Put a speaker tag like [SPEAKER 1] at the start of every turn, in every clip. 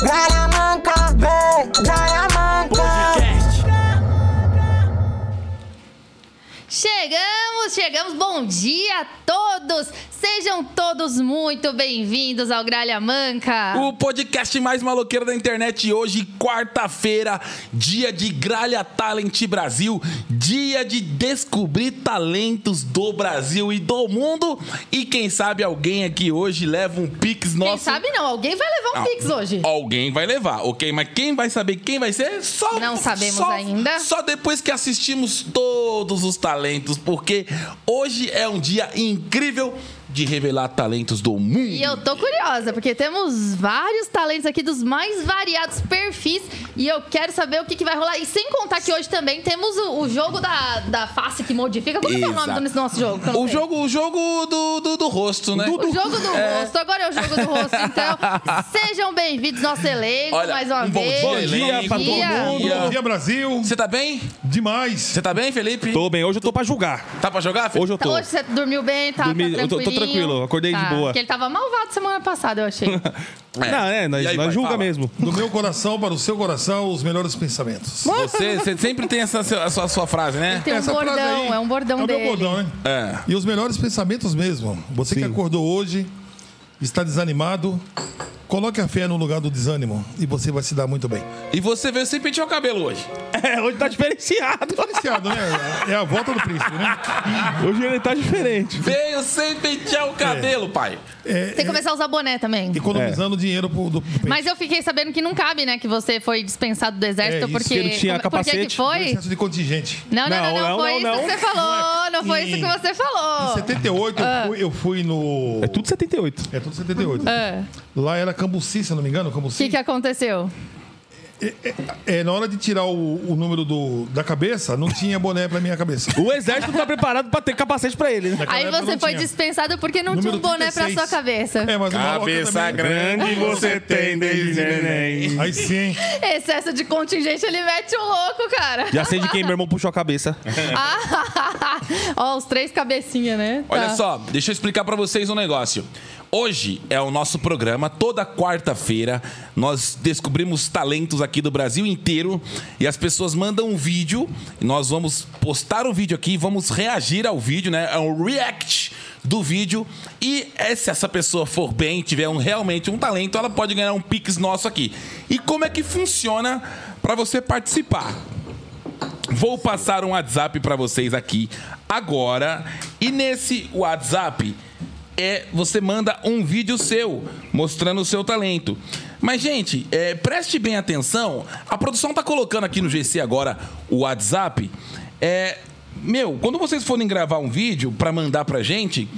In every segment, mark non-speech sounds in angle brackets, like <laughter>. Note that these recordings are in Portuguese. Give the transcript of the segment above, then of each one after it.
[SPEAKER 1] Jaramanca, vem, Jaramanca.
[SPEAKER 2] Chegamos, chegamos. Bom dia a todos. Sejam todos muito bem-vindos ao Gralha Manca.
[SPEAKER 3] O podcast mais maloqueiro da internet hoje, quarta-feira, dia de Gralha Talent Brasil, dia de descobrir talentos do Brasil e do mundo. E quem sabe alguém aqui hoje leva um Pix nosso.
[SPEAKER 2] Quem sabe não, alguém vai levar um
[SPEAKER 3] Ah,
[SPEAKER 2] pix hoje.
[SPEAKER 3] Alguém vai levar, ok? Mas quem vai saber quem vai ser? Só um
[SPEAKER 2] Não sabemos
[SPEAKER 3] só-
[SPEAKER 2] ainda.
[SPEAKER 3] Só depois que assistimos todos os talentos, porque hoje é um dia incrível de revelar talentos do mundo.
[SPEAKER 2] E eu tô curiosa, porque temos vários talentos aqui dos mais variados perfis e eu quero saber o que, que vai rolar. E sem contar que hoje também temos o, o jogo da, da face que modifica. Como que é o nome
[SPEAKER 3] Exato.
[SPEAKER 2] desse nosso jogo? que eu não
[SPEAKER 3] O
[SPEAKER 2] sei?
[SPEAKER 3] jogo, o jogo do, do, do rosto, né?
[SPEAKER 2] O jogo do rosto, agora é o jogo do
[SPEAKER 3] <laughs>
[SPEAKER 2] rosto, então. Sejam bem-vindos, nosso elenco,
[SPEAKER 3] Olha,
[SPEAKER 2] mais uma
[SPEAKER 3] um bom
[SPEAKER 2] vez.
[SPEAKER 3] dia,
[SPEAKER 4] Bom dia
[SPEAKER 3] elenco.
[SPEAKER 4] pra
[SPEAKER 2] Bom
[SPEAKER 4] todo
[SPEAKER 2] dia.
[SPEAKER 4] mundo. Bom dia, Brasil.
[SPEAKER 3] Você tá bem?
[SPEAKER 4] Demais.
[SPEAKER 3] Você tá bem, Felipe?
[SPEAKER 5] Tô bem, hoje eu tô pra julgar.
[SPEAKER 3] Tá pra jogar, Felipe?
[SPEAKER 5] Hoje eu
[SPEAKER 2] Tá,
[SPEAKER 5] tô.
[SPEAKER 2] Hoje você dormiu bem, tá?
[SPEAKER 5] Dormi-
[SPEAKER 2] tá
[SPEAKER 5] eu tô- tô
[SPEAKER 2] tranquilinho?
[SPEAKER 5] tranquilo, acordei de
[SPEAKER 2] Tá,
[SPEAKER 5] boa.
[SPEAKER 2] Porque ele tava malvado semana passada, eu
[SPEAKER 5] <laughs>
[SPEAKER 2] achei.
[SPEAKER 3] É.
[SPEAKER 5] Não, é,
[SPEAKER 3] E
[SPEAKER 5] nós,
[SPEAKER 3] aí,
[SPEAKER 5] nós
[SPEAKER 3] pai,
[SPEAKER 5] julga
[SPEAKER 3] fala.
[SPEAKER 5] mesmo.
[SPEAKER 4] Do meu coração para o seu coração, os melhores pensamentos.
[SPEAKER 3] Você, você sempre tem essa, seu- a sua, a sua frase, né?
[SPEAKER 2] Tem um
[SPEAKER 4] Essa frase
[SPEAKER 2] bordão,
[SPEAKER 4] aí
[SPEAKER 2] é um bordão
[SPEAKER 4] é o meu
[SPEAKER 2] dele.
[SPEAKER 4] bordão, né?
[SPEAKER 3] É.
[SPEAKER 4] E os melhores pensamentos mesmo. Você que acordou hoje, está desanimado, coloque a fé no lugar do desânimo e você vai se dar muito bem.
[SPEAKER 3] E você veio sem pentear o cabelo hoje.
[SPEAKER 5] É, hoje tá diferenciado.
[SPEAKER 4] Viciado, né? É a volta do príncipe, né?
[SPEAKER 5] Hoje ele tá diferente.
[SPEAKER 3] Veio sem pentear o cabelo, pai.
[SPEAKER 2] Tem que começar a usar boné também.
[SPEAKER 4] Economizando
[SPEAKER 5] É.
[SPEAKER 4] dinheiro pro, do, do
[SPEAKER 2] Mas eu fiquei sabendo que não cabe, né? Que você foi dispensado do exército
[SPEAKER 4] É, isso,
[SPEAKER 2] porque.
[SPEAKER 5] que ele tinha
[SPEAKER 2] como- por que que
[SPEAKER 5] capacete.
[SPEAKER 2] foi?
[SPEAKER 4] excesso de contingente.
[SPEAKER 2] Não, não, não, não,
[SPEAKER 5] Não, não,
[SPEAKER 2] foi
[SPEAKER 5] não,
[SPEAKER 2] isso que
[SPEAKER 5] não.
[SPEAKER 2] você falou. Não foi
[SPEAKER 4] Em-
[SPEAKER 2] isso que você
[SPEAKER 4] Em
[SPEAKER 2] falou.
[SPEAKER 4] 78 eu, fui, eu fui no.
[SPEAKER 5] É tudo 78.
[SPEAKER 4] É tudo 78.
[SPEAKER 2] Ah,
[SPEAKER 4] Lá era Cambuci, se eu não me engano,
[SPEAKER 2] O
[SPEAKER 4] Cambuci.
[SPEAKER 2] que, que aconteceu?
[SPEAKER 4] É, na hora de tirar o, o número do, da cabeça, não tinha boné pra minha cabeça.
[SPEAKER 5] O exército não tá preparado pra ter capacete pra ele, né?
[SPEAKER 4] Naquela
[SPEAKER 2] Aí
[SPEAKER 4] época
[SPEAKER 2] você
[SPEAKER 4] não
[SPEAKER 2] foi
[SPEAKER 4] tinha.
[SPEAKER 2] dispensado porque não tinha
[SPEAKER 4] Número
[SPEAKER 2] um boné pra
[SPEAKER 4] 36.
[SPEAKER 2] sua cabeça.
[SPEAKER 4] É, mas o maloca também-
[SPEAKER 3] grande você tem desde neném.
[SPEAKER 4] Aí sim.
[SPEAKER 2] Excesso de contingente, ele mete o louco, cara.
[SPEAKER 5] Já sei de quem meu irmão puxou a cabeça.
[SPEAKER 2] Ah, <laughs> Ó, os três cabecinhas, né?
[SPEAKER 3] Olha
[SPEAKER 2] Tá.
[SPEAKER 3] só, deixa eu explicar pra vocês um negócio. Hoje é o nosso programa, toda quarta-feira nós descobrimos talentos aqui do Brasil inteiro e as pessoas mandam um vídeo, nós vamos postar o vídeo aqui, vamos reagir ao vídeo, né? É um react do vídeo e é, se essa pessoa for bem, tiver um, realmente um talento, ela pode ganhar um pix nosso aqui. E como é que funciona pra você participar? Vou passar um WhatsApp pra vocês aqui agora. E nesse WhatsApp é você manda um vídeo seu mostrando o seu talento. Mas gente, é, preste bem atenção. A produção tá colocando aqui no GC agora o WhatsApp. É, meu, quando vocês forem gravar um vídeo pra mandar pra gente,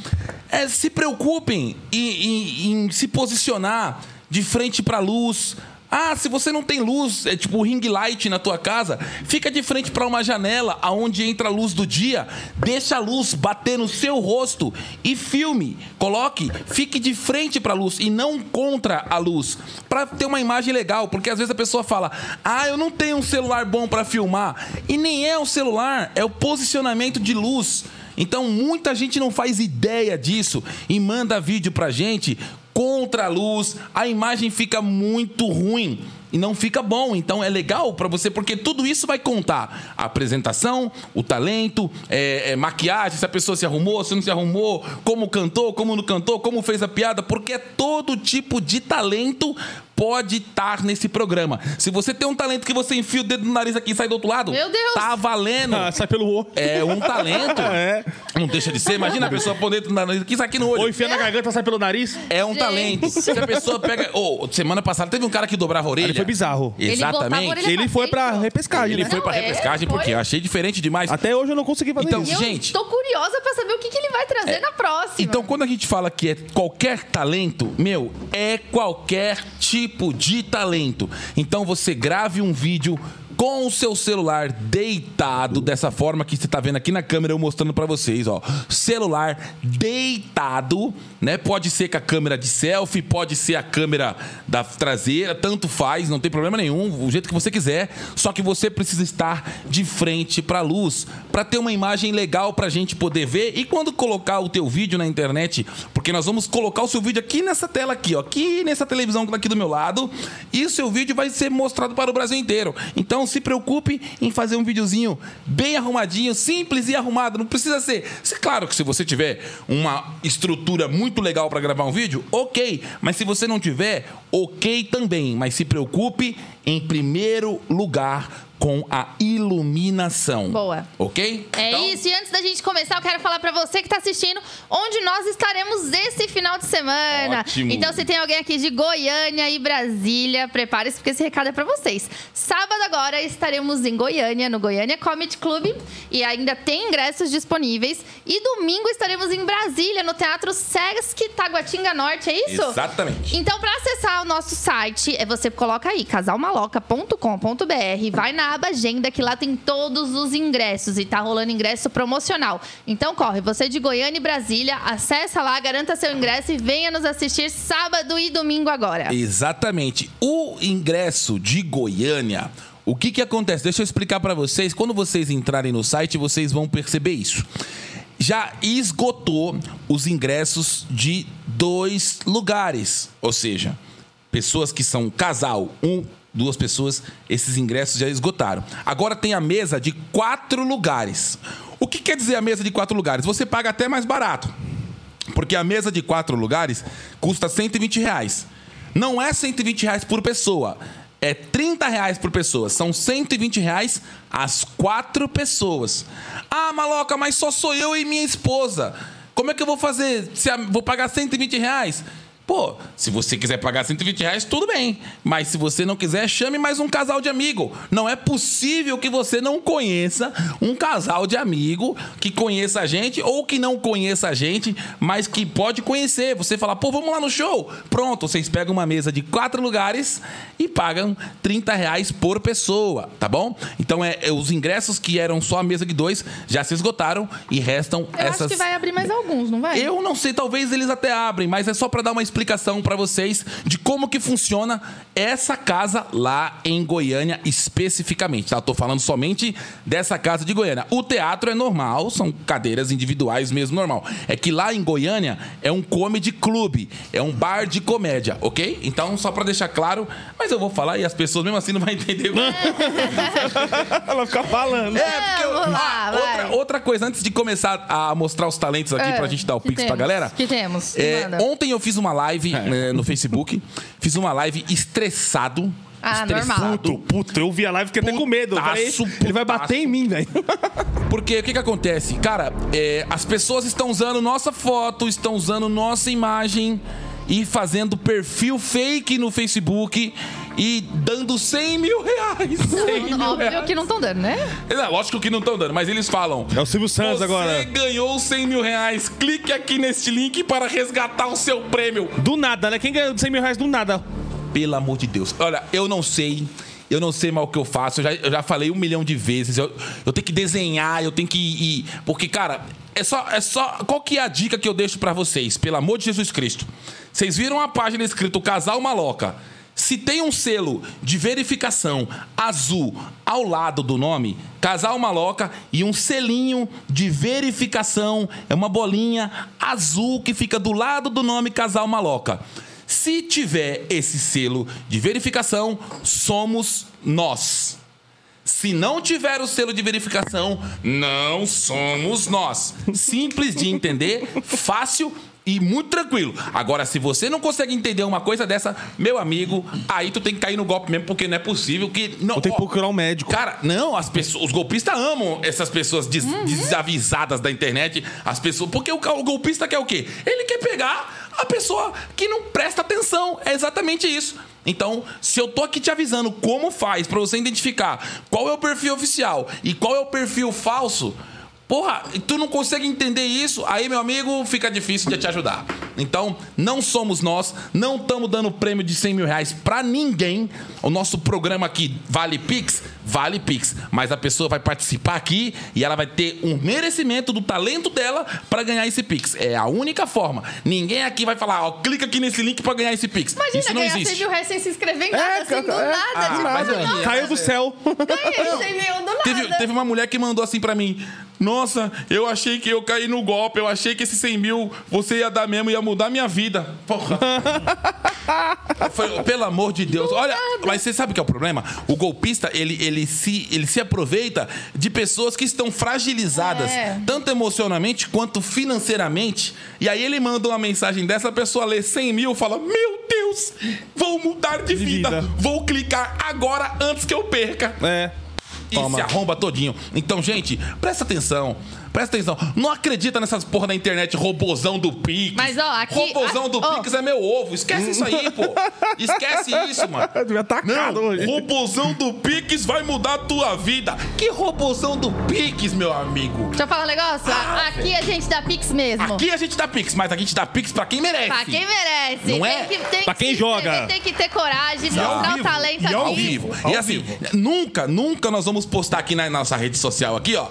[SPEAKER 3] é, se preocupem em, em- em se posicionar de frente pra luz, ah, se você não tem luz, é tipo ring light na tua casa, fica de frente para uma janela aonde entra a luz do dia, deixa a luz bater no seu rosto e filme. Coloque, fique de frente para a luz e não contra a luz, para ter uma imagem legal, porque às vezes a pessoa fala: "Ah, eu não tenho um celular bom para filmar". E nem é o celular, é o posicionamento de luz. Então muita gente não faz ideia disso e manda vídeo pra gente contra a luz, a imagem fica muito ruim e não fica bom. Então é legal pra você, porque tudo isso vai contar. A apresentação, o talento, é, é, maquiagem, se a pessoa se arrumou, se não se arrumou, como cantou, como não cantou, como fez a piada, porque todo tipo de talento pode estar nesse programa. Se você tem um talento que você enfia o dedo no nariz aqui e sai do outro lado,
[SPEAKER 2] Meu Deus!
[SPEAKER 3] tá valendo.
[SPEAKER 5] Ah, sai pelo olho.
[SPEAKER 3] É um talento.
[SPEAKER 5] <laughs> É.
[SPEAKER 3] Não deixa de ser. Imagina a pessoa pôr o dedo no nariz aqui e sai aqui no olho.
[SPEAKER 5] Ou enfia na garganta, sai pelo nariz.
[SPEAKER 3] É um
[SPEAKER 2] Gente.
[SPEAKER 3] talento. Se a pessoa pega. Ô, semana passada teve um cara que dobrava a orelha.
[SPEAKER 5] Ah, Ele foi bizarro.
[SPEAKER 2] Ele botava a
[SPEAKER 3] Exatamente.
[SPEAKER 2] orelha
[SPEAKER 3] Ele,
[SPEAKER 5] Ele foi pra
[SPEAKER 2] dentro.
[SPEAKER 5] repescagem, né?
[SPEAKER 3] foi pra
[SPEAKER 2] Não, é,
[SPEAKER 3] repescagem porque
[SPEAKER 2] foi.
[SPEAKER 3] eu achei diferente demais.
[SPEAKER 5] Até hoje eu não consegui fazer
[SPEAKER 3] Então,
[SPEAKER 2] E
[SPEAKER 5] isso. <laughs>
[SPEAKER 2] eu
[SPEAKER 3] Gente.
[SPEAKER 2] tô curiosa pra saber o que, que ele vai trazer na próxima.
[SPEAKER 3] Então, quando a gente fala que é qualquer talento, meu, é qualquer tipo de talento. Então, você grave um vídeo com o seu celular deitado, dessa forma que você tá vendo aqui na câmera, eu mostrando pra vocês, ó. Celular deitado, né? Pode ser com a câmera de selfie, pode ser a câmera da traseira, tanto faz, não tem problema nenhum, o jeito que você quiser. Só que você precisa estar de frente pra luz, pra ter uma imagem legal pra gente poder ver. E quando colocar o teu vídeo na internet, porque nós vamos colocar o seu vídeo aqui nessa tela aqui, ó, aqui nessa televisão que tá aqui do meu lado, e o seu vídeo vai ser mostrado para o Brasil inteiro. Então se preocupe em fazer um videozinho bem arrumadinho, simples e arrumado. Não precisa ser. Se- Claro que se você tiver uma estrutura muito legal para gravar um vídeo, ok. Mas se você não tiver, ok também. Mas se preocupe em primeiro lugar com a iluminação.
[SPEAKER 2] Boa.
[SPEAKER 3] Ok?
[SPEAKER 2] É
[SPEAKER 3] Então,
[SPEAKER 2] isso, e antes da gente começar, eu quero falar pra você que tá assistindo onde nós estaremos esse final de semana.
[SPEAKER 3] Ótimo.
[SPEAKER 2] Então, se tem alguém aqui de Goiânia e Brasília, prepare-se porque esse recado é pra vocês. Sábado agora estaremos em Goiânia, no Goiânia Comedy Club, e ainda tem ingressos disponíveis. E domingo estaremos em Brasília, no Teatro Sesc Taguatinga Norte, é isso?
[SPEAKER 3] Exatamente.
[SPEAKER 2] Então, para acessar o nosso site, é você coloca aí casalmaloca.com.br, vai na aba agenda que lá tem todos os ingressos e tá rolando ingresso promocional. Então corre, você de Goiânia e Brasília, acessa lá, garanta seu ingresso e venha nos assistir sábado e domingo agora.
[SPEAKER 3] Exatamente. O ingresso de Goiânia. O que, que acontece? Deixa eu explicar para vocês. Quando vocês entrarem no site, vocês vão perceber isso. Já esgotou os ingressos de dois lugares. Ou seja, pessoas que são casal, um, duas pessoas, esses ingressos já esgotaram. Agora tem a mesa de quatro lugares. O que quer dizer a mesa de quatro lugares? Você paga até mais barato. Porque a mesa de quatro lugares custa 120 reais. Não é 120 reais por pessoa. É 30 reais por pessoa. São 120 reais as quatro pessoas. Ah, maloca, mas só sou eu e minha esposa. Como é que eu vou fazer? Se a- vou pagar 120 reais? Pô, se você quiser pagar 120 reais, tudo bem. Mas se você não quiser, chame mais um casal de amigo. Não é possível que você não conheça um casal de amigo que conheça a gente ou que não conheça a gente, mas que pode conhecer. Você fala, pô, vamos lá no show. Pronto, vocês pegam uma mesa de quatro lugares e pagam 30 reais por pessoa, tá bom? Então, é, é os ingressos que eram só a mesa de dois já se esgotaram e restam
[SPEAKER 2] Eu
[SPEAKER 3] essas...
[SPEAKER 2] acho que vai abrir mais alguns, não vai?
[SPEAKER 3] Eu não sei, talvez eles até abrem, mas é só pra dar uma explicação pra vocês de como que funciona essa casa lá em Goiânia especificamente, tá? Tô falando somente dessa casa de Goiânia. O teatro é normal, são cadeiras individuais mesmo normal. É que lá em Goiânia é um comedy clube, é um bar de comédia, ok? Então, só pra deixar claro, mas eu vou falar e as pessoas mesmo assim não vão
[SPEAKER 2] <laughs>
[SPEAKER 3] entender.
[SPEAKER 2] É,
[SPEAKER 5] Ela fica falando.
[SPEAKER 3] É, porque eu-
[SPEAKER 2] Vamos lá,
[SPEAKER 3] Ah,
[SPEAKER 2] vai.
[SPEAKER 3] outra, outra coisa, antes de começar a mostrar os talentos aqui
[SPEAKER 2] É,
[SPEAKER 3] pra gente dar o
[SPEAKER 2] que
[SPEAKER 3] pix pra
[SPEAKER 2] temos?
[SPEAKER 3] galera.
[SPEAKER 2] Que temos?
[SPEAKER 3] é,
[SPEAKER 2] Manda.
[SPEAKER 3] ontem eu fiz uma live
[SPEAKER 5] É.
[SPEAKER 3] eh, no
[SPEAKER 5] <laughs>
[SPEAKER 3] Facebook, fiz uma live estressado.
[SPEAKER 2] Ah, normal.
[SPEAKER 3] estressado.
[SPEAKER 5] Puto, puto, eu vi a live, fiquei até com medo. Eu falei,
[SPEAKER 3] Putaço,
[SPEAKER 5] ele vai
[SPEAKER 3] putaço.
[SPEAKER 5] bater em mim, velho.
[SPEAKER 3] Porque o que, que acontece? Cara, é, as pessoas estão usando nossa foto, estão usando nossa imagem e fazendo perfil fake no Facebook e dando 100 mil
[SPEAKER 2] <laughs>
[SPEAKER 3] reais. 100 mil
[SPEAKER 2] Óbvio
[SPEAKER 3] reais. É,
[SPEAKER 2] que não estão dando, né?
[SPEAKER 3] Não, lógico que não estão dando, mas eles falam.
[SPEAKER 5] É o Silvio Santos
[SPEAKER 3] Você
[SPEAKER 5] agora.
[SPEAKER 3] ganhou 100 mil reais. Clique aqui neste link para resgatar o seu prêmio.
[SPEAKER 5] Do nada, né? Quem ganhou 100 mil reais do nada?
[SPEAKER 3] Pelo amor de Deus. Olha, eu não sei. Eu não sei mal o que eu faço. Eu já, eu já falei um milhão de vezes. Eu, eu tenho que desenhar, eu tenho que ir. Porque, cara, é só, é só. Qual que é a dica que eu deixo pra vocês? Pelo amor de Jesus Cristo. Vocês viram a página escrito Casal Maloca. Se tem um selo de verificação azul ao lado do nome, Casal Maloca, e um selinho de verificação, é uma bolinha azul que fica do lado do nome Casal Maloca. Se tiver esse selo de verificação, somos nós. Se não tiver o selo de verificação, não somos nós. Simples de entender, fácil e muito tranquilo. Agora, se você não consegue entender uma coisa dessa, meu amigo, aí tu tem que cair no golpe mesmo, porque não é possível que. Não,
[SPEAKER 5] Vou ter que
[SPEAKER 3] ó,
[SPEAKER 5] procurar um médico.
[SPEAKER 3] Cara, não, as pessoas, os golpistas amam essas pessoas des- desavisadas da internet, as pessoas, porque o, ca- o golpista quer o quê? Ele quer pegar a pessoa que não presta atenção. É exatamente isso. Então, se eu tô aqui te avisando como faz pra você identificar qual é o perfil oficial e qual é o perfil falso, Porra, e tu não consegue entender isso, aí, meu amigo, fica difícil de te ajudar. Então, não somos nós, não estamos dando prêmio de 100 mil reais pra ninguém. O nosso programa aqui, Vale Pix, Vale Pix. Mas a pessoa vai participar aqui e ela vai ter um merecimento do talento dela pra ganhar esse Pix. É a única forma. Ninguém aqui vai falar, ó, clica aqui nesse link pra ganhar esse Pix.
[SPEAKER 2] Imagina
[SPEAKER 3] isso não
[SPEAKER 2] ganhar 100
[SPEAKER 3] existe.
[SPEAKER 2] mil reais sem se inscrever em nada,
[SPEAKER 6] É,
[SPEAKER 2] assim, do
[SPEAKER 6] cara, é.
[SPEAKER 2] nada.
[SPEAKER 6] Ah,
[SPEAKER 2] tipo,
[SPEAKER 3] mas
[SPEAKER 2] não,
[SPEAKER 3] é.
[SPEAKER 2] não,
[SPEAKER 5] Caiu do céu.
[SPEAKER 2] ganhei 100 mil, do nada.
[SPEAKER 3] Teve, teve uma mulher que mandou assim pra mim: Nossa, eu achei que eu caí no golpe, eu achei que esses 100 mil você ia dar mesmo, ia mudar minha vida.
[SPEAKER 2] <laughs>
[SPEAKER 3] Porra. Eu falei, pelo amor de Deus. Olha, mas você sabe o que é o problema? O golpista, ele, ele, se, ele se aproveita de pessoas que estão fragilizadas,
[SPEAKER 2] É.
[SPEAKER 3] tanto emocionalmente quanto financeiramente. E aí ele manda uma mensagem dessa, a pessoa lê 100 mil fala: Meu Deus, vou mudar de,
[SPEAKER 5] De
[SPEAKER 3] vida.
[SPEAKER 5] vida.
[SPEAKER 3] Vou clicar agora antes que eu perca
[SPEAKER 5] É.
[SPEAKER 3] e
[SPEAKER 5] Toma.
[SPEAKER 3] se arromba todinho. Então, gente, presta atenção. Presta atenção. Não acredita nessas porra da internet, robozão do Pix.
[SPEAKER 2] Mas, ó, aqui-
[SPEAKER 3] Robozão
[SPEAKER 2] ah,
[SPEAKER 3] do
[SPEAKER 2] ó.
[SPEAKER 3] Pix é meu ovo. Esquece isso aí, pô. Esquece isso,
[SPEAKER 5] <laughs>
[SPEAKER 3] mano.
[SPEAKER 5] Eu devia atacado
[SPEAKER 3] Não,
[SPEAKER 5] hoje.
[SPEAKER 3] robozão do Pix vai mudar a tua vida. Que robozão do Pix, meu amigo?
[SPEAKER 2] Deixa eu falar um negócio. aqui a gente dá pix mesmo.
[SPEAKER 3] Aqui a gente dá Pix, mas a gente dá Pix pra quem merece.
[SPEAKER 2] Pra quem merece.
[SPEAKER 3] Não
[SPEAKER 2] tem
[SPEAKER 3] é?
[SPEAKER 2] que, tem
[SPEAKER 5] Pra
[SPEAKER 2] que
[SPEAKER 5] quem
[SPEAKER 2] se
[SPEAKER 5] joga.
[SPEAKER 2] inscrever, Tem que ter coragem,
[SPEAKER 3] ao
[SPEAKER 2] mostrar o
[SPEAKER 4] vivo,
[SPEAKER 2] talento
[SPEAKER 4] e ao
[SPEAKER 3] ao
[SPEAKER 2] aqui.
[SPEAKER 3] vivo.
[SPEAKER 4] Ao
[SPEAKER 3] e assim,
[SPEAKER 4] vivo.
[SPEAKER 3] nunca, nunca nós vamos postar aqui na nossa rede social aqui, ó.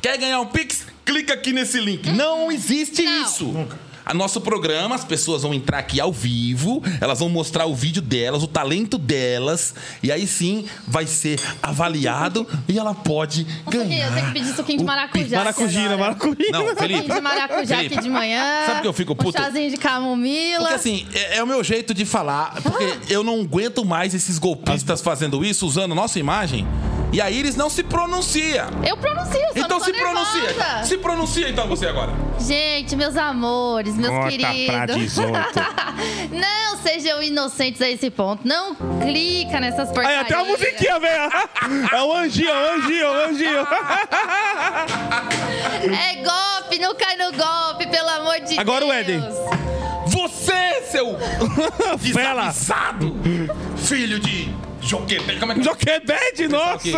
[SPEAKER 3] Quer ganhar um Pix? Clica aqui nesse link. Não existe
[SPEAKER 2] Não.
[SPEAKER 3] isso. A nosso programa, as pessoas vão entrar aqui ao vivo, elas vão mostrar o vídeo delas, o talento delas, e aí sim vai ser avaliado e ela pode
[SPEAKER 2] Suquinho,
[SPEAKER 3] ganhar.
[SPEAKER 2] Eu tenho que pedir suquinho de
[SPEAKER 3] o Pix.
[SPEAKER 2] maracujá.
[SPEAKER 5] Maracujina, maracujá.
[SPEAKER 3] Não, Felipe.
[SPEAKER 2] Suquinho de maracujá
[SPEAKER 3] Felipe,
[SPEAKER 2] aqui de manhã.
[SPEAKER 3] Sabe que eu fico puto?
[SPEAKER 2] Um chazinho de camomila.
[SPEAKER 3] Porque assim, é, é o meu jeito de falar, porque
[SPEAKER 5] Ah.
[SPEAKER 3] eu não aguento mais esses golpistas fazendo isso, usando nossa imagem. E aí eles não se pronunciam.
[SPEAKER 2] Eu pronuncio, só
[SPEAKER 3] Então
[SPEAKER 2] não tô
[SPEAKER 5] é
[SPEAKER 3] se pronuncia.
[SPEAKER 2] nervosa.
[SPEAKER 3] Se pronuncia então você agora.
[SPEAKER 2] Gente, meus amores, meus
[SPEAKER 5] Cota pra
[SPEAKER 2] queridos.
[SPEAKER 5] 18.
[SPEAKER 2] <laughs> não sejam inocentes a esse ponto. Não clica nessas
[SPEAKER 5] Aí,
[SPEAKER 2] porcarias.
[SPEAKER 5] até a musiquinha, velho. É o anjinho, é o anjinho, é
[SPEAKER 2] <laughs>
[SPEAKER 5] o anjinho.
[SPEAKER 2] É golpe, não cai no golpe, pelo amor de
[SPEAKER 5] Agora o
[SPEAKER 2] Deus.
[SPEAKER 5] Éden.
[SPEAKER 3] Você, seu
[SPEAKER 5] <laughs> Fela.
[SPEAKER 3] desavisado, filho de joquete. Como é que
[SPEAKER 5] Joquebed, nossa.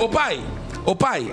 [SPEAKER 3] Ô pai, ô pai,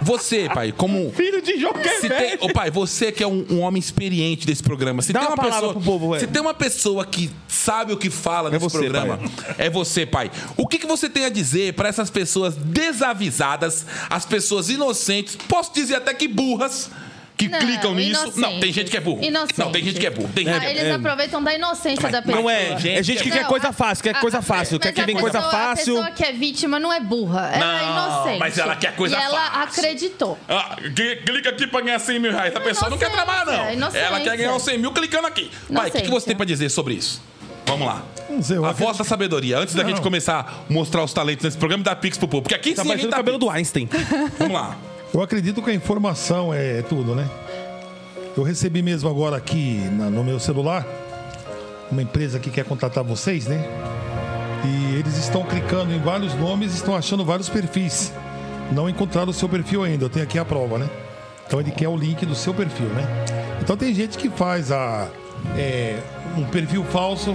[SPEAKER 3] você, pai, como
[SPEAKER 5] Filho
[SPEAKER 3] Se
[SPEAKER 5] de
[SPEAKER 3] tem,
[SPEAKER 5] Joquebed.
[SPEAKER 3] ô pai, você que é um, um homem experiente desse programa, se
[SPEAKER 5] Dá
[SPEAKER 3] tem
[SPEAKER 5] uma
[SPEAKER 3] uma,
[SPEAKER 5] palavra
[SPEAKER 3] pessoa,
[SPEAKER 5] pro povo, ué.
[SPEAKER 3] se tem uma pessoa que sabe o que fala nesse
[SPEAKER 5] você,
[SPEAKER 3] programa, é você, pai. O que, que você tem a dizer pra essas pessoas desavisadas, as pessoas inocentes, posso dizer até que burras? Que
[SPEAKER 2] Não,
[SPEAKER 3] clicam nisso. Não, tem
[SPEAKER 2] inocentes.
[SPEAKER 3] gente que é burro.
[SPEAKER 2] Inocentes.
[SPEAKER 3] Não, tem gente que é burro. Tem gente
[SPEAKER 2] Ah,
[SPEAKER 3] que é
[SPEAKER 2] eles
[SPEAKER 5] é.
[SPEAKER 2] aproveitam da inocência da pessoa.
[SPEAKER 5] Não é. É gente que
[SPEAKER 2] Não,
[SPEAKER 5] quer coisa
[SPEAKER 2] a-
[SPEAKER 5] fácil, quer
[SPEAKER 2] a-
[SPEAKER 5] coisa
[SPEAKER 2] a-
[SPEAKER 5] fácil. Quer
[SPEAKER 2] mas
[SPEAKER 5] que
[SPEAKER 2] a
[SPEAKER 5] vem coisa
[SPEAKER 2] pessoa-
[SPEAKER 5] fácil.
[SPEAKER 2] A pessoa que é vítima não é burra, ela é
[SPEAKER 3] Não,
[SPEAKER 2] inocente.
[SPEAKER 3] mas ela quer coisa
[SPEAKER 2] E ela
[SPEAKER 3] fácil.
[SPEAKER 2] acreditou.
[SPEAKER 3] Ah, cli- clica aqui pra ganhar 100 mil reais. A pessoa não quer
[SPEAKER 2] Inocência,
[SPEAKER 3] trabalhar, não.
[SPEAKER 2] inocência.
[SPEAKER 3] Ela quer ganhar os 100 mil clicando aqui. Pai, o que, que você
[SPEAKER 2] Inocência.
[SPEAKER 3] tem pra dizer sobre isso? Vamos lá.
[SPEAKER 4] Não sei, eu
[SPEAKER 3] a
[SPEAKER 4] acredito-
[SPEAKER 3] voz da sabedoria. Antes da
[SPEAKER 4] Não.
[SPEAKER 3] gente começar a mostrar os talentos nesse programa, dá pix pro povo. Porque aqui
[SPEAKER 5] Tá
[SPEAKER 3] sim,
[SPEAKER 5] parecendo o
[SPEAKER 3] dá
[SPEAKER 5] cabelo
[SPEAKER 3] pix.
[SPEAKER 5] do Einstein.
[SPEAKER 3] Vamos lá.
[SPEAKER 4] Eu acredito que a informação é tudo, né? Eu recebi mesmo agora aqui na- no meu celular uma empresa que quer contratar vocês, né? E eles estão clicando em vários nomes, estão achando vários perfis. Não encontraram o seu perfil ainda. Eu tenho aqui a prova, né? Então ele quer o link do seu perfil, né? Então tem gente que faz a é, um perfil falso,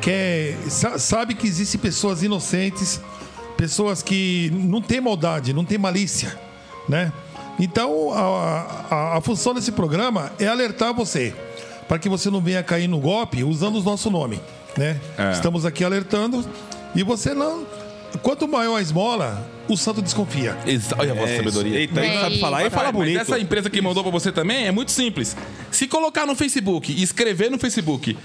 [SPEAKER 4] quer é, sa- sabe que existem pessoas inocentes, pessoas que não têm maldade, não têm malícia, né? Então a, a- a função desse programa é alertar você para que você não venha cair no golpe usando o nosso nome, né? Estamos aqui alertando e você não. Quanto maior a esmola, o santo desconfia.
[SPEAKER 3] Exa- Olha a voz da sabedoria.
[SPEAKER 5] É Eita, ele
[SPEAKER 2] Bem.
[SPEAKER 5] sabe falar. Aí fala
[SPEAKER 3] Mas
[SPEAKER 5] bonito.
[SPEAKER 3] essa empresa que mandou pra você também é muito simples. Se colocar no Facebook e escrever no Facebook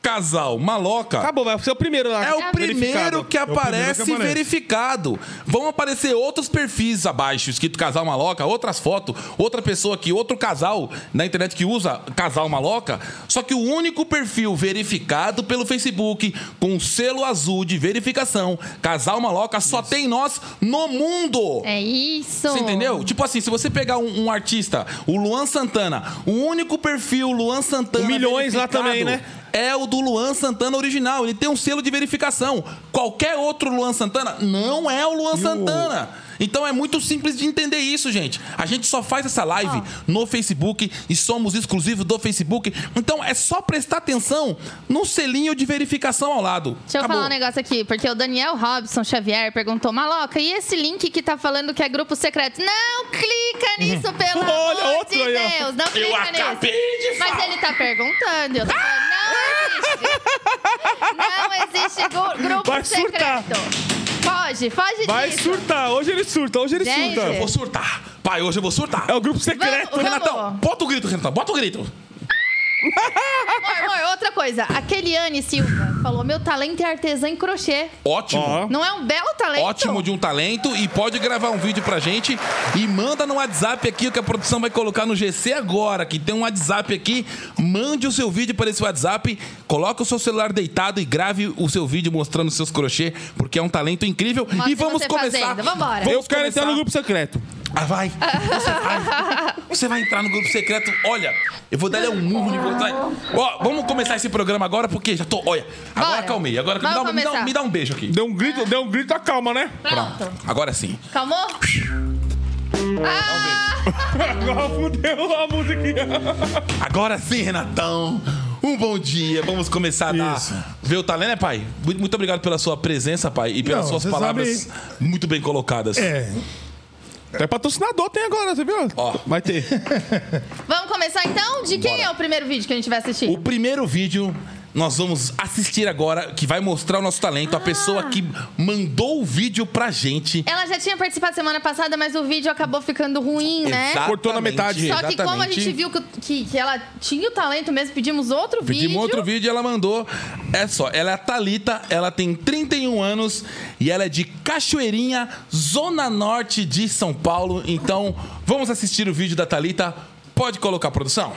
[SPEAKER 3] casal maloca,
[SPEAKER 5] Acabou, vai ser o primeiro lá. Tá
[SPEAKER 3] É o primeiro
[SPEAKER 5] verificado.
[SPEAKER 3] que aparece
[SPEAKER 4] aparece.
[SPEAKER 3] verificado. Vão aparecer outros perfis abaixo, escrito casal maloca, outras fotos, outra pessoa aqui, outro casal na internet que usa casal maloca. Só que o único perfil verificado pelo Facebook, com o selo azul de verificação, casal maloca, só tem nós no mundo.
[SPEAKER 2] É isso.
[SPEAKER 3] Você entendeu? Tipo assim, se você pegar um, um artista, o Luan Santana, o único perfil Luan Santana.
[SPEAKER 5] O Milhões lá
[SPEAKER 3] verificado
[SPEAKER 5] também, né?
[SPEAKER 3] É o do Luan Santana original. Ele tem um selo de verificação. Qualquer outro Luan Santana não é o Luan Santana. Então é muito simples de entender isso, gente. A gente só faz essa live
[SPEAKER 2] Ah.
[SPEAKER 3] no Facebook e somos exclusivos do Facebook. Então é só prestar atenção no selinho de verificação ao lado.
[SPEAKER 2] Deixa eu falar um negócio aqui, porque o Daniel Robson Xavier perguntou, maloca, e esse link que tá falando que é grupo secreto? Não clica
[SPEAKER 5] <laughs>
[SPEAKER 2] nisso, pelo
[SPEAKER 5] Olha,
[SPEAKER 2] amor
[SPEAKER 5] outro
[SPEAKER 2] de
[SPEAKER 5] aí, ó.
[SPEAKER 2] Deus! Não clica nisso.
[SPEAKER 3] acabei de
[SPEAKER 2] Mas ele tá perguntando, eu tô falando,
[SPEAKER 5] <laughs>
[SPEAKER 2] não existe. Não existe gru- grupo
[SPEAKER 5] Vai surtar.
[SPEAKER 2] secreto. Foge, foge
[SPEAKER 5] Vai
[SPEAKER 2] disso.
[SPEAKER 5] surtar. Hoje ele surta, hoje ele
[SPEAKER 2] Gente.
[SPEAKER 5] surta.
[SPEAKER 3] Eu vou surtar. Pai, hoje eu vou surtar.
[SPEAKER 5] É o grupo
[SPEAKER 2] Vamos,
[SPEAKER 5] secreto.
[SPEAKER 2] vamos.
[SPEAKER 3] Renatão, bota o grito, Renatão, bota o grito.
[SPEAKER 2] Amor, amor, outra coisa. A Keliane Silva falou, meu talento é artesã em crochê.
[SPEAKER 3] Ótimo.
[SPEAKER 5] Ó.
[SPEAKER 2] Não é um belo talento?
[SPEAKER 3] Ótimo de um talento e pode gravar um vídeo pra gente e manda no WhatsApp aqui que a produção vai colocar no GC agora, que tem um WhatsApp aqui. Mande o seu vídeo para esse WhatsApp, coloque o seu celular deitado e grave o seu vídeo mostrando seus crochê, porque é um talento incrível.
[SPEAKER 2] Mostra
[SPEAKER 3] e vamos
[SPEAKER 2] você
[SPEAKER 3] começar.
[SPEAKER 2] fazendo. Vambora.
[SPEAKER 3] Vamos
[SPEAKER 5] Eu quero entrar
[SPEAKER 3] começar.
[SPEAKER 5] no grupo secreto.
[SPEAKER 3] Ah, vai. Você vai. Você vai entrar no grupo secreto. Olha, eu vou dar um murro de vontade. Ó, vamos começar esse programa agora porque já tô, olha, agora
[SPEAKER 2] Bora.
[SPEAKER 3] calmei. Agora me
[SPEAKER 2] Vamos
[SPEAKER 3] dá, um- me, dá, um-
[SPEAKER 2] começar.
[SPEAKER 3] me dá um beijo aqui.
[SPEAKER 5] Deu um grito, deu um grito, acalma, né?
[SPEAKER 2] Pronto.
[SPEAKER 3] Agora sim.
[SPEAKER 2] Calmou? Ah,
[SPEAKER 5] Agora fudeu a musiquinha.
[SPEAKER 3] Agora sim, Renatão. Um bom dia. Vamos começar a
[SPEAKER 4] Isso.
[SPEAKER 3] dar, ver o talento, né, pai? Mu- Muito obrigado pela sua presença, pai, e pelas
[SPEAKER 4] Não,
[SPEAKER 3] suas
[SPEAKER 4] você
[SPEAKER 3] palavras
[SPEAKER 4] sabe-
[SPEAKER 3] muito bem colocadas.
[SPEAKER 4] É,
[SPEAKER 5] É patrocinador, tem agora, você viu?
[SPEAKER 3] Ó. <laughs>
[SPEAKER 5] Vai ter.
[SPEAKER 2] vamos começar então? De quem é o primeiro vídeo que a gente vai assistir?
[SPEAKER 3] O primeiro vídeo nós vamos assistir agora, que vai mostrar o nosso talento.
[SPEAKER 2] Ah.
[SPEAKER 3] A pessoa que mandou o vídeo pra gente.
[SPEAKER 2] Ela já tinha participado semana passada, mas o vídeo acabou ficando ruim, né?
[SPEAKER 3] Exatamente,
[SPEAKER 5] Cortou na metade.
[SPEAKER 2] Só que como a
[SPEAKER 3] exatamente.
[SPEAKER 2] gente viu que, que- que ela tinha o talento mesmo, pedimos outro
[SPEAKER 3] Pedimos
[SPEAKER 2] vídeo.
[SPEAKER 3] um outro vídeo e ela mandou. É só, ela é a Thalita, ela tem 31 anos e ela é de Cachoeirinha, Zona Norte de São Paulo. Então, vamos assistir o vídeo da Thalita. Pode colocar, produção?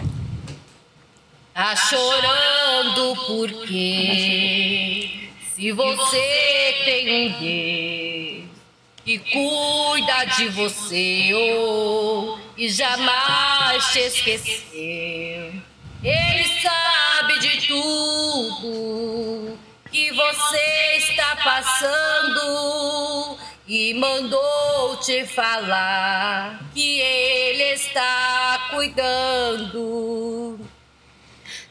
[SPEAKER 6] Tá chorando porque se você tem um Deus que cuida de você oh, e jamais te esqueceu, Ele sabe de tudo que você está passando e mandou te falar que Ele está cuidando.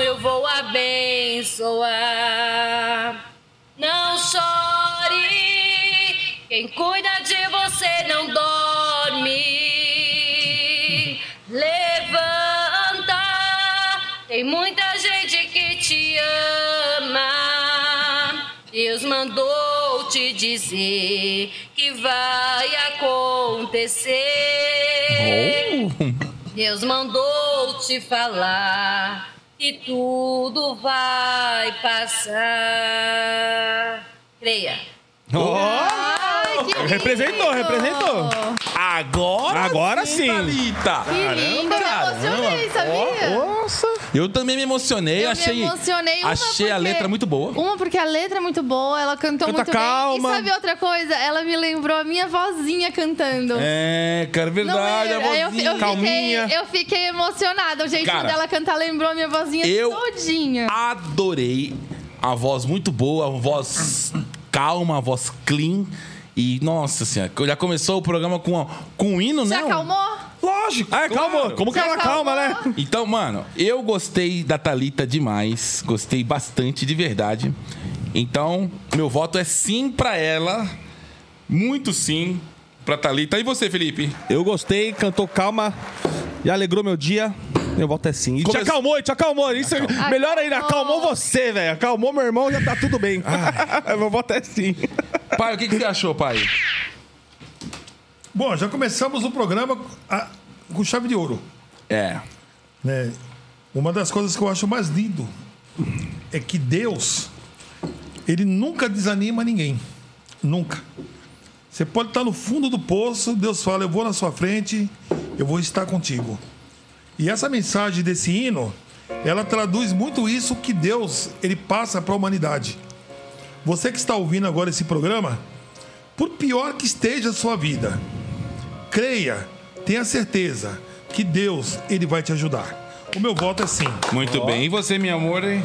[SPEAKER 6] eu vou abençoar. Não chore, quem cuida de você não dorme. Levanta, tem muita gente que te ama. Deus mandou te dizer que vai acontecer.
[SPEAKER 5] Oh.
[SPEAKER 6] Deus mandou te falar e tudo vai passar. Creia.
[SPEAKER 5] Ó.
[SPEAKER 2] Ai, que lindo!
[SPEAKER 5] Representou, representou.
[SPEAKER 3] Agora,
[SPEAKER 5] Agora sim.
[SPEAKER 3] Thalita!
[SPEAKER 2] Que lindo,
[SPEAKER 3] Caramba.
[SPEAKER 2] eu me emocionei, é sabia?
[SPEAKER 5] Nossa.
[SPEAKER 3] Eu também me emocionei,
[SPEAKER 2] Eu
[SPEAKER 3] achei,
[SPEAKER 2] me emocionei. Uma
[SPEAKER 3] achei a
[SPEAKER 2] porque-
[SPEAKER 3] letra muito boa.
[SPEAKER 2] Uma porque a letra é muito boa, ela cantou
[SPEAKER 5] Canta
[SPEAKER 2] muito
[SPEAKER 5] calma.
[SPEAKER 2] bem. E sabe outra coisa? Ela me lembrou a minha vozinha cantando.
[SPEAKER 3] É, cara, verdade,
[SPEAKER 2] Não
[SPEAKER 3] a
[SPEAKER 2] era. eu,
[SPEAKER 3] vozinha.
[SPEAKER 2] eu
[SPEAKER 5] Calminha.
[SPEAKER 2] Fiquei, eu fiquei emocionada. O jeito
[SPEAKER 3] Cara,
[SPEAKER 2] dela cantar lembrou a minha vozinha
[SPEAKER 3] eu- Ah,
[SPEAKER 2] todinha.
[SPEAKER 3] adorei. A voz muito boa, a voz calma, a voz clean. E, nossa senhora, já começou o programa com, com um hino,
[SPEAKER 2] Já
[SPEAKER 3] né?
[SPEAKER 2] acalmou?
[SPEAKER 5] Lógico. Ah, calma.
[SPEAKER 3] claro.
[SPEAKER 5] Como que
[SPEAKER 2] Já
[SPEAKER 5] ela calma,
[SPEAKER 2] acalmou?
[SPEAKER 5] né?
[SPEAKER 3] Então, mano, eu gostei da Thalita demais. Gostei bastante, de verdade. Então, meu voto é sim pra ela. Muito sim pra Thalita. E você, Felipe?
[SPEAKER 5] Eu gostei, cantou calma e alegrou meu dia. Meu voto é sim. E
[SPEAKER 3] Come-
[SPEAKER 5] te acalmou, e te acalmou. Isso é melhor ainda,
[SPEAKER 2] Acalmou.
[SPEAKER 5] acalmou você, velho. Acalmou meu irmão, já tá tudo bem.
[SPEAKER 3] Ah.
[SPEAKER 5] <laughs> meu voto é sim.
[SPEAKER 3] um Pai, o que, que você achou, pai?
[SPEAKER 4] Bom, já começamos o programa ah, com chave de ouro.
[SPEAKER 3] É.
[SPEAKER 4] né? Uma das coisas que eu acho mais lindo é que Deus, ele nunca desanima ninguém. Nunca. Você pode estar no fundo do poço, Deus fala, eu vou na sua frente eu vou estar contigo. E essa mensagem desse hino, ela traduz muito isso que Deus ele passa para a humanidade. Você que está ouvindo agora esse programa, por pior que esteja a sua vida, creia, tenha certeza que Deus ele vai te ajudar. O meu voto é sim.
[SPEAKER 3] Muito bem. E você, meu amor? hein?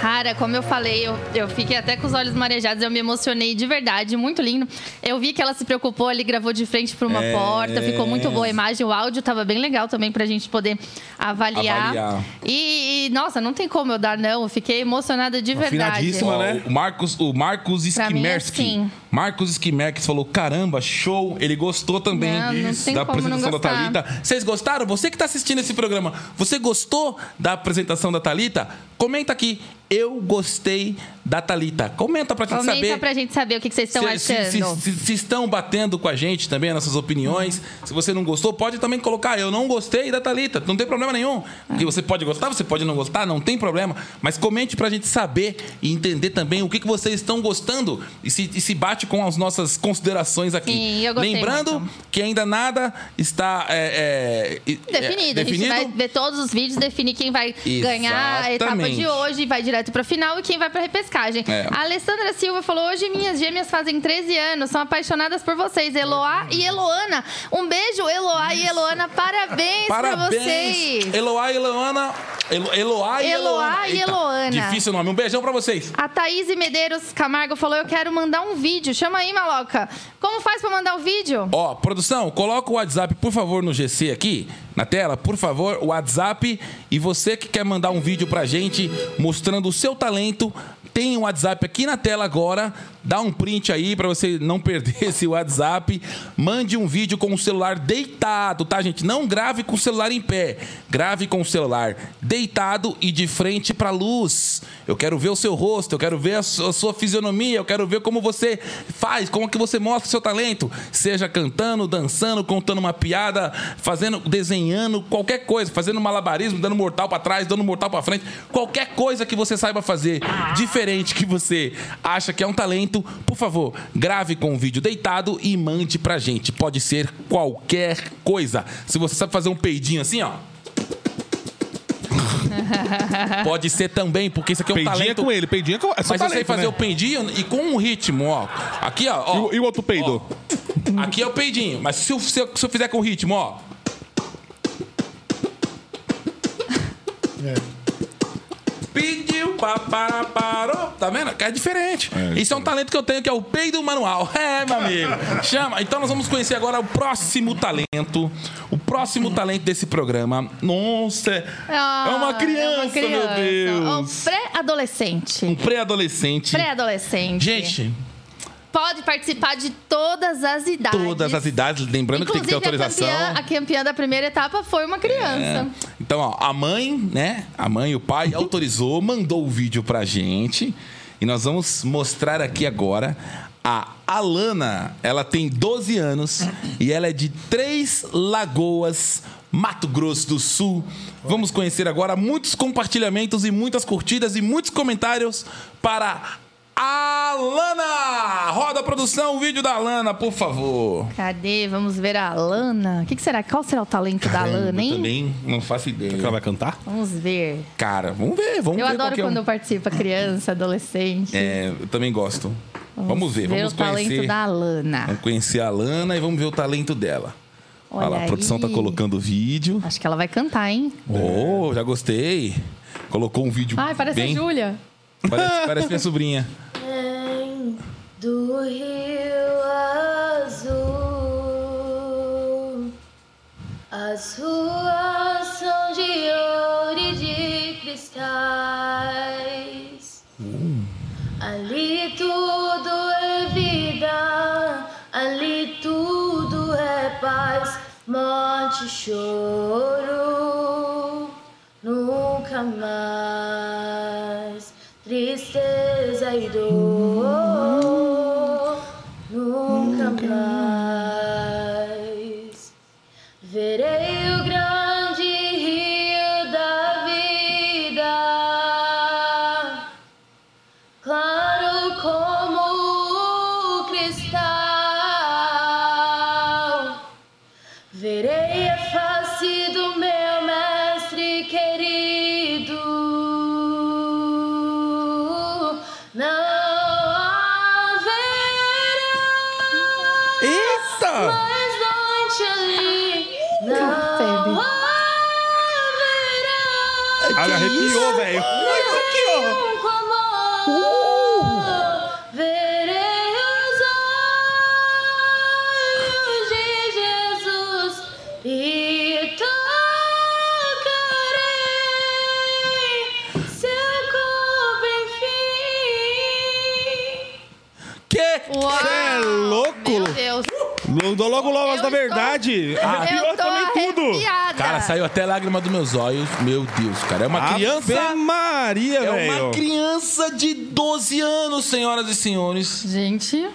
[SPEAKER 2] Cara, como eu falei, eu, eu fiquei até com os olhos marejados, eu me emocionei de verdade, muito lindo. Eu vi que ela se preocupou, ele gravou de frente para uma
[SPEAKER 3] É.
[SPEAKER 2] porta, ficou muito boa a imagem, o áudio tava bem legal também pra gente poder avaliar.
[SPEAKER 3] Avaliar.
[SPEAKER 2] E, e, nossa, não tem como eu dar não, eu fiquei emocionada de verdade.
[SPEAKER 5] Afinadíssima, né?
[SPEAKER 3] O Marcos, o Marcos
[SPEAKER 2] Pra mim é
[SPEAKER 3] Skimerski.
[SPEAKER 2] sim.
[SPEAKER 3] Marcos Skimerski falou: caramba, show! Ele gostou também
[SPEAKER 2] Não, não tem
[SPEAKER 3] da
[SPEAKER 2] como não
[SPEAKER 3] apresentação da
[SPEAKER 2] gostar.
[SPEAKER 3] Thalita. Vocês gostaram? Você que está assistindo esse programa, você gostou da apresentação da Thalita? Comenta aqui. Eu gostei da Thalita. Comenta pra gente
[SPEAKER 2] Comenta
[SPEAKER 3] saber.
[SPEAKER 2] pra gente saber o que, que vocês estão
[SPEAKER 3] Se- se-
[SPEAKER 2] achando.
[SPEAKER 3] Se, se- se estão batendo com a gente também, as nossas opiniões.
[SPEAKER 2] Uhum.
[SPEAKER 3] Se você não gostou, pode também colocar. Eu não gostei da Thalita. Não tem problema
[SPEAKER 2] Ah.
[SPEAKER 3] nenhum. Porque você pode gostar, você pode não gostar, não tem problema. Mas comente pra gente saber e entender também o que, que vocês estão gostando e se, e se bate com as nossas considerações aqui.
[SPEAKER 2] Sim, eu gostei
[SPEAKER 3] Lembrando
[SPEAKER 2] muito.
[SPEAKER 3] que ainda nada está é, é, é,
[SPEAKER 2] Definido.
[SPEAKER 3] definido.
[SPEAKER 2] A gente vai ver todos os vídeos, definir quem vai ganhar a etapa
[SPEAKER 3] Exatamente.
[SPEAKER 2] de hoje, vai direto pra final e quem vai pra repescagem.
[SPEAKER 3] É.
[SPEAKER 2] A Alessandra Silva falou: hoje minhas gêmeas fazem 13 anos, são apaixonadas por vocês, Eloá e Eloana. Um beijo, Eloá e Eloana, parabéns, pra vocês.
[SPEAKER 3] Eloá e Eloana. Elo- Eloá e
[SPEAKER 2] Eloá
[SPEAKER 3] Eloana.
[SPEAKER 2] e
[SPEAKER 3] Eita,
[SPEAKER 2] Eloana.
[SPEAKER 3] Difícil o nome. Um beijão pra vocês.
[SPEAKER 2] A Thaís Medeiros Camargo falou: Eu quero mandar um vídeo. Chama aí, maloca. Como faz pra mandar o vídeo?
[SPEAKER 3] Ó, produção, coloca o WhatsApp, por favor, no GC aqui, na tela, por favor, o WhatsApp. E você que quer mandar um vídeo pra gente mostrando o seu talento, tem o WhatsApp aqui na tela agora. Dá um print aí pra você não perder <laughs> esse WhatsApp. Mande um vídeo com o celular deitado, tá, gente? Não grave com o celular em pé. Grave com o celular deitado e de frente pra luz. Eu quero ver o seu rosto, eu quero ver a su- a sua fisionomia, eu quero ver como você faz, como que você mostra o seu talento. Seja cantando, dançando, contando uma piada, fazendo, desenhando, qualquer coisa, fazendo malabarismo, dando mortal pra trás, dando mortal pra frente, qualquer coisa que você saiba fazer diferente que você acha que é um talento, por favor, grave com o vídeo deitado e mande pra gente. Pode ser qualquer coisa. Se você sabe fazer um peidinho assim, ó, pode ser também, porque isso aqui é um
[SPEAKER 5] Peidinha
[SPEAKER 3] talento
[SPEAKER 5] com ele, peidinha com. É só
[SPEAKER 3] mas eu sei
[SPEAKER 5] talento,
[SPEAKER 3] fazer
[SPEAKER 5] né?
[SPEAKER 3] o peidinho e com um ritmo, ó. Aqui, ó. ó.
[SPEAKER 5] E o- e o outro peido?
[SPEAKER 3] Ó. Aqui é o peidinho. Mas se eu, se eu- se eu fizer com ritmo, ó.
[SPEAKER 5] É.
[SPEAKER 3] Pediu, papara, parou. Tá vendo? É diferente. Isso é um talento que eu tenho, que é o peido manual. <laughs> É, meu amigo. Chama. Então nós vamos conhecer agora o próximo talento. O próximo talento desse programa. Nossa,
[SPEAKER 2] Ah,
[SPEAKER 3] é uma criança, meu Deus.
[SPEAKER 2] Um pré-adolescente.
[SPEAKER 3] Um pré-adolescente.
[SPEAKER 2] Pré-adolescente.
[SPEAKER 3] Gente,
[SPEAKER 2] Pode participar de todas as idades.
[SPEAKER 3] todas as idades, lembrando que tem que ter
[SPEAKER 2] Inclusive,
[SPEAKER 3] autorização.
[SPEAKER 2] A campeã, a campeã da primeira etapa foi uma criança.
[SPEAKER 3] Então, ó, a mãe, né? A mãe e o
[SPEAKER 2] <laughs>
[SPEAKER 3] pai autorizou, mandou o vídeo pra gente. E nós vamos mostrar aqui agora a Alana. Ela tem 12 anos e ela é de Três Lagoas, Mato Grosso do Sul. Vamos conhecer agora muitos compartilhamentos e muitas curtidas e muitos comentários para Alana! Roda a produção, o vídeo da Alana, por favor.
[SPEAKER 2] Cadê? Vamos ver a Lana. O que, que será? Qual será o talento da
[SPEAKER 3] Eu
[SPEAKER 2] Lana, hein?
[SPEAKER 3] também não faço ideia.
[SPEAKER 5] Ela vai cantar?
[SPEAKER 2] Vamos ver.
[SPEAKER 3] Cara, vamos ver, vamos
[SPEAKER 2] Eu
[SPEAKER 3] ver
[SPEAKER 2] adoro
[SPEAKER 3] qual que é o-
[SPEAKER 2] quando eu participo, criança, adolescente.
[SPEAKER 3] É, eu também gosto. Vamos, ver,
[SPEAKER 2] ver
[SPEAKER 3] vamos
[SPEAKER 2] o talento
[SPEAKER 3] conhecer. É.
[SPEAKER 2] da Lana.
[SPEAKER 3] Vamos conhecer a Lana e vamos ver o talento dela. Olha,
[SPEAKER 2] Olha
[SPEAKER 3] lá, a produção tá
[SPEAKER 2] aí.
[SPEAKER 3] colocando o vídeo.
[SPEAKER 2] Acho que ela vai cantar, hein?
[SPEAKER 3] Oh, já gostei. Colocou um vídeo
[SPEAKER 2] Ai, parece
[SPEAKER 3] bem...
[SPEAKER 2] a Júlia.
[SPEAKER 3] Parece, parece minha sobrinha.
[SPEAKER 7] Além do rio azul, as ruas são de ouro e de cristais. Ali tudo é vida, ali tudo é paz, morte e choro, nunca mais. Tristeza e dor, nunca mais. Verei o grande rio da vida claro como o cristal. Verei a
[SPEAKER 5] Olha!
[SPEAKER 8] mais longe ali. Não
[SPEAKER 2] Febe.
[SPEAKER 8] haverá
[SPEAKER 5] Ah, me arrepiou, velho.
[SPEAKER 8] nenhum como verei os olhos de Jesus e tocarei seu corpo enfim.
[SPEAKER 3] Que?
[SPEAKER 2] Uau!
[SPEAKER 5] Cê é louco!
[SPEAKER 2] Meu Deus.
[SPEAKER 5] Dou logo logo as
[SPEAKER 2] Eu
[SPEAKER 5] da
[SPEAKER 2] estou-
[SPEAKER 5] verdade. Arrepiou
[SPEAKER 2] eu tô
[SPEAKER 5] também tudo.
[SPEAKER 2] arrepiada.
[SPEAKER 3] Cara, saiu até lágrima dos meus olhos. Meu Deus, cara. É uma criança.
[SPEAKER 5] Ave Maria,
[SPEAKER 3] É
[SPEAKER 5] velho.
[SPEAKER 3] uma criança de 12 anos, senhoras e senhores.
[SPEAKER 2] Gente,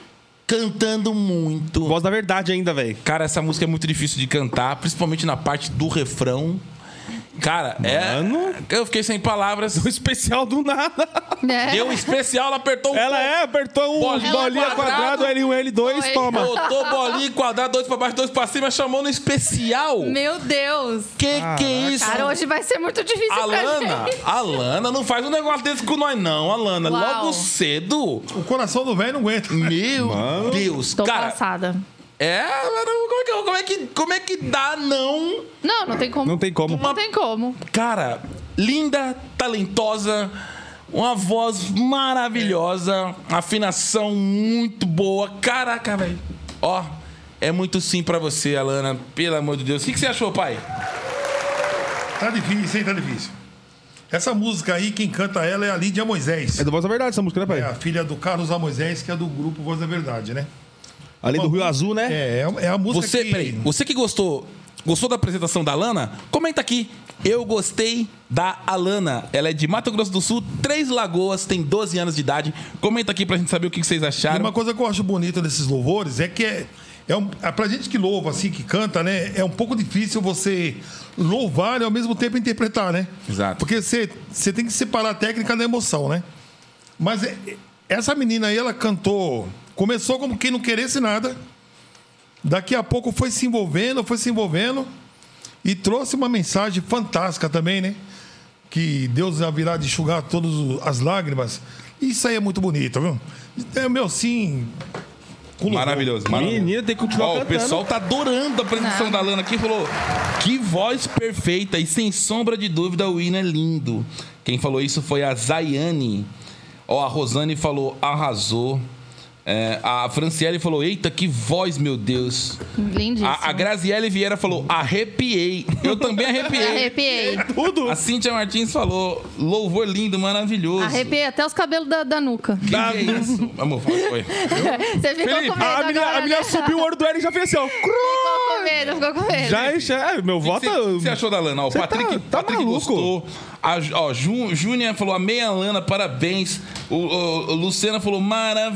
[SPEAKER 3] Cantando muito.
[SPEAKER 5] Voz da verdade ainda, velho.
[SPEAKER 3] Cara, essa música é muito difícil de cantar, principalmente na parte do refrão. Cara,
[SPEAKER 5] Mano.
[SPEAKER 3] é. Eu fiquei sem palavras.
[SPEAKER 5] O especial do nada.
[SPEAKER 2] né?
[SPEAKER 3] Deu um especial, ela apertou um.
[SPEAKER 5] Ela é, apertou um
[SPEAKER 3] Bolinha
[SPEAKER 5] bolinha
[SPEAKER 3] quadrado.
[SPEAKER 5] quadrado, L1, L2,
[SPEAKER 2] Foi.
[SPEAKER 5] toma.
[SPEAKER 3] Botou bolinha, quadrado, dois pra baixo, dois pra cima, chamou no especial.
[SPEAKER 2] Meu Deus.
[SPEAKER 3] Que que é isso?
[SPEAKER 2] Cara, hoje vai ser muito difícil
[SPEAKER 3] A
[SPEAKER 2] pra
[SPEAKER 3] Lana,
[SPEAKER 2] gente.
[SPEAKER 3] a Lana não faz um negócio desse com nós, não. A Lana,
[SPEAKER 2] Uau.
[SPEAKER 3] logo cedo.
[SPEAKER 4] O coração do velho não aguenta.
[SPEAKER 3] Meu Deus,
[SPEAKER 2] Tô
[SPEAKER 3] cara.
[SPEAKER 2] passada.
[SPEAKER 3] É, ela não- como é, que, como, é que, como é que dá, não?
[SPEAKER 2] Não, não tem como.
[SPEAKER 5] Não tem como.
[SPEAKER 2] Não tem como.
[SPEAKER 3] Cara, linda, talentosa, uma voz maravilhosa, afinação muito boa. Caraca, velho. Ó, é muito sim pra você, Alana, pelo amor de Deus. O que, que você achou, pai?
[SPEAKER 4] Tá difícil, hein? Tá difícil. Essa música aí, quem canta ela é a Lídia Moisés.
[SPEAKER 5] É do Voz da Verdade essa música, né,
[SPEAKER 4] É a
[SPEAKER 5] pai?
[SPEAKER 4] filha do Carlos A. Moisés, que é do grupo Voz da Verdade, né?
[SPEAKER 5] Além do Rio Azul, né?
[SPEAKER 4] É, é, é a música
[SPEAKER 3] Você,
[SPEAKER 4] que...
[SPEAKER 3] peraí, você que gostou, gostou da apresentação da Alana? Comenta aqui. Eu gostei da Alana. Ela é de Mato Grosso do Sul, Três Lagoas, tem 12 anos de idade. Comenta aqui pra gente saber o que que vocês
[SPEAKER 4] E
[SPEAKER 3] acharam.
[SPEAKER 4] uma coisa que eu acho bonita desses louvores é que é, é um, é pra gente que louva, assim, que canta, né? É um pouco difícil você louvar e ao mesmo tempo interpretar, né?
[SPEAKER 3] Exato.
[SPEAKER 4] Porque você, você tem que separar a técnica da emoção, né? Mas é- essa menina aí, ela cantou. Começou como quem não queresse nada. Daqui a pouco foi se envolvendo, foi se envolvendo. E trouxe uma mensagem fantástica também, né? que Deus virá de enxugar todas as lágrimas. Isso aí é muito bonito, viu? É meu sim. com louvor.
[SPEAKER 3] Maravilhoso, maravilhoso.
[SPEAKER 5] Menina, tem que continuar
[SPEAKER 3] Ó, o
[SPEAKER 5] cantando.
[SPEAKER 3] pessoal tá adorando a apresentação da Lana aqui. Falou: que voz perfeita e sem sombra de dúvida o hino é lindo. Quem falou isso foi a Zayane. Ó, a Rosane falou: arrasou. É, a Franciele falou: eita, que voz, meu Deus.
[SPEAKER 2] Lindíssimo.
[SPEAKER 3] A, a Graziele Vieira falou: arrepiei. Eu também
[SPEAKER 2] <laughs>
[SPEAKER 3] arrepiei.
[SPEAKER 2] Arrepiei.
[SPEAKER 5] Tudo.
[SPEAKER 3] A Cíntia Martins falou: louvor lindo, maravilhoso.
[SPEAKER 2] Arrepiei até os cabelos da, da
[SPEAKER 5] <laughs>
[SPEAKER 2] nuca.
[SPEAKER 3] Que que é isso? Vamos, fala, foi.
[SPEAKER 2] Você ficou
[SPEAKER 5] Felipe,
[SPEAKER 2] com medo.
[SPEAKER 5] a menina,
[SPEAKER 2] agora,
[SPEAKER 5] a menina
[SPEAKER 2] né?
[SPEAKER 5] subiu o olho do Eric e já fez assim, ó.
[SPEAKER 2] Ficou com medo, ficou com medo.
[SPEAKER 5] Já enche. É, meu voto.
[SPEAKER 3] O que você achou da Lana? Ó, O
[SPEAKER 5] Cê
[SPEAKER 3] Patrick,
[SPEAKER 5] tá- tá
[SPEAKER 3] Patrick
[SPEAKER 5] maluco.
[SPEAKER 3] gostou. A, Ju- ó, Ju- Júnior falou: amei a Lana, parabéns. O, o- o Luciana falou: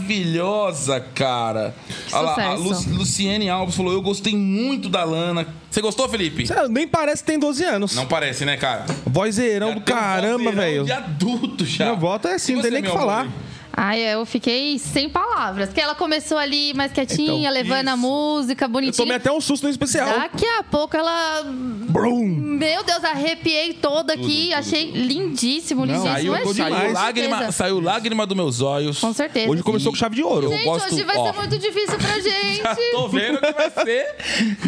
[SPEAKER 3] maravilhosa, cara.
[SPEAKER 2] Que
[SPEAKER 3] Olha lá, a
[SPEAKER 2] sucesso.
[SPEAKER 3] Lu- Luciene Alves falou: eu gostei muito da Lana. Você gostou, Felipe?
[SPEAKER 5] Cê Nem parece que tem 12 anos.
[SPEAKER 3] Não parece, né, cara?
[SPEAKER 5] Vozeirão
[SPEAKER 3] Já
[SPEAKER 5] do
[SPEAKER 3] tem um
[SPEAKER 5] caramba,
[SPEAKER 3] vozeirão
[SPEAKER 5] velho.
[SPEAKER 3] De adulto já.
[SPEAKER 5] Meu voto é assim,
[SPEAKER 3] E
[SPEAKER 5] não tem
[SPEAKER 3] você,
[SPEAKER 5] nem o que
[SPEAKER 3] meu
[SPEAKER 5] falar.
[SPEAKER 3] amor?
[SPEAKER 2] Ai, eu fiquei sem palavras. Porque ela começou ali mais quietinha,
[SPEAKER 5] Então,
[SPEAKER 2] levando a
[SPEAKER 5] isso.
[SPEAKER 2] música,
[SPEAKER 5] Eu tomei
[SPEAKER 2] bonitinha.
[SPEAKER 5] até um susto no especial.
[SPEAKER 2] Daqui a pouco ela.
[SPEAKER 5] Brum.
[SPEAKER 2] Meu Deus, arrepiei toda aqui. Achei lindíssimo, lindíssimo.
[SPEAKER 5] saiu-
[SPEAKER 2] é
[SPEAKER 5] ficou
[SPEAKER 2] chique,
[SPEAKER 5] demais.
[SPEAKER 3] Saiu
[SPEAKER 2] com
[SPEAKER 3] lágrima,
[SPEAKER 2] certeza.
[SPEAKER 3] saiu lágrima dos meus olhos.
[SPEAKER 2] Com certeza.
[SPEAKER 5] Hoje começou com chave de ouro.
[SPEAKER 2] Gente,
[SPEAKER 3] gosto-
[SPEAKER 2] hoje vai
[SPEAKER 3] ó.
[SPEAKER 2] ser muito difícil
[SPEAKER 5] <laughs>
[SPEAKER 2] pra gente.
[SPEAKER 3] Já tô vendo que vai ser.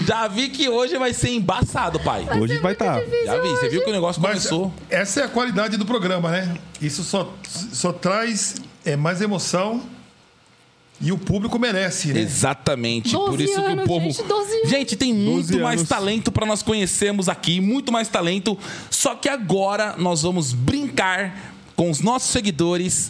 [SPEAKER 3] Já vi que hoje vai ser embaçado, pai.
[SPEAKER 5] Hoje
[SPEAKER 2] é
[SPEAKER 5] vai tá. estar.
[SPEAKER 3] Já vi, você viu que o negócio
[SPEAKER 4] Mas
[SPEAKER 3] começou.
[SPEAKER 4] essa é a qualidade do programa, né? Isso só, só traz é, mais emoção e o público merece, né?
[SPEAKER 3] Exatamente.
[SPEAKER 2] 12
[SPEAKER 3] Por isso que o
[SPEAKER 2] anos,
[SPEAKER 3] povo.
[SPEAKER 2] gente, 12 anos.
[SPEAKER 3] Gente, tem muito
[SPEAKER 5] 12
[SPEAKER 3] mais
[SPEAKER 5] anos.
[SPEAKER 3] talento pra nós conhecermos aqui, muito mais talento. Só que agora nós vamos brincar com os nossos seguidores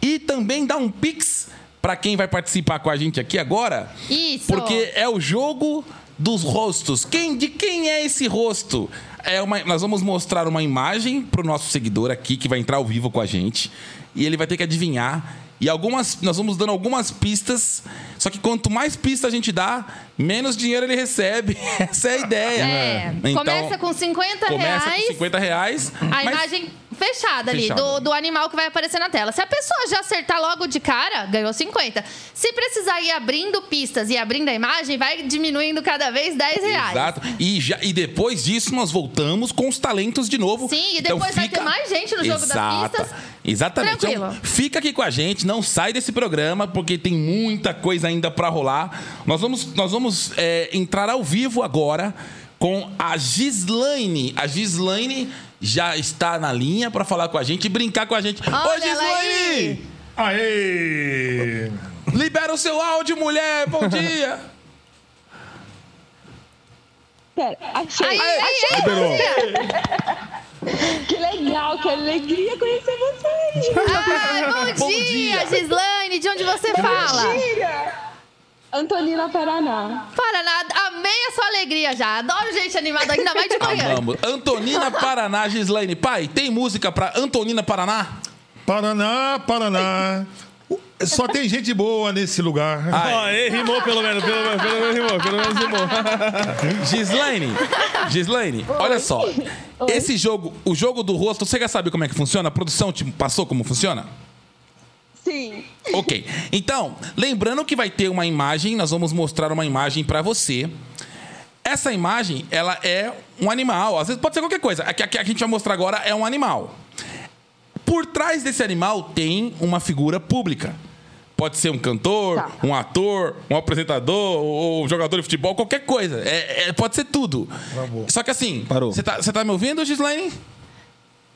[SPEAKER 3] e também dar um pix pra quem vai participar com a gente aqui agora.
[SPEAKER 2] Isso.
[SPEAKER 3] Porque é o jogo dos rostos. Quem de quem é esse rosto? É uma, nós vamos mostrar uma imagem pro nosso seguidor aqui que vai entrar ao vivo com a gente e ele vai ter que adivinhar. E algumas nós vamos dando algumas pistas, só que quanto mais pista a gente dá, menos dinheiro ele recebe. <laughs> Essa é a ideia. Então,
[SPEAKER 2] É. começa com 50
[SPEAKER 3] começa
[SPEAKER 2] reais.
[SPEAKER 3] com 50 reais.
[SPEAKER 2] A
[SPEAKER 3] mas-
[SPEAKER 2] imagem fechada ali,
[SPEAKER 3] Fechada.
[SPEAKER 2] do, do animal que vai aparecer na tela. Se a pessoa já acertar logo de cara, ganhou 50. Se precisar ir abrindo pistas e abrindo a imagem, vai diminuindo cada vez 10 reais.
[SPEAKER 3] Exato. E, já, e depois disso, nós voltamos com os talentos de novo. Então
[SPEAKER 2] Sim, e depois vai ter mais gente no jogo das pistas.
[SPEAKER 3] Exatamente.
[SPEAKER 2] Tranquilo.
[SPEAKER 3] Então, fica aqui com a gente, não sai desse programa, porque tem muita coisa ainda pra rolar. Nós vamos, nós vamos é, entrar ao vivo agora com a Gislaine. A Gislaine já está na linha pra falar com a gente e brincar com a gente.
[SPEAKER 2] Olha
[SPEAKER 3] Ô,
[SPEAKER 2] ela aí!
[SPEAKER 3] Gislaine!
[SPEAKER 4] Aê!
[SPEAKER 3] Libera o seu áudio, mulher! Bom dia!
[SPEAKER 2] <laughs>
[SPEAKER 7] Pera, achei.
[SPEAKER 2] Aí, aí, aí.
[SPEAKER 5] Liberou.
[SPEAKER 7] Que legal, que alegria conhecer vocês.
[SPEAKER 2] Ah, bom,
[SPEAKER 3] Bom
[SPEAKER 2] dia,
[SPEAKER 3] dia.
[SPEAKER 2] Gislaine. De onde você fala?
[SPEAKER 7] Mentira! Antonina Paraná.
[SPEAKER 2] Paraná, amei a sua alegria já. Adoro gente animada, ainda mais de manhã.
[SPEAKER 3] Amamos. Antonina Paraná, Gislaine. Pai, tem música pra Antonina Paraná?
[SPEAKER 4] Paraná, Paraná. Só tem gente boa nesse lugar.
[SPEAKER 3] Ah.
[SPEAKER 5] Ó, ele rimou pelo menos, pelo menos, pelo menos rimou, pelo menos rimou.
[SPEAKER 3] Gislaine, Gislaine, olha só. Esse jogo, o jogo do rosto, você já sabe como é que funciona? A produção te passou como funciona?
[SPEAKER 7] Sim.
[SPEAKER 3] Ok. Então, lembrando que vai ter uma imagem, nós vamos mostrar uma imagem pra você. Essa imagem, ela é um animal. Às vezes pode ser qualquer coisa. A que a que a gente vai mostrar agora é um animal. Por trás desse animal tem uma figura pública. Pode ser um cantor,
[SPEAKER 7] Tá.
[SPEAKER 3] um ator, um apresentador, ou um jogador de futebol, qualquer coisa. É- é- pode ser tudo. Só que assim,
[SPEAKER 5] Parou.
[SPEAKER 3] você tá, você tá me ouvindo, Gislaine?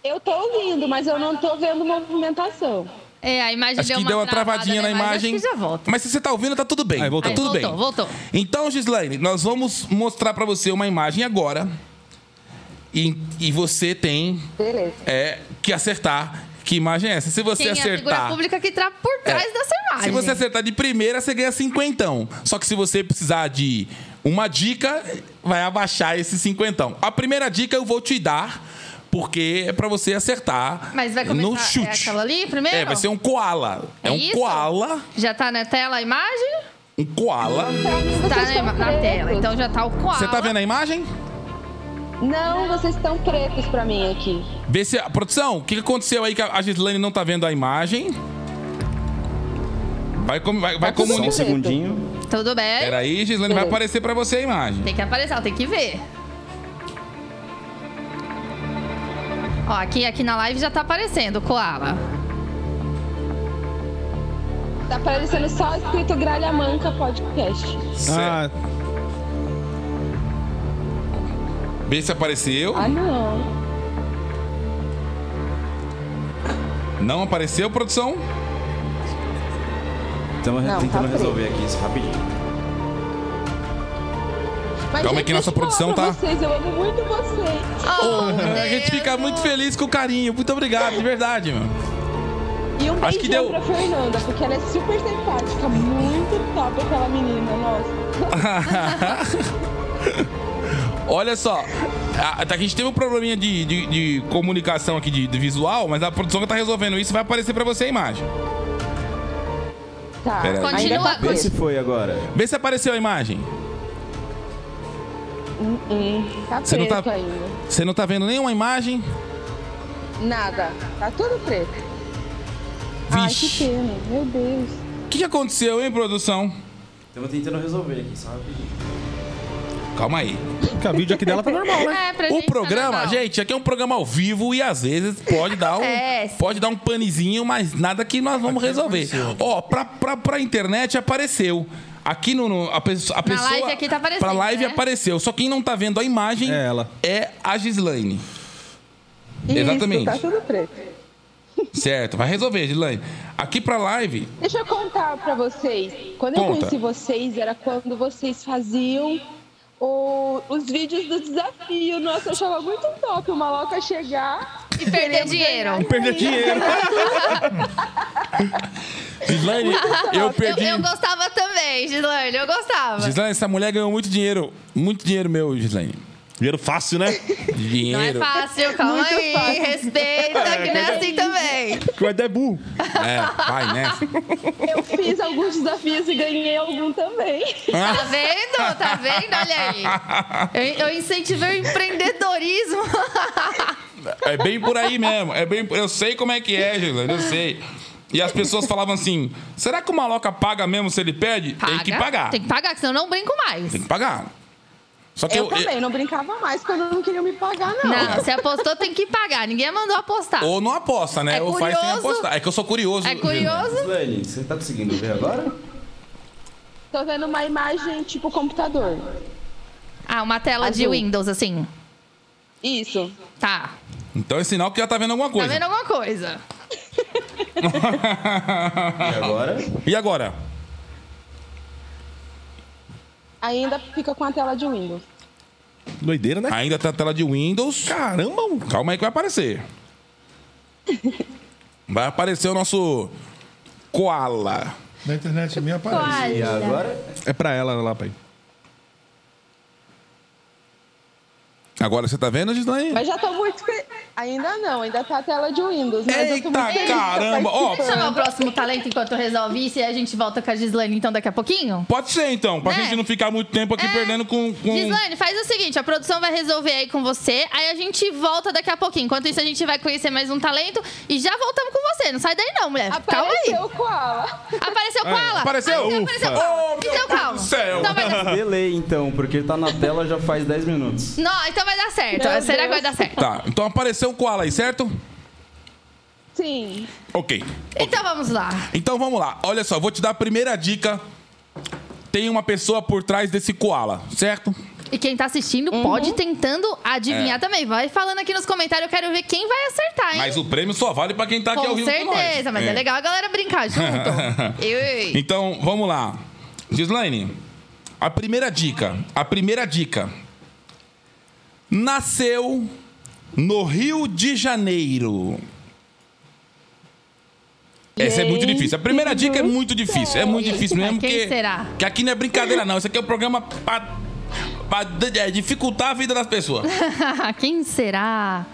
[SPEAKER 7] Eu tô ouvindo, mas eu não tô vendo movimentação.
[SPEAKER 2] É, a imagem
[SPEAKER 3] Acho
[SPEAKER 2] deu
[SPEAKER 3] que
[SPEAKER 2] uma né?
[SPEAKER 3] deu uma travadinha na imagem.
[SPEAKER 2] Acho que já volta.
[SPEAKER 3] Mas se você tá ouvindo, tá tudo bem.
[SPEAKER 5] Aí, voltou.
[SPEAKER 3] Tá tudo
[SPEAKER 2] Aí,
[SPEAKER 3] bem.
[SPEAKER 2] voltou, voltou.
[SPEAKER 3] Então, Gislaine, nós vamos mostrar pra você uma imagem agora. E, e você tem
[SPEAKER 7] Beleza.
[SPEAKER 3] é, que acertar que imagem é essa. Se você
[SPEAKER 2] Quem é a figura
[SPEAKER 3] acertar.
[SPEAKER 2] pública que tá por
[SPEAKER 3] É.
[SPEAKER 2] trás dessa imagem?
[SPEAKER 3] Se você acertar de primeira, você ganha cinquentão. Só que se você precisar de uma dica, vai abaixar esse cinquentão. A primeira dica eu vou te dar, porque é pra você acertar
[SPEAKER 2] Mas vai começar
[SPEAKER 3] no chute.
[SPEAKER 2] É aquela ali primeiro?
[SPEAKER 3] É, vai ser um koala. É,
[SPEAKER 2] É
[SPEAKER 3] um
[SPEAKER 2] isso?
[SPEAKER 3] koala.
[SPEAKER 2] Já tá na tela a imagem?
[SPEAKER 3] Um koala.
[SPEAKER 2] Tá na, ima- na tela. Então já tá o quadro.
[SPEAKER 3] Você tá vendo a imagem?
[SPEAKER 7] Não, vocês estão pretos pra mim aqui.
[SPEAKER 3] Vê se. Produção, o que que aconteceu aí que a Gislane não tá vendo a imagem? Vai, com- vai, vai
[SPEAKER 7] Tá tudo
[SPEAKER 5] Só um
[SPEAKER 3] comunicar.
[SPEAKER 7] certo.
[SPEAKER 5] segundinho.
[SPEAKER 2] Tudo bem?
[SPEAKER 3] Peraí, Gislane, vai
[SPEAKER 7] Beleza.
[SPEAKER 3] aparecer pra você a imagem.
[SPEAKER 2] Tem que aparecer, ela tem que ver. Ó, aqui, aqui na live já tá aparecendo o Koala.
[SPEAKER 7] Tá parecendo só escrito Gralha Manca Podcast.
[SPEAKER 5] <laughs> Ah,
[SPEAKER 3] Vê se apareceu.
[SPEAKER 7] Ah, não.
[SPEAKER 3] Não apareceu, produção?
[SPEAKER 9] Estamos
[SPEAKER 7] Não, tá
[SPEAKER 9] tentando
[SPEAKER 7] preto.
[SPEAKER 9] resolver aqui isso rapidinho.
[SPEAKER 7] Mas,
[SPEAKER 3] Calma
[SPEAKER 7] gente,
[SPEAKER 3] que nossa
[SPEAKER 7] deixa eu falar
[SPEAKER 3] produção
[SPEAKER 7] pra
[SPEAKER 3] tá-
[SPEAKER 7] Vocês, eu amo muito vocês.
[SPEAKER 3] <laughs>
[SPEAKER 2] Oh,
[SPEAKER 3] a gente fica muito feliz com o carinho. Muito obrigado, de verdade, mano.
[SPEAKER 7] E um
[SPEAKER 3] Acho que
[SPEAKER 7] beijão
[SPEAKER 3] deu-
[SPEAKER 7] pra Fernanda, porque ela é super simpática, muito top aquela menina, nossa.
[SPEAKER 3] Olha só, a, a gente teve um probleminha de, de- de comunicação aqui de, de visual, mas a produção que tá resolvendo isso vai aparecer pra você a imagem.
[SPEAKER 7] Tá.
[SPEAKER 3] Pera aí.
[SPEAKER 7] ainda
[SPEAKER 2] Continua.
[SPEAKER 7] tá
[SPEAKER 9] Vê
[SPEAKER 7] preto.
[SPEAKER 9] se foi agora.
[SPEAKER 3] Vê se apareceu a imagem.
[SPEAKER 7] Tá
[SPEAKER 3] Você não
[SPEAKER 7] preto
[SPEAKER 3] tá-
[SPEAKER 7] ainda.
[SPEAKER 3] Você não tá vendo nenhuma imagem?
[SPEAKER 7] Nada. Tá tudo preto. Ai, que
[SPEAKER 3] Vixe.
[SPEAKER 7] pena. Meu Deus.
[SPEAKER 3] O que, que aconteceu, hein, produção?
[SPEAKER 9] Estamos tentando resolver aqui, só rapidinho.
[SPEAKER 3] Calma aí.
[SPEAKER 5] que a vídeo aqui dela tá normal,
[SPEAKER 10] <laughs>
[SPEAKER 5] né?
[SPEAKER 2] É, pra
[SPEAKER 3] O
[SPEAKER 2] gente tá
[SPEAKER 3] programa,
[SPEAKER 2] normal.
[SPEAKER 3] gente, aqui é um programa ao vivo e às vezes pode dar um,
[SPEAKER 2] É, sim.
[SPEAKER 3] pode dar um panezinho, mas nada que nós vamos resolver. Ó, pra, pra, pra internet apareceu. Aqui no, no- a, pesso- a pessoa
[SPEAKER 2] live aqui tá aparecendo,
[SPEAKER 3] Pra live
[SPEAKER 2] né?
[SPEAKER 3] apareceu. Só quem não tá vendo a imagem
[SPEAKER 5] É ela.
[SPEAKER 3] é a Gislaine.
[SPEAKER 7] Isso,
[SPEAKER 3] Exatamente.
[SPEAKER 7] tá tudo preto.
[SPEAKER 3] Certo, vai resolver, Gislaine. Aqui pra live,
[SPEAKER 7] Deixa eu contar pra vocês. Quando
[SPEAKER 3] Conta.
[SPEAKER 7] eu conheci vocês, era quando vocês faziam o- os vídeos do desafio. Nossa, eu achava muito top o maloca chegar
[SPEAKER 2] E perder dinheiro.
[SPEAKER 7] né?
[SPEAKER 5] Perder dinheiro.
[SPEAKER 2] <laughs>
[SPEAKER 3] Gislaine, eu
[SPEAKER 2] Eu,
[SPEAKER 3] perdi.
[SPEAKER 2] eu gostava também, Gislaine, eu gostava.
[SPEAKER 3] Gislaine, essa mulher ganhou muito dinheiro. Muito dinheiro meu, Gislaine.
[SPEAKER 5] Dinheiro fácil, né?
[SPEAKER 2] Não é
[SPEAKER 3] Dinheiro.
[SPEAKER 2] fácil, calma
[SPEAKER 7] Muito
[SPEAKER 2] aí.
[SPEAKER 7] fácil.
[SPEAKER 2] Respeita, que não é assim também.
[SPEAKER 5] Que vai dar burro.
[SPEAKER 3] É, vai, né?
[SPEAKER 7] <laughs> Eu fiz alguns desafios e ganhei algum também.
[SPEAKER 2] Tá
[SPEAKER 3] Ah,
[SPEAKER 2] vendo? Tá vendo? Olha aí. Eu, eu incentivei o empreendedorismo.
[SPEAKER 3] É bem por aí mesmo. É bem, eu sei como é que é, Gislaine, eu sei. E as pessoas falavam assim: será que o maloca paga mesmo se ele pede? Tem que pagar.
[SPEAKER 2] Tem que pagar, que senão eu não brinco mais.
[SPEAKER 3] Tem que pagar. Só que
[SPEAKER 7] Eu,
[SPEAKER 3] eu, eu-
[SPEAKER 7] também, não brincava mais quando não queriam me pagar, não.
[SPEAKER 2] Não, você apostou, tem que pagar. Ninguém mandou apostar.
[SPEAKER 3] ou não aposta, né?
[SPEAKER 2] É
[SPEAKER 3] ou faz sem
[SPEAKER 2] curioso.
[SPEAKER 3] apostar. É que eu sou curioso.
[SPEAKER 2] É curioso?
[SPEAKER 9] Slane, você tá conseguindo ver agora?
[SPEAKER 7] Tô vendo uma imagem tipo computador.
[SPEAKER 2] Ah, uma tela de
[SPEAKER 7] Azul.
[SPEAKER 2] Windows, assim.
[SPEAKER 7] Isso.
[SPEAKER 2] Tá.
[SPEAKER 3] Então é sinal que já tá vendo alguma
[SPEAKER 2] Tá
[SPEAKER 3] coisa.
[SPEAKER 2] vendo alguma coisa?
[SPEAKER 3] E
[SPEAKER 9] E agora?
[SPEAKER 3] agora?
[SPEAKER 7] Ainda fica com a tela de Windows.
[SPEAKER 5] Doideira, né?
[SPEAKER 3] Ainda tá a tela de Windows.
[SPEAKER 5] Caramba, um-
[SPEAKER 3] Calma aí que vai aparecer. Vai aparecer o nosso koala.
[SPEAKER 4] Na internet minha aparece.
[SPEAKER 9] E agora?
[SPEAKER 5] é pra ela lá, pai.
[SPEAKER 3] Agora você tá vendo, Gislaine?
[SPEAKER 7] Mas já tô muito fe... Ainda não, ainda tá a tela de Windows. Mas eu tô muito
[SPEAKER 3] Eita,
[SPEAKER 7] feliz
[SPEAKER 3] caramba! Ó,
[SPEAKER 2] Vamos chamar o próximo talento enquanto eu resolvi isso e a gente volta com a Gislaine então daqui a pouquinho?
[SPEAKER 3] Pode ser, então, pra
[SPEAKER 2] Né?
[SPEAKER 3] gente não ficar muito tempo aqui
[SPEAKER 2] É.
[SPEAKER 3] perdendo com. com...
[SPEAKER 2] Gislaine, faz o seguinte, a produção vai resolver aí com você, aí a gente volta daqui a pouquinho. Enquanto isso, a gente vai conhecer mais um talento e já voltamos com você. Não sai daí não, mulher. Calma aí.
[SPEAKER 7] Apareceu o Koala.
[SPEAKER 2] Apareceu Koala.
[SPEAKER 3] É. Apareceu?
[SPEAKER 2] Apareceu
[SPEAKER 3] Ufa.
[SPEAKER 2] Koala.
[SPEAKER 3] Oh, meu
[SPEAKER 2] então
[SPEAKER 3] Deus
[SPEAKER 2] calma.
[SPEAKER 3] do céu.
[SPEAKER 2] Então vai dar...
[SPEAKER 9] Delay então, porque tá na tela já faz 10 minutos.
[SPEAKER 2] Não, então vai dar certo.
[SPEAKER 7] Meu
[SPEAKER 2] Será que
[SPEAKER 7] Deus.
[SPEAKER 2] vai dar certo?
[SPEAKER 3] Tá, então apareceu o koala aí, certo?
[SPEAKER 7] Sim.
[SPEAKER 3] Ok.
[SPEAKER 2] Então vamos lá.
[SPEAKER 3] Então vamos lá. Olha só, vou te dar a primeira dica. Tem uma pessoa por trás desse koala, certo?
[SPEAKER 2] E quem tá assistindo
[SPEAKER 3] Uhum.
[SPEAKER 2] pode ir tentando adivinhar
[SPEAKER 3] É.
[SPEAKER 2] também. Vai falando aqui nos comentários, eu quero ver quem vai acertar, hein?
[SPEAKER 3] Mas o prêmio só vale pra quem tá aqui ao
[SPEAKER 2] Com
[SPEAKER 3] vivo com
[SPEAKER 2] certeza,
[SPEAKER 3] nós.
[SPEAKER 2] mas é. legal a galera
[SPEAKER 3] <laughs>
[SPEAKER 2] brincar junto. Ei, ei.
[SPEAKER 3] Então, vamos lá. Gislaine, a primeira dica. A primeira dica. Nasceu no Rio de Janeiro. Essa é muito
[SPEAKER 7] Gente
[SPEAKER 3] difícil. A primeira
[SPEAKER 7] do
[SPEAKER 3] dica é muito difícil. É muito difícil mesmo.
[SPEAKER 2] Quem
[SPEAKER 3] porque,
[SPEAKER 2] será?
[SPEAKER 3] Que aqui não é brincadeira, não. Isso aqui é um programa pra, pra d- é, dificultar a vida das
[SPEAKER 2] <laughs>
[SPEAKER 3] pessoas.
[SPEAKER 2] <laughs> quem será?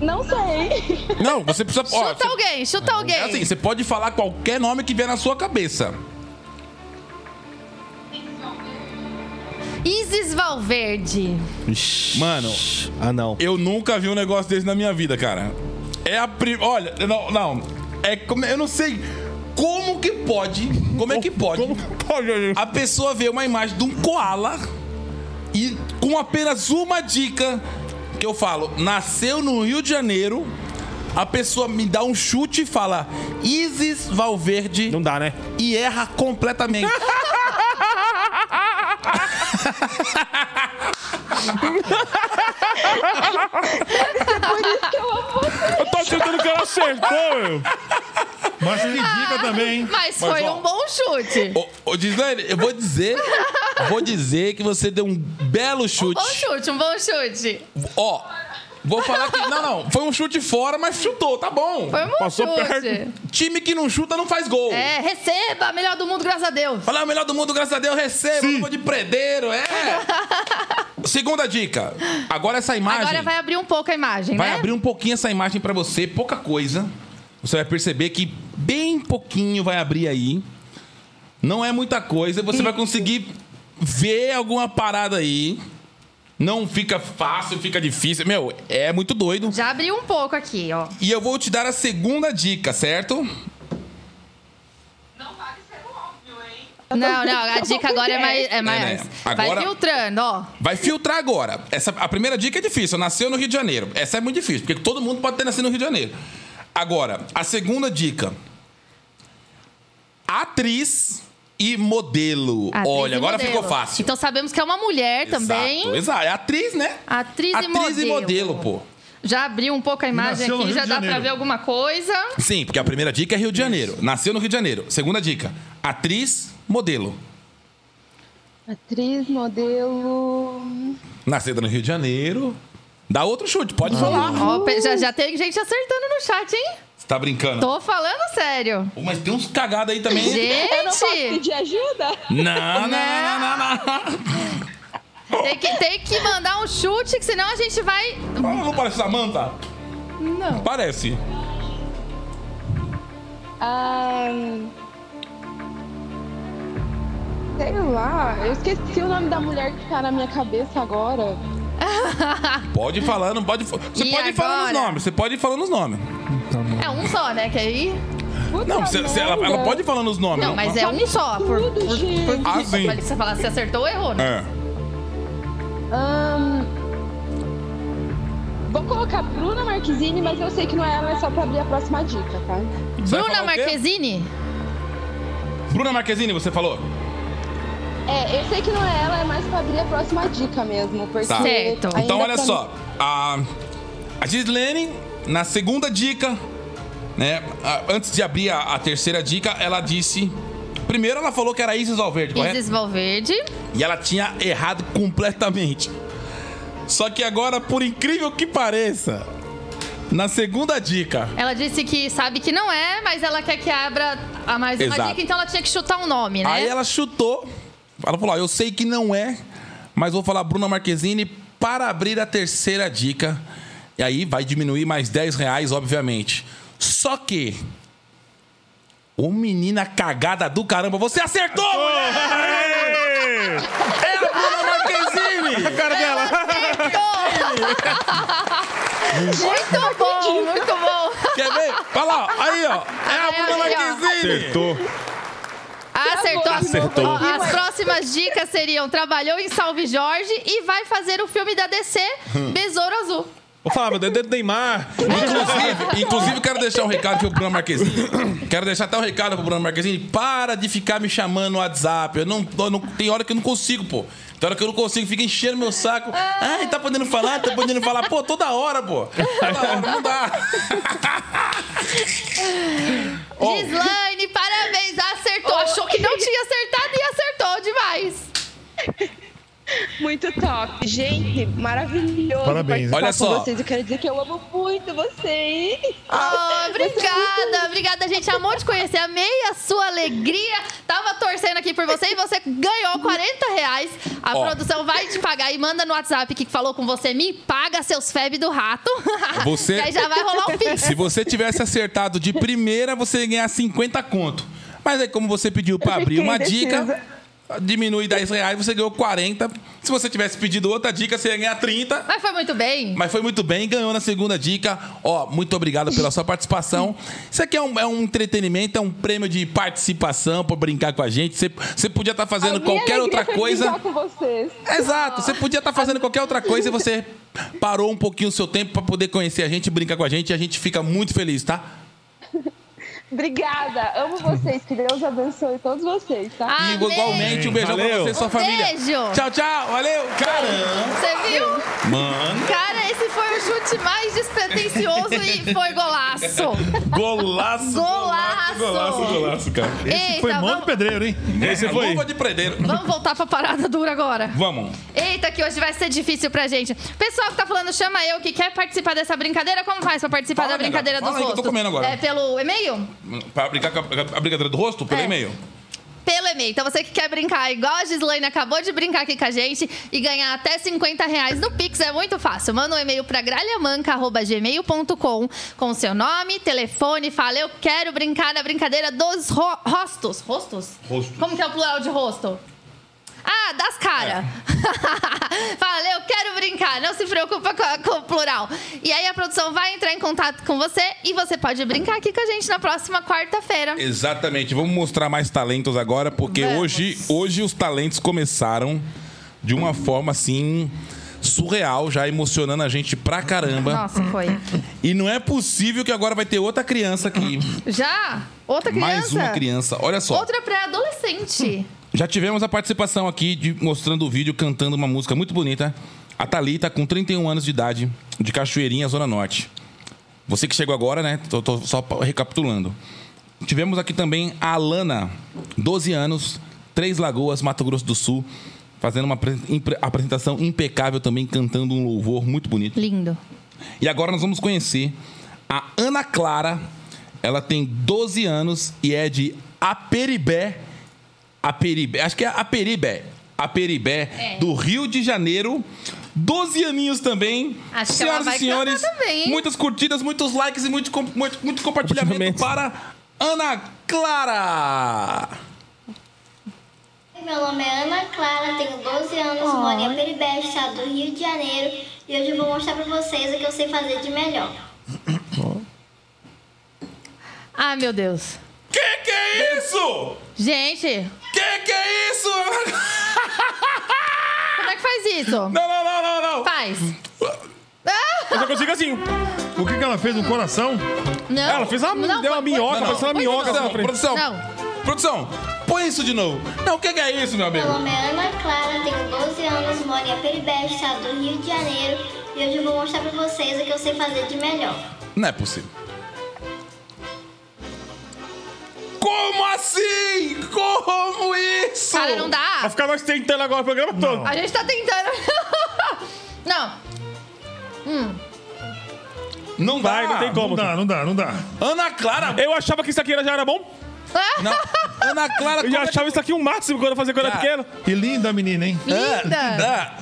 [SPEAKER 7] Não sei.
[SPEAKER 3] Não, você precisa. ó,
[SPEAKER 2] chuta
[SPEAKER 3] você-
[SPEAKER 2] alguém, chuta alguém.
[SPEAKER 3] É assim, você pode falar qualquer nome que vier na sua cabeça.
[SPEAKER 2] Isis Valverde.
[SPEAKER 3] Mano,
[SPEAKER 5] Ah, não.
[SPEAKER 3] Eu nunca vi um negócio desse na minha vida, cara. É a pri... Olha, não, não. É como... Eu não sei como que pode. Como é que pode? A pessoa vê uma imagem de um koala e com apenas uma dica que eu falo, nasceu no Rio de Janeiro, a pessoa me dá um chute e fala Isis Valverde
[SPEAKER 5] Não dá, né?
[SPEAKER 3] e erra <laughs> completamente.
[SPEAKER 5] Eu tô achando que ela acertou, meu.
[SPEAKER 4] Mas que dica também, hein?
[SPEAKER 2] Ah, Mas,
[SPEAKER 3] Mas,
[SPEAKER 2] foi
[SPEAKER 3] ó,
[SPEAKER 2] um bom chute.
[SPEAKER 3] ô, ô Gislaine, eu vou dizer, vou dizer que você deu um belo chute.
[SPEAKER 2] Bom chute, um bom chute.
[SPEAKER 3] Ó, vou falar que. Não, não. Foi um chute fora, mas chutou, tá bom.
[SPEAKER 2] Foi um bom
[SPEAKER 5] Passou
[SPEAKER 2] chute.
[SPEAKER 5] perto.
[SPEAKER 3] Time que não chuta não faz gol.
[SPEAKER 2] É, receba, melhor do mundo, graças a Deus.
[SPEAKER 3] Falar o melhor do mundo, graças a Deus, receba. não vou de predeiro,
[SPEAKER 2] <laughs>
[SPEAKER 3] é. Segunda dica. Agora essa imagem.
[SPEAKER 2] Agora vai abrir um pouco a imagem,
[SPEAKER 3] vai
[SPEAKER 2] né?
[SPEAKER 3] abrir um pouquinho essa imagem pra você, pouca coisa. Você vai perceber que bem pouquinho vai abrir aí. Não é muita coisa, você vai conseguir ver alguma parada aí. Não fica fácil, fica difícil. Meu, é muito doido.
[SPEAKER 2] Já abriu um pouco aqui, ó.
[SPEAKER 3] E eu vou te dar a segunda dica, certo?
[SPEAKER 2] Não, não,
[SPEAKER 4] <laughs>
[SPEAKER 2] a dica agora é mais. É mais.
[SPEAKER 3] né?
[SPEAKER 2] Vai
[SPEAKER 3] Agora-
[SPEAKER 2] filtrando, ó.
[SPEAKER 3] Vai filtrar agora. Essa, a primeira dica é difícil. Nasceu no Rio de Janeiro. Essa é muito difícil, porque todo mundo pode ter nascido no Rio de Janeiro. Agora, a segunda dica. Atriz e modelo.
[SPEAKER 4] Ah,
[SPEAKER 2] Atriz
[SPEAKER 3] Olha,
[SPEAKER 2] e
[SPEAKER 3] agora
[SPEAKER 2] modelo.
[SPEAKER 3] ficou fácil.
[SPEAKER 2] Então sabemos que é uma mulher
[SPEAKER 3] Exato,
[SPEAKER 2] também.
[SPEAKER 3] exato. É atriz, né?
[SPEAKER 2] Atriz,
[SPEAKER 3] Atriz e modelo, pô.
[SPEAKER 2] Já abriu um pouco a imagem
[SPEAKER 4] Nasceu no
[SPEAKER 2] aqui,
[SPEAKER 4] Rio
[SPEAKER 2] já
[SPEAKER 4] de
[SPEAKER 2] dá pra
[SPEAKER 4] Janeiro.
[SPEAKER 2] ver alguma coisa.
[SPEAKER 3] Sim, porque a primeira dica é Rio de Janeiro. Nasceu no Rio de Janeiro. Segunda dica. Atriz, modelo.
[SPEAKER 7] Atriz, modelo.
[SPEAKER 3] Nascida no Rio de Janeiro. Dá outro chute, pode falar.
[SPEAKER 2] Ó, pe- já, já tem gente acertando no chat, hein?
[SPEAKER 3] Você tá brincando?
[SPEAKER 2] Tô falando sério.
[SPEAKER 3] Pô, Mas tem uns cagados aí também.
[SPEAKER 7] Eu não posso
[SPEAKER 2] Gente,
[SPEAKER 7] pedir ajuda?
[SPEAKER 3] Não, não, não, não, não.
[SPEAKER 2] tem que, tem que mandar um chute, que senão a gente vai.
[SPEAKER 3] Ela não parece Samanta?
[SPEAKER 2] Não.
[SPEAKER 3] Parece.
[SPEAKER 7] Ah, Sei lá, eu esqueci o nome da mulher que tá na minha cabeça agora.
[SPEAKER 3] Pode ir falando, pode. Você
[SPEAKER 2] E
[SPEAKER 3] pode ir falando os
[SPEAKER 2] agora?
[SPEAKER 3] nomes, você pode ir falando os nomes.
[SPEAKER 2] É um só, né? Que aí.
[SPEAKER 7] Puta
[SPEAKER 3] Não, você- você- ela,
[SPEAKER 7] merda.
[SPEAKER 3] ela pode ir falando os nomes.
[SPEAKER 2] Não, mas é um só. Por, por, por,
[SPEAKER 7] gente.
[SPEAKER 3] Ah, sim.
[SPEAKER 2] pra você falar se acertou ou errou, né?
[SPEAKER 3] É.
[SPEAKER 7] Ahn, Vou colocar Bruna Marquezine, mas eu sei que não é ela, é só pra abrir a próxima dica, tá?
[SPEAKER 3] É. Você vai
[SPEAKER 2] Bruna
[SPEAKER 3] falar o quê?
[SPEAKER 2] Marquezine?
[SPEAKER 3] Bruna Marquezine, você falou?
[SPEAKER 7] É, eu sei que não é ela, é mais pra abrir a próxima dica mesmo, porque...
[SPEAKER 3] Tá.
[SPEAKER 2] Certo.
[SPEAKER 7] ainda
[SPEAKER 3] Então, olha
[SPEAKER 7] pra
[SPEAKER 3] só. A, a Gislene, na segunda dica, né? a- antes de abrir a, a terceira dica, ela disse. Primeiro, ela falou que era Isis Valverde, correto?
[SPEAKER 2] Isis Valverde.
[SPEAKER 3] E ela tinha errado completamente. Só que agora, por incrível que pareça, na segunda dica.
[SPEAKER 2] Ela disse que sabe que não é, mas ela quer que abra a mais
[SPEAKER 3] Exato.
[SPEAKER 2] uma dica, então ela tinha que chutar um nome, né?
[SPEAKER 3] Aí ela chutou. Ela falou: ó, eu sei que não é, mas vou falar Bruna Marquezine para abrir a terceira dica. E aí vai diminuir mais 10 reais, obviamente. Só que. Ô menina cagada do caramba, você acertou, mulher! É a Bruna Marquezine!
[SPEAKER 5] Cara dela.
[SPEAKER 7] Tá
[SPEAKER 2] Muito bom, muito bom.
[SPEAKER 3] Quer ver? Olha lá, aí ó, é a
[SPEAKER 2] Aí,
[SPEAKER 3] Bruna
[SPEAKER 2] aí, ó.
[SPEAKER 3] Marquezine!
[SPEAKER 5] Acertou.
[SPEAKER 2] Ah, Acertou.
[SPEAKER 5] Acertou.
[SPEAKER 2] Ó, As próximas dicas seriam: trabalhou em Salve Jorge e vai fazer o filme da DC,
[SPEAKER 3] Hum.
[SPEAKER 2] Besouro Azul.
[SPEAKER 5] Vou falar, meu dedo do Neymar.
[SPEAKER 3] Inclusive, inclusive, quero deixar um recado pro Bruno Marquezine. Quero deixar até um recado pro Bruno Marquezine. Para de ficar me chamando no WhatsApp. Eu não, eu não- tem hora que eu não consigo, pô. Tem hora que eu não consigo, fica enchendo meu saco. Ai, tá podendo falar, tá podendo falar. Pô, toda hora, pô. Toda hora, não dá. Ó,
[SPEAKER 2] Gislaine, parabéns, acertou. Achou que não tinha acertado e acertou demais.
[SPEAKER 7] Muito top. Gente, maravilhoso.
[SPEAKER 4] Parabéns,
[SPEAKER 7] participar
[SPEAKER 3] Olha
[SPEAKER 7] com
[SPEAKER 3] só. Ah,
[SPEAKER 7] Vocês. Eu quero dizer que eu amo muito vocês.
[SPEAKER 2] Oh, obrigada, obrigada, gente. Amor de conhecer, amei a sua alegria. Tava torcendo aqui por você e você ganhou 40 reais. A
[SPEAKER 3] Ó.
[SPEAKER 2] produção vai te pagar e manda no WhatsApp que falou com você, me paga seus feb do rato. <laughs>
[SPEAKER 3] Você-
[SPEAKER 2] E aí já vai rolar o pix.
[SPEAKER 3] se você tivesse acertado de primeira, você ia ganhar 50 conto. Mas aí, como você pediu pra abrir uma
[SPEAKER 7] fiquei
[SPEAKER 3] dica,
[SPEAKER 7] indecisa.
[SPEAKER 3] diminui 10 reais, você ganhou 40. Se você tivesse pedido outra dica, você ia ganhar 30.
[SPEAKER 2] Mas foi muito bem.
[SPEAKER 3] Mas foi muito bem, ganhou na segunda dica. Ó, muito obrigado pela sua participação. Isso aqui é um, é um entretenimento, é um prêmio de participação pra brincar com a gente. Você, você podia estar
[SPEAKER 7] A
[SPEAKER 3] fazendo
[SPEAKER 7] minha
[SPEAKER 3] qualquer
[SPEAKER 7] alegria
[SPEAKER 3] outra
[SPEAKER 7] foi
[SPEAKER 3] coisa.
[SPEAKER 7] brincar com vocês.
[SPEAKER 3] Exato, você podia estar fazendo qualquer outra coisa e você parou um pouquinho o seu tempo pra poder conhecer a gente, brincar com a gente e a gente fica muito feliz, tá?
[SPEAKER 7] Obrigada. Amo vocês. Que Deus abençoe todos vocês, tá?
[SPEAKER 3] E
[SPEAKER 2] Amém.
[SPEAKER 3] igualmente, um beijão pra
[SPEAKER 5] Valeu.
[SPEAKER 3] você e sua
[SPEAKER 2] Ah, Um
[SPEAKER 3] família.
[SPEAKER 2] beijo.
[SPEAKER 3] Tchau, tchau, valeu. Caramba.
[SPEAKER 2] Você viu?
[SPEAKER 3] Mano,
[SPEAKER 2] Cara, esse foi o chute mais despretensioso e foi golaço.
[SPEAKER 3] golaço.
[SPEAKER 2] Golaço.
[SPEAKER 3] Golaço, golaço, cara.
[SPEAKER 2] Eita,
[SPEAKER 4] Foi mão de
[SPEAKER 2] vamos,
[SPEAKER 4] pedreiro, hein?
[SPEAKER 3] Esse foi. É, Luva de predeiro.
[SPEAKER 2] vamos voltar pra parada dura agora.
[SPEAKER 3] Vamos.
[SPEAKER 2] Eita, que hoje vai ser difícil pra gente. Pessoal que tá falando, chama eu que quer participar dessa brincadeira. Como faz pra participar
[SPEAKER 3] Fala,
[SPEAKER 2] da brincadeira
[SPEAKER 3] nega.
[SPEAKER 2] dos
[SPEAKER 3] Fala aí que eu tô
[SPEAKER 2] rostos?
[SPEAKER 3] comendo agora.
[SPEAKER 2] É pelo e-mail?
[SPEAKER 3] Pra brincar com a, com a brincadeira do rosto? Pelo
[SPEAKER 2] É.
[SPEAKER 3] e-mail?
[SPEAKER 2] Pelo e-mail. Então você que quer brincar igual a Gislaine acabou de brincar aqui com a gente e ganhar até 50 reais no Pix é muito fácil. Manda um e-mail pra gralhamanca.gmail.com com seu nome, telefone, fala eu quero brincar na brincadeira dos ro- rostos. Rostos?
[SPEAKER 3] Rostos.
[SPEAKER 2] Como que é o plural de rosto? Ah, das caras. <laughs> Fala, eu quero brincar, não se preocupa com, a- com o plural. E aí a produção vai entrar em contato com você e você pode brincar aqui com a gente na próxima quarta-feira.
[SPEAKER 3] Exatamente. Vamos mostrar mais talentos agora, porque
[SPEAKER 2] Vamos.
[SPEAKER 3] hoje, hoje os talentos começaram de uma forma assim surreal, já emocionando a gente pra caramba.
[SPEAKER 2] Nossa, foi.
[SPEAKER 3] E não é possível que agora vai ter outra criança aqui.
[SPEAKER 2] Já? Outra criança?
[SPEAKER 3] Mais uma criança. Hum. Olha só.
[SPEAKER 2] Outra pré-adolescente.
[SPEAKER 3] Já tivemos a participação aqui de mostrando o vídeo cantando uma música muito bonita. A Thalita, com 31 anos de idade, de Cachoeirinha, Zona Norte. Você que chegou agora, né? Tô, tô só pa- recapitulando. Tivemos aqui também a Alana, 12 anos, Três Lagoas, Mato Grosso do Sul, fazendo uma apre- impre- apresentação impecável também, cantando um louvor muito bonito.
[SPEAKER 2] Lindo.
[SPEAKER 3] E agora nós vamos conhecer a Ana Clara. Ela tem 12 anos e é de Aperibé. Aperibé, acho que é Aperibé. Aperibé,
[SPEAKER 2] É.
[SPEAKER 3] do Rio de Janeiro. 12 aninhos também.
[SPEAKER 2] Acho que ela
[SPEAKER 3] Senhoras
[SPEAKER 2] vai
[SPEAKER 3] e senhores,
[SPEAKER 2] cantar também, hein?
[SPEAKER 3] muitas curtidas, muitos likes e muito, com- muito, muito compartilhamento
[SPEAKER 5] Compartilhamento.
[SPEAKER 3] para Ana Clara.
[SPEAKER 8] Meu nome é Ana Clara, tenho 12 anos, moro em Aperibé, estado do Rio de Janeiro, e hoje eu vou mostrar pra vocês o que eu sei fazer de melhor.
[SPEAKER 2] Ah, meu Deus.
[SPEAKER 3] Que que é isso?
[SPEAKER 2] Gente,
[SPEAKER 3] Que que é isso? <laughs>
[SPEAKER 2] como é que faz isso?
[SPEAKER 3] Não, não, não, não, não.
[SPEAKER 2] Faz.
[SPEAKER 10] Eu só consigo assim.
[SPEAKER 4] O que, que ela fez no coração?
[SPEAKER 2] Não.
[SPEAKER 10] Ela fez uma,
[SPEAKER 2] Não,
[SPEAKER 10] deu tá uma
[SPEAKER 2] põe- põe-
[SPEAKER 10] minhoca,
[SPEAKER 3] não.
[SPEAKER 10] pareceu uma
[SPEAKER 3] Põe
[SPEAKER 10] minhoca.
[SPEAKER 3] produção,
[SPEAKER 10] assim na frente.
[SPEAKER 3] produção.
[SPEAKER 2] Não.
[SPEAKER 3] Produção, põe isso de novo. Não, o que que é isso, meu
[SPEAKER 8] Meu
[SPEAKER 3] amigo?
[SPEAKER 8] nome é Ana Clara, tenho 12 anos, moro em Aperibé, estado do Rio de Janeiro. E hoje eu vou mostrar pra vocês o que eu sei fazer de melhor.
[SPEAKER 3] Não é possível. Como assim? Como isso?
[SPEAKER 2] Cara, não
[SPEAKER 10] Vai
[SPEAKER 2] dá.
[SPEAKER 10] ficar nós tentando agora o programa todo.
[SPEAKER 2] A gente tá tentando. <laughs> Não.
[SPEAKER 3] Não dá.
[SPEAKER 10] Vai, não tem como.
[SPEAKER 4] Não dá, não dá, não dá.
[SPEAKER 3] Ana Clara.
[SPEAKER 10] Eu achava que isso aqui já era bom.
[SPEAKER 3] Não. Ana Clara.
[SPEAKER 10] <laughs> Eu
[SPEAKER 3] como
[SPEAKER 10] já
[SPEAKER 3] é que-
[SPEAKER 10] achava isso aqui um máximo quando eu fazia quando
[SPEAKER 3] Tá.
[SPEAKER 10] era pequeno.
[SPEAKER 4] E linda a menina, hein?
[SPEAKER 3] Ah,
[SPEAKER 2] Linda.
[SPEAKER 3] dá.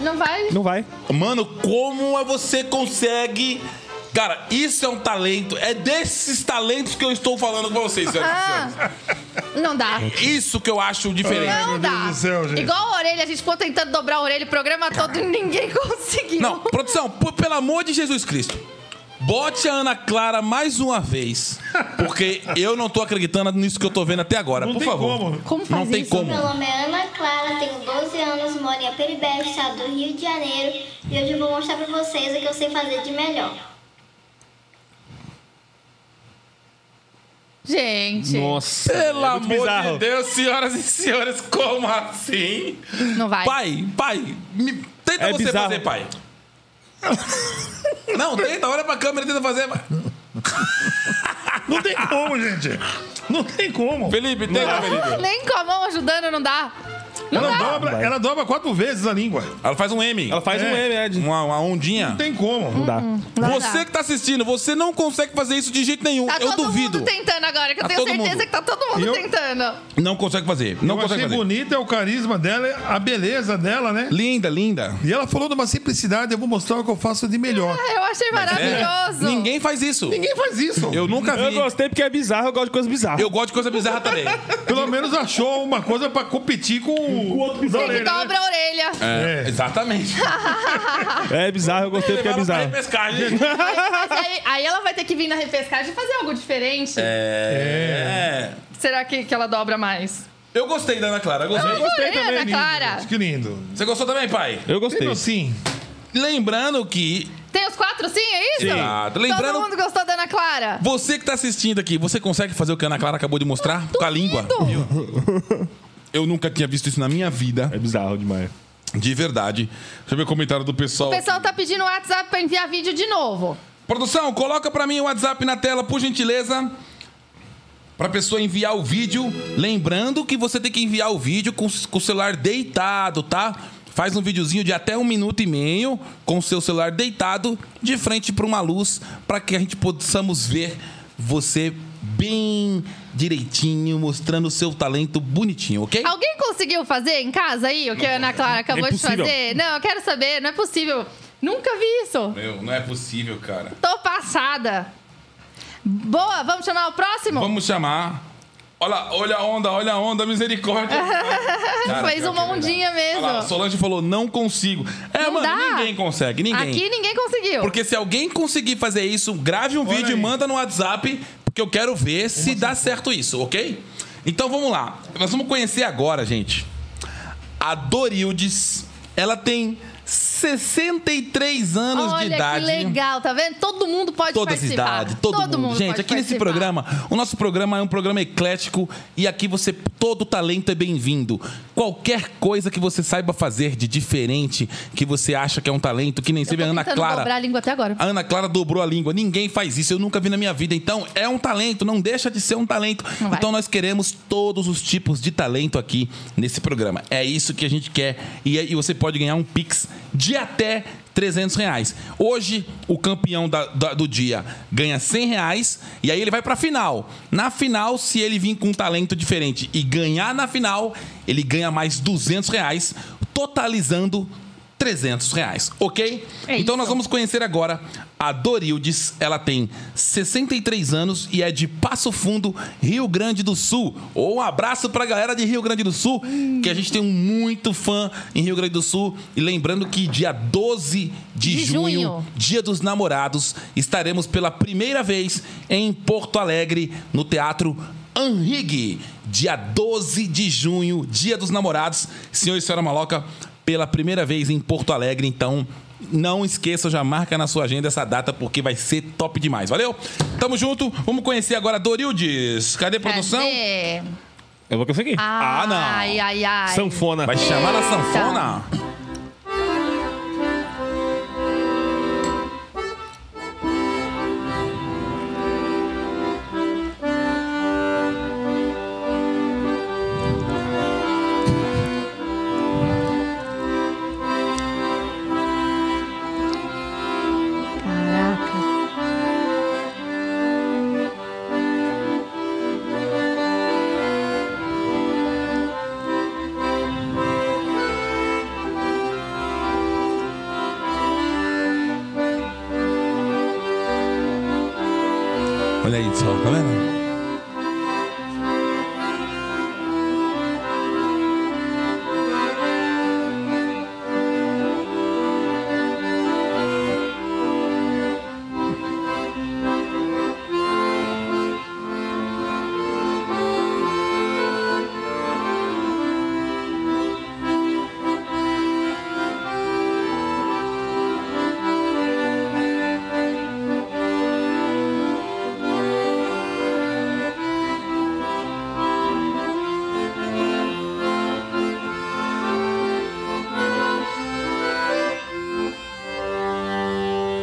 [SPEAKER 2] Não vai.
[SPEAKER 10] Não vai.
[SPEAKER 3] Mano, como é você consegue. Cara, isso é um talento. É desses talentos que eu estou falando com vocês, senhoras e
[SPEAKER 2] Ah,
[SPEAKER 3] senhores.
[SPEAKER 2] não dá.
[SPEAKER 3] Isso que eu acho diferente.
[SPEAKER 2] Não
[SPEAKER 4] Meu Deus
[SPEAKER 2] dá.
[SPEAKER 4] do céu, gente.
[SPEAKER 2] Igual a orelha, a gente ficou tentando dobrar a orelha o programa todo e ninguém <laughs> conseguiu.
[SPEAKER 3] Não, produção, pô, pelo amor de Jesus Cristo. Bote a Ana Clara mais uma vez. Porque eu não tô acreditando nisso que eu tô vendo até agora.
[SPEAKER 4] Não
[SPEAKER 3] Por
[SPEAKER 4] tem
[SPEAKER 3] favor.
[SPEAKER 4] como.
[SPEAKER 2] Como faz
[SPEAKER 3] Não tem
[SPEAKER 2] isso?
[SPEAKER 3] como.
[SPEAKER 2] né,
[SPEAKER 8] Meu nome é Ana Clara, tenho 12 anos, moro em Aperibé, estado do Rio de Janeiro. E hoje eu vou mostrar pra vocês o que eu sei fazer de melhor.
[SPEAKER 2] Gente,
[SPEAKER 10] Nossa.
[SPEAKER 3] Pelo
[SPEAKER 10] é muito
[SPEAKER 3] amor
[SPEAKER 10] bizarro.
[SPEAKER 3] de Deus, senhoras e senhores, como assim?
[SPEAKER 2] não vai.
[SPEAKER 3] Pai, pai, me- tenta
[SPEAKER 10] É
[SPEAKER 3] você
[SPEAKER 10] bizarro.
[SPEAKER 3] fazer, pai. Não, tenta, olha pra câmera e tenta fazer. pai.
[SPEAKER 4] Não tem como, gente. Não tem como.
[SPEAKER 3] Felipe, tenta, Felipe.
[SPEAKER 2] Nem com a mão ajudando não dá. Não dá.
[SPEAKER 4] Ela dobra, ela dobra quatro vezes a língua.
[SPEAKER 3] Ela faz um M.
[SPEAKER 10] Ela faz
[SPEAKER 4] É.
[SPEAKER 10] um M, é, de-
[SPEAKER 3] Uma, uma ondinha.
[SPEAKER 4] Não tem como.
[SPEAKER 10] Não dá.
[SPEAKER 2] Não
[SPEAKER 3] Você
[SPEAKER 2] dá.
[SPEAKER 3] que tá assistindo, você não consegue fazer isso de jeito nenhum.
[SPEAKER 2] Tá
[SPEAKER 3] eu
[SPEAKER 2] todo
[SPEAKER 3] duvido.
[SPEAKER 2] mundo tentando agora, que eu
[SPEAKER 3] Tá
[SPEAKER 2] tenho
[SPEAKER 3] todo
[SPEAKER 2] certeza
[SPEAKER 3] mundo.
[SPEAKER 2] que tá todo mundo
[SPEAKER 4] Eu-
[SPEAKER 2] tentando. Ah,
[SPEAKER 3] Não consegue fazer. Não
[SPEAKER 4] eu
[SPEAKER 3] consegue
[SPEAKER 4] achei
[SPEAKER 3] fazer.
[SPEAKER 4] bonita, é o carisma dela, é a beleza dela, né?
[SPEAKER 3] Linda, linda.
[SPEAKER 4] E ela falou de uma simplicidade, eu vou mostrar o que eu faço de melhor.
[SPEAKER 2] Ah, Eu achei maravilhoso.
[SPEAKER 3] é. Ninguém faz isso.
[SPEAKER 4] Ninguém faz isso.
[SPEAKER 3] Eu nunca
[SPEAKER 10] Eu
[SPEAKER 3] vi.
[SPEAKER 10] gostei porque é bizarro, eu gosto de coisa bizarra.
[SPEAKER 3] Eu gosto de coisa bizarra também.
[SPEAKER 4] Pelo menos achou uma coisa pra competir com o né? outro
[SPEAKER 2] Tem que dobra a orelha.
[SPEAKER 3] É, Exatamente.
[SPEAKER 10] É bizarro, eu gostei porque é
[SPEAKER 3] Levaram pra
[SPEAKER 10] bizarro.
[SPEAKER 3] repescagem.
[SPEAKER 4] <laughs>
[SPEAKER 2] Mas aí, aí ela vai ter que vir na repescagem e fazer algo diferente.
[SPEAKER 4] É.
[SPEAKER 3] É.
[SPEAKER 2] Será que, que ela dobra mais?
[SPEAKER 3] Eu gostei da Ana Clara. eu Gostei.
[SPEAKER 10] gostei
[SPEAKER 2] Olha,
[SPEAKER 10] também,
[SPEAKER 2] Ana
[SPEAKER 10] lindo.
[SPEAKER 2] Clara.
[SPEAKER 4] Que lindo.
[SPEAKER 3] Você gostou também, pai?
[SPEAKER 10] Eu gostei.
[SPEAKER 4] Lindo sim.
[SPEAKER 3] Lembrando que.
[SPEAKER 2] Tem os quatro sim, é isso?
[SPEAKER 3] Exato. Lembrando.
[SPEAKER 2] Todo mundo gostou da Ana Clara?
[SPEAKER 3] Você que tá assistindo aqui, você consegue fazer o que a Ana Clara acabou de mostrar com a língua? Viu? Eu nunca tinha visto isso na minha vida,
[SPEAKER 10] É bizarro demais.
[SPEAKER 3] de verdade. Deixa eu ver o comentário do pessoal.
[SPEAKER 2] O pessoal tá pedindo o WhatsApp pra enviar vídeo de novo.
[SPEAKER 3] Produção, coloca pra mim o WhatsApp na tela, por gentileza. Pra pessoa enviar o vídeo. Lembrando que você tem que enviar o vídeo com, com o celular deitado, tá? Faz um videozinho de até um minuto e meio com o seu celular deitado de frente pra uma luz pra que a gente possamos ver você bem direitinho, mostrando o seu talento bonitinho, ok?
[SPEAKER 2] Alguém conseguiu fazer em casa aí o que a Ana Clara acabou de
[SPEAKER 10] impossível.
[SPEAKER 2] fazer? Não, eu quero saber, não é possível. Nunca vi isso.
[SPEAKER 3] Meu, não é possível, cara.
[SPEAKER 2] Tô passada. Boa, vamos chamar o próximo?
[SPEAKER 3] Vamos chamar. Olha, olha a onda, olha a onda, misericórdia.
[SPEAKER 2] <laughs>
[SPEAKER 3] Cara,
[SPEAKER 2] Fez
[SPEAKER 3] pior
[SPEAKER 2] uma
[SPEAKER 3] que é
[SPEAKER 2] ondinha
[SPEAKER 3] verdade.
[SPEAKER 2] mesmo.
[SPEAKER 3] Olha lá, Solange falou, não consigo. É,
[SPEAKER 2] Não
[SPEAKER 3] mano,
[SPEAKER 2] dá.
[SPEAKER 3] ninguém consegue, ninguém.
[SPEAKER 2] Aqui ninguém conseguiu.
[SPEAKER 3] Porque se alguém conseguir fazer isso, grave um
[SPEAKER 4] Olha
[SPEAKER 3] vídeo
[SPEAKER 4] aí.
[SPEAKER 3] e manda no WhatsApp, porque eu quero ver se dá certo isso, ok? Então vamos lá. Nós vamos conhecer agora, gente. A Dorildes, ela tem 63 anos
[SPEAKER 2] Olha
[SPEAKER 3] de idade.
[SPEAKER 2] que legal, tá vendo? Todo mundo pode
[SPEAKER 3] Toda
[SPEAKER 2] participar.
[SPEAKER 3] cidade, todo, mundo. Gente,
[SPEAKER 2] pode
[SPEAKER 3] aqui nesse
[SPEAKER 2] participar.
[SPEAKER 3] programa, o nosso programa é um programa eclético e aqui você todo talento é bem-vindo. Qualquer coisa que você saiba fazer de diferente, que você acha que é um talento, que nem
[SPEAKER 2] Eu
[SPEAKER 3] sempre a
[SPEAKER 2] tô
[SPEAKER 3] Ana
[SPEAKER 2] tentando
[SPEAKER 3] Clara.
[SPEAKER 2] dobrar a língua até agora.
[SPEAKER 3] A Ana Clara dobrou a língua. Ninguém faz isso. Eu nunca vi na minha vida. Então, é um talento. Não deixa de ser um talento.
[SPEAKER 2] Não vai.
[SPEAKER 3] Então, nós queremos todos os tipos de talento aqui nesse programa. É isso que a gente quer. E, e você pode ganhar um Pix de até 300 reais. Hoje, o campeão da- da- do dia ganha 100 reais. E aí, ele vai pra final. Na final, se ele vir com um talento diferente e ganhar na final, ele ganha mais 200 reais, totalizando 300 reais, ok?
[SPEAKER 2] É
[SPEAKER 3] então nós vamos conhecer agora a Dorildes. Ela tem 63 anos e é de Passo Fundo, Rio Grande do Sul. Um abraço pra galera de Rio Grande do Sul, que a gente tem um muito fã em Rio Grande do Sul. E lembrando que dia 12 de,
[SPEAKER 2] De
[SPEAKER 3] junho,
[SPEAKER 2] junho.
[SPEAKER 3] Dia dos Namorados, estaremos pela primeira vez em Porto Alegre, no Teatro Anrig. Dia 12 de junho, Dia dos Namorados. Senhor e senhora Maloca, pela primeira vez em Porto Alegre, então. Não esqueça, já marca na sua agenda essa data, porque vai ser top demais, valeu? Tamo junto, vamos conhecer agora a Dorildes. Cadê a produção?
[SPEAKER 2] Cadê?
[SPEAKER 10] Eu vou conseguir.
[SPEAKER 2] Ah, Ai, ai, ai.
[SPEAKER 10] Sanfona.
[SPEAKER 3] Vai chamar na sanfona? Olha aí, pessoal, tá vendo?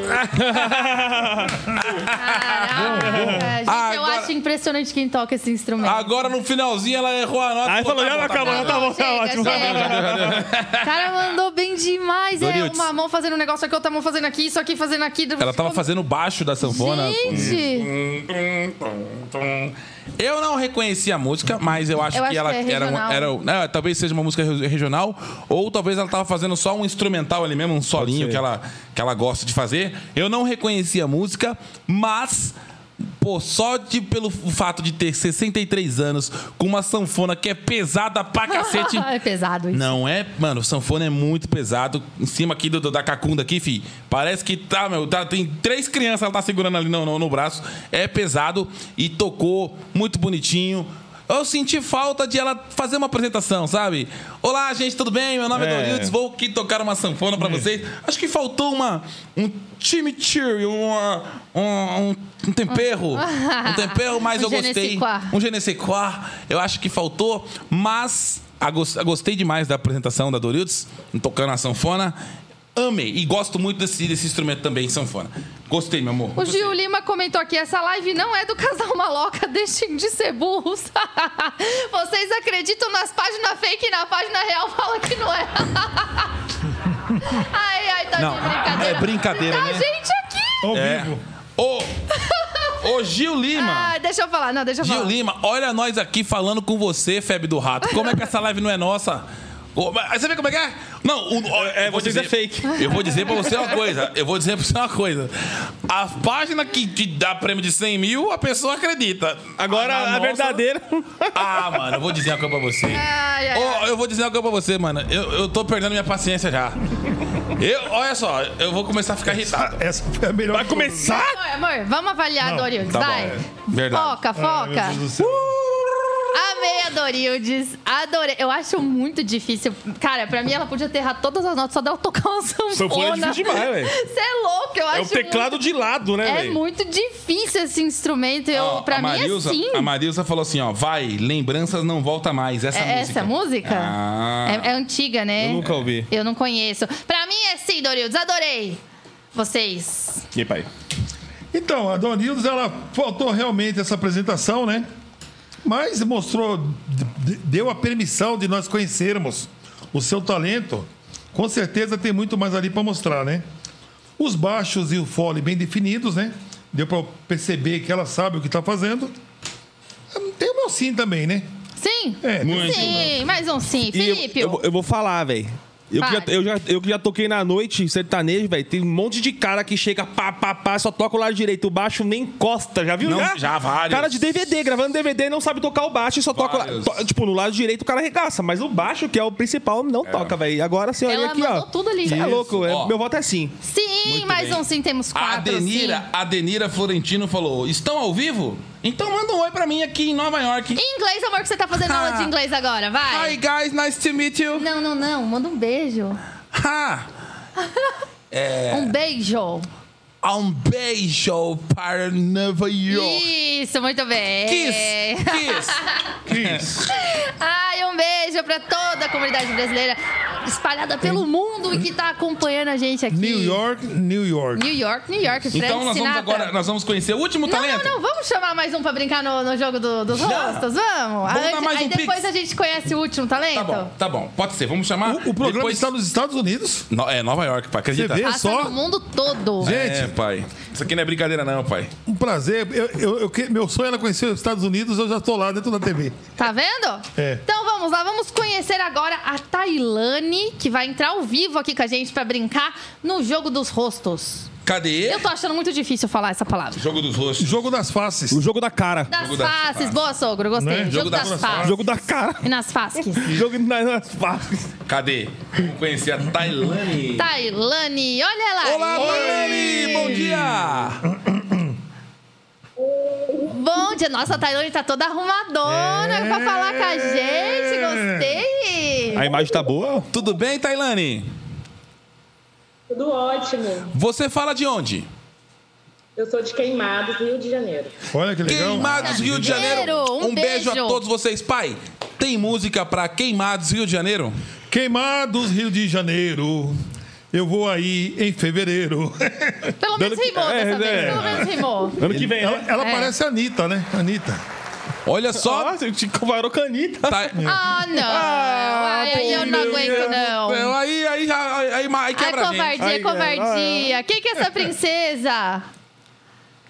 [SPEAKER 2] Caraca, É, gente, eu acho impressionante quem toca esse instrumento.
[SPEAKER 3] Agora no finalzinho ela errou a nota.
[SPEAKER 10] Aí
[SPEAKER 3] Pô,
[SPEAKER 10] falou,
[SPEAKER 3] tá
[SPEAKER 10] já
[SPEAKER 3] bom, tá
[SPEAKER 10] acabou,
[SPEAKER 3] bom,
[SPEAKER 10] já tá bom, tá
[SPEAKER 2] Chega,
[SPEAKER 10] ótimo.
[SPEAKER 2] chega. O cara mandou bem demais. É,
[SPEAKER 3] Dorildes.
[SPEAKER 2] uma mão fazendo um negócio aqui, outra mão fazendo aqui, isso aqui fazendo aqui.
[SPEAKER 3] Ela tava fazendo né? baixo da sanfona.
[SPEAKER 2] Gente!
[SPEAKER 3] Eu não reconheci a música, mas eu acho
[SPEAKER 2] Eu
[SPEAKER 3] que
[SPEAKER 2] acho
[SPEAKER 3] ela
[SPEAKER 2] que é
[SPEAKER 3] era, uma- era
[SPEAKER 2] regional.
[SPEAKER 3] né, talvez seja uma música re- regional ou talvez ela tava fazendo só um instrumental ali mesmo, um solinho
[SPEAKER 10] ser.
[SPEAKER 3] que ela que ela gosta de fazer. Eu não reconheci a música, mas Pô, só de, pelo fato de ter 63 anos, com uma sanfona que é pesada pra cacete,
[SPEAKER 2] <laughs> é pesado isso.
[SPEAKER 3] Não é, mano, o sanfona é muito pesado. Em cima aqui do, do- da cacunda aqui, fi. Parece que tá, meu, tá- tem três crianças ela tá segurando ali no, no, no braço. É pesado e tocou muito bonitinho. Eu senti falta de ela fazer uma apresentação, sabe? Olá, gente, tudo bem? Meu nome é,
[SPEAKER 10] É.
[SPEAKER 3] Dorildes, vou aqui tocar uma sanfona pra vocês. Acho que faltou uma um chimichurri, uma- um, um, um
[SPEAKER 2] <laughs>
[SPEAKER 3] tempero. Um tempero, mas
[SPEAKER 2] Um
[SPEAKER 3] eu gostei.
[SPEAKER 2] genesequá.
[SPEAKER 3] Um Genesequá, eu acho que faltou, mas a gos- a gostei demais da apresentação da Dorildes, tocando a sanfona. Amei e gosto muito desse, desse instrumento também, sanfona. Gostei, meu amor.
[SPEAKER 2] O Gil Lima comentou aqui: essa live não é do casal maloca, <laughs> deixem de ser burros. <laughs> Vocês acreditam nas páginas fake e na página real fala que não é. <laughs> ai, ai, tá
[SPEAKER 3] Não,
[SPEAKER 2] de brincadeira.
[SPEAKER 3] é brincadeira,
[SPEAKER 2] tá
[SPEAKER 3] né?
[SPEAKER 2] gente aqui!
[SPEAKER 4] Ao
[SPEAKER 3] É.
[SPEAKER 4] vivo.
[SPEAKER 3] Ô, ô, Gil Lima!
[SPEAKER 2] Ah, deixa eu falar, não, deixa eu
[SPEAKER 3] Gil
[SPEAKER 2] falar.
[SPEAKER 3] Lima, olha nós aqui falando com você, Feb do Rato. Como é que essa live não é nossa? Ô, mas- Aí você vê como é que é? Não, o- ó,
[SPEAKER 10] É,
[SPEAKER 3] eu vou
[SPEAKER 10] vocês é fake.
[SPEAKER 3] Eu vou dizer pra você uma coisa. Eu vou dizer pra você uma coisa. A página que te dá prêmio de 100 mil, a pessoa acredita. Ah,
[SPEAKER 10] Agora é
[SPEAKER 3] Na
[SPEAKER 10] a
[SPEAKER 3] nossa-
[SPEAKER 10] verdadeira.
[SPEAKER 3] Ah, mano, eu vou dizer uma coisa pra você.
[SPEAKER 2] Ai, ai, ai.
[SPEAKER 3] Ô, eu vou dizer uma coisa pra você, mano. Eu, eu tô perdendo minha paciência já. Eu, olha só, eu vou começar a ficar irritado.
[SPEAKER 4] Essa foi a melhor.
[SPEAKER 10] Vai começar?
[SPEAKER 2] Amor, amor, vamos avaliar a Dorildes,
[SPEAKER 3] tá bom,
[SPEAKER 2] vai.
[SPEAKER 3] é. Verdade.
[SPEAKER 2] Foca,
[SPEAKER 4] Ah, meu
[SPEAKER 2] foca. Uh!
[SPEAKER 4] Deus do céu.
[SPEAKER 2] Amei a Dorildes, adorei. Eu acho muito difícil. Cara, pra mim ela podia ter errado todas as notas, só dela tocar um sanfona.
[SPEAKER 10] Sanfona é difícil demais, velho.
[SPEAKER 2] Você é louco, eu acho
[SPEAKER 10] É o teclado de lado, né,
[SPEAKER 2] muito- É
[SPEAKER 10] velho?
[SPEAKER 2] muito difícil esse instrumento. Eu,
[SPEAKER 3] Ó,
[SPEAKER 2] pra
[SPEAKER 3] a
[SPEAKER 2] mim
[SPEAKER 3] Marilza,
[SPEAKER 2] é sim.
[SPEAKER 3] A Marilza falou assim, ó, vai, lembranças não volta mais. Essa
[SPEAKER 2] É
[SPEAKER 3] música.
[SPEAKER 2] essa música?
[SPEAKER 3] Ah.
[SPEAKER 2] É, é antiga, né?
[SPEAKER 10] Eu nunca ouvi.
[SPEAKER 2] Eu não conheço. Pra mim é sim, Dorildes, adorei. Vocês.
[SPEAKER 10] E aí, pai?
[SPEAKER 4] Então, a Donildes, ela faltou realmente essa apresentação, né? Mas mostrou, d- deu a permissão de nós conhecermos o seu talento. Com certeza tem muito mais ali para mostrar, né? Os baixos e o fole bem definidos, né? Deu para perceber que ela sabe o que está fazendo. Tem o meu sim também, né?
[SPEAKER 2] Sim?
[SPEAKER 4] É,
[SPEAKER 2] sim, mais um sim.
[SPEAKER 10] E eu-
[SPEAKER 2] Felipe.
[SPEAKER 10] eu, vou- eu vou falar, velho.
[SPEAKER 5] Eu que, já,
[SPEAKER 2] Para.
[SPEAKER 5] eu, já, eu que já toquei na noite sertanejo, velho. Tem um monte de cara que chega pá, pá, pá, só toca o lado direito. O baixo nem encosta, já viu?
[SPEAKER 3] Não,
[SPEAKER 5] já,
[SPEAKER 3] já, vários.
[SPEAKER 5] Cara de DVD, gravando DVD, não sabe tocar o baixo e só toca... o la-
[SPEAKER 3] Vários.
[SPEAKER 5] to- tipo, no lado direito o cara arregaça, mas o baixo, que é o principal, não toca, velho. E Agora, assim, olha
[SPEAKER 2] Ela
[SPEAKER 5] aqui, ó.
[SPEAKER 2] mandou tudo ali.
[SPEAKER 5] Cê É
[SPEAKER 2] Isso.
[SPEAKER 5] louco, é-
[SPEAKER 3] Ó.
[SPEAKER 5] meu voto é sim.
[SPEAKER 2] Sim,
[SPEAKER 3] Muito
[SPEAKER 2] mais
[SPEAKER 3] bem.
[SPEAKER 2] um sim, temos
[SPEAKER 3] A
[SPEAKER 2] quatro. assim.
[SPEAKER 3] Denira, a Denira Florentino falou: estão ao vivo? Então manda um oi pra mim aqui em Nova York.
[SPEAKER 2] sim. Em inglês, amor, que você tá fazendo aula de inglês agora, vai.
[SPEAKER 3] Hi guys, nice to meet you.
[SPEAKER 2] Não, não, não. Manda um beijo.
[SPEAKER 3] Ha!
[SPEAKER 2] Um beijo.
[SPEAKER 3] Um beijo para Nova York.
[SPEAKER 2] Isso, muito bem.
[SPEAKER 3] Kiss,
[SPEAKER 2] <laughs>
[SPEAKER 3] kiss, kiss.
[SPEAKER 2] Ai, um beijo pra toda a comunidade brasileira espalhada pelo mundo e que tá acompanhando a gente aqui.
[SPEAKER 4] New York, New York.
[SPEAKER 2] New York, New York, Frank
[SPEAKER 3] Então nós vamos
[SPEAKER 2] Sinatra.
[SPEAKER 3] agora, Tá nós vamos conhecer o último
[SPEAKER 2] Não,
[SPEAKER 3] talento.
[SPEAKER 2] não, não, vamos chamar mais um pra brincar no, no jogo do- dos rostos,
[SPEAKER 3] Vamos
[SPEAKER 2] vamos? aí
[SPEAKER 3] dar mais
[SPEAKER 2] aí
[SPEAKER 3] um
[SPEAKER 2] depois
[SPEAKER 3] pix.
[SPEAKER 2] a gente conhece o último talento.
[SPEAKER 3] Tá bom, tá bom. Pode ser. Vamos chamar.
[SPEAKER 4] O, o programa
[SPEAKER 3] Depois-
[SPEAKER 4] está nos Estados Unidos.
[SPEAKER 3] No- é Nova York, pai. Acredita?
[SPEAKER 4] Você vê?
[SPEAKER 2] Passa
[SPEAKER 4] só-
[SPEAKER 2] no mundo todo.
[SPEAKER 4] Gente,
[SPEAKER 3] É, pai. Isso aqui não é brincadeira não, pai.
[SPEAKER 4] um prazer. Eu, eu- eu que- meu sonho era conhecer os Estados Unidos, eu já estou lá dentro da TV.
[SPEAKER 2] Tá vendo?
[SPEAKER 4] É.
[SPEAKER 2] Então vamos lá, vamos conhecer agora a Tailane, que vai entrar ao vivo aqui com a gente pra brincar no jogo dos rostos.
[SPEAKER 3] Cadê?
[SPEAKER 2] Eu tô achando muito difícil falar essa palavra.
[SPEAKER 3] Jogo dos rostos.
[SPEAKER 4] Jogo das faces.
[SPEAKER 5] O jogo da cara.
[SPEAKER 2] Das
[SPEAKER 3] Jogo das
[SPEAKER 2] faces.
[SPEAKER 3] faces.
[SPEAKER 2] Boa, sogro, gostei.
[SPEAKER 4] Né?
[SPEAKER 2] Jogo,
[SPEAKER 3] Jogo
[SPEAKER 2] das,
[SPEAKER 3] das
[SPEAKER 5] O
[SPEAKER 2] faces.
[SPEAKER 5] jogo da cara.
[SPEAKER 2] E nas
[SPEAKER 3] <laughs>
[SPEAKER 2] faces.
[SPEAKER 5] O jogo nas nas faces.
[SPEAKER 3] Cadê? Vamos conhecer a Tailane.
[SPEAKER 2] Tailane, olha lá.
[SPEAKER 3] Olá, Tailane! Bom dia!
[SPEAKER 2] Bom dia. Nossa, a Tailane tá toda arrumadona pra falar com
[SPEAKER 3] É.
[SPEAKER 2] a gente. Gostei.
[SPEAKER 5] A imagem tá boa?
[SPEAKER 3] Tudo bem, Tailane?
[SPEAKER 11] Tudo ótimo.
[SPEAKER 3] Você fala de onde?
[SPEAKER 11] Eu sou de Queimados, Rio de Janeiro.
[SPEAKER 4] Olha que legal.
[SPEAKER 3] Queimados, Rio de Janeiro.
[SPEAKER 2] Janeiro, um
[SPEAKER 3] beijo. a
[SPEAKER 2] beijo.
[SPEAKER 3] todos vocês. Pai, tem música pra Queimados, Rio de Janeiro?
[SPEAKER 4] Queimados, Rio de Janeiro. Eu vou aí
[SPEAKER 2] <laughs>
[SPEAKER 4] em fevereiro.
[SPEAKER 2] Pelo menos
[SPEAKER 5] Dando-
[SPEAKER 2] rimou dessa
[SPEAKER 5] é,
[SPEAKER 2] vez.
[SPEAKER 3] né?
[SPEAKER 5] é.
[SPEAKER 2] Pelo menos
[SPEAKER 3] <laughs>
[SPEAKER 2] rimou.
[SPEAKER 5] Ano que vem,
[SPEAKER 4] Ela,
[SPEAKER 5] né?
[SPEAKER 4] ela
[SPEAKER 2] É.
[SPEAKER 4] parece a Anitta, né? Anitta.
[SPEAKER 3] Olha só.
[SPEAKER 5] Nossa, a gente comparou com a Anitta.
[SPEAKER 3] Tá-
[SPEAKER 2] Ah, não.
[SPEAKER 3] Ah,
[SPEAKER 2] Ai, aí eu não aguento, não.
[SPEAKER 3] Aí, aí, já- aí, aí, aí
[SPEAKER 2] Ai,
[SPEAKER 3] quebra a gente. é.
[SPEAKER 2] covardia,
[SPEAKER 5] Ai,
[SPEAKER 2] covardia. Quem que é essa princesa?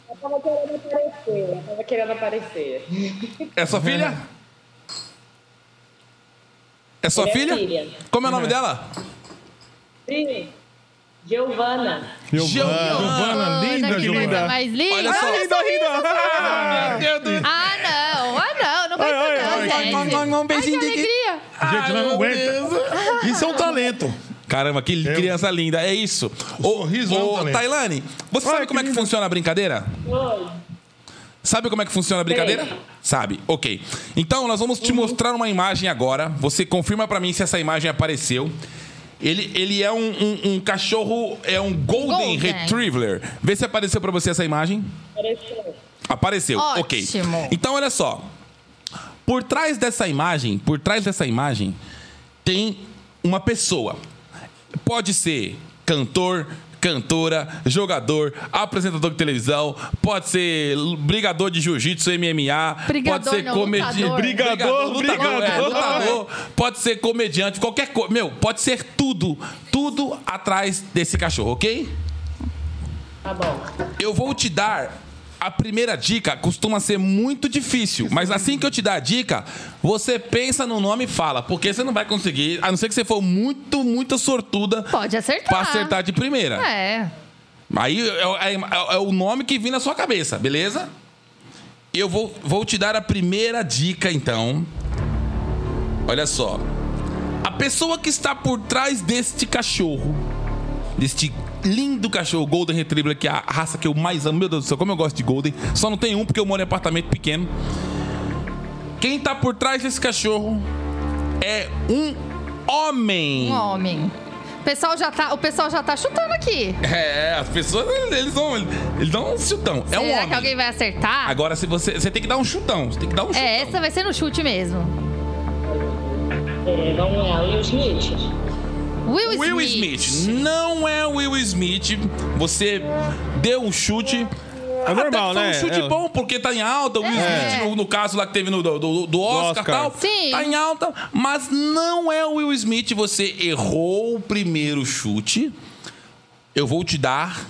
[SPEAKER 11] Eu tava querendo aparecer, eu tava querendo aparecer.
[SPEAKER 3] É sua filha? É sua
[SPEAKER 11] Minha
[SPEAKER 3] filha?
[SPEAKER 11] filha.
[SPEAKER 3] Como é o nome dela?
[SPEAKER 11] Sim, Giovana.
[SPEAKER 4] Giovana, linda,
[SPEAKER 2] que coisa
[SPEAKER 4] Giovana.
[SPEAKER 2] Mais linda.
[SPEAKER 3] Ah, Olha só.
[SPEAKER 5] Rindo, rindo.
[SPEAKER 2] Ah, não. Ah, não. Não vai
[SPEAKER 5] Ai, ai,
[SPEAKER 2] não,
[SPEAKER 3] ai,
[SPEAKER 2] gente.
[SPEAKER 3] ai, ai, ai, um beijinho
[SPEAKER 2] Ai, que
[SPEAKER 3] de-
[SPEAKER 2] alegria.
[SPEAKER 4] Gente, nós não aguenta. Isso é um talento.
[SPEAKER 3] Caramba, que
[SPEAKER 4] Eu-
[SPEAKER 3] criança linda. É isso.
[SPEAKER 4] O sorriso é um talento.
[SPEAKER 3] Tailane, você sabe como é que funciona a brincadeira?
[SPEAKER 11] Oi.
[SPEAKER 3] Sabe como é que funciona a brincadeira?
[SPEAKER 11] Sei.
[SPEAKER 3] Sabe, ok. Então, nós vamos te mostrar uma imagem agora. Você confirma pra mim se essa imagem apareceu. Ele, ele é um, um- um cachorro, é um Golden,
[SPEAKER 2] Golden.
[SPEAKER 3] Retriever. Vê se apareceu pra você essa imagem.
[SPEAKER 11] Apareceu.
[SPEAKER 3] Apareceu,
[SPEAKER 2] Ótimo.
[SPEAKER 3] ok. Então, olha só. Por trás dessa imagem, por trás dessa imagem, tem uma pessoa. Pode ser cantor, cantora, jogador, apresentador de televisão, pode ser l- brigador de jiu-jitsu, MMA,
[SPEAKER 2] Brigador,
[SPEAKER 3] pode ser
[SPEAKER 2] não,
[SPEAKER 3] comediante.
[SPEAKER 2] lutador.
[SPEAKER 5] Brigador,
[SPEAKER 3] lutador, é,
[SPEAKER 5] brigador.
[SPEAKER 3] lutador, pode ser comediante, qualquer coisa. Meu, pode ser tudo. Tudo atrás desse cachorro, ok?
[SPEAKER 11] Tá bom.
[SPEAKER 3] Eu vou te dar a primeira dica, costuma ser muito difícil, mas assim que eu te dar a dica, você pensa no nome e fala, porque você não vai conseguir, a não ser que você for muito, muito sortuda
[SPEAKER 2] Pode acertar.
[SPEAKER 3] pra acertar de primeira.
[SPEAKER 2] É.
[SPEAKER 3] Aí é, é- é o nome que vem na sua cabeça, beleza? Eu vou, vou te dar a primeira dica, então. Olha só. A pessoa que está por trás deste cachorro, deste lindo cachorro Golden Retriever, que é a raça que eu mais amo, meu Deus do céu, como eu gosto de Golden. Só não tem um porque eu moro em apartamento pequeno. Quem está por trás desse cachorro é um homem.
[SPEAKER 2] Um homem. O pessoal já tá, o pessoal já tá chutando aqui.
[SPEAKER 3] É, as pessoas, eles dão, eles dão um chutão. É um
[SPEAKER 2] Será
[SPEAKER 3] homem.
[SPEAKER 2] que alguém vai acertar?
[SPEAKER 3] Agora, se você, você tem que dar um chutão. Você tem que dar um chutão.
[SPEAKER 2] Ah. É, essa vai ser no chute mesmo.
[SPEAKER 11] É, vamos lá, Will Smith.
[SPEAKER 2] é Will,
[SPEAKER 3] Will
[SPEAKER 2] Smith.
[SPEAKER 3] Smith. Não é Will Smith. Você deu um chute.
[SPEAKER 5] É normal,
[SPEAKER 3] Até que Foi
[SPEAKER 5] né?
[SPEAKER 3] um chute
[SPEAKER 5] É.
[SPEAKER 3] bom, porque tá em alta. O Will
[SPEAKER 2] É.
[SPEAKER 3] Smith, no, no caso lá que teve no do, do- do Oscar e
[SPEAKER 5] Oscar.
[SPEAKER 3] tal,
[SPEAKER 2] Sim.
[SPEAKER 3] tá em alta. Mas não é o Will Smith. Você errou o primeiro chute. Eu vou te dar.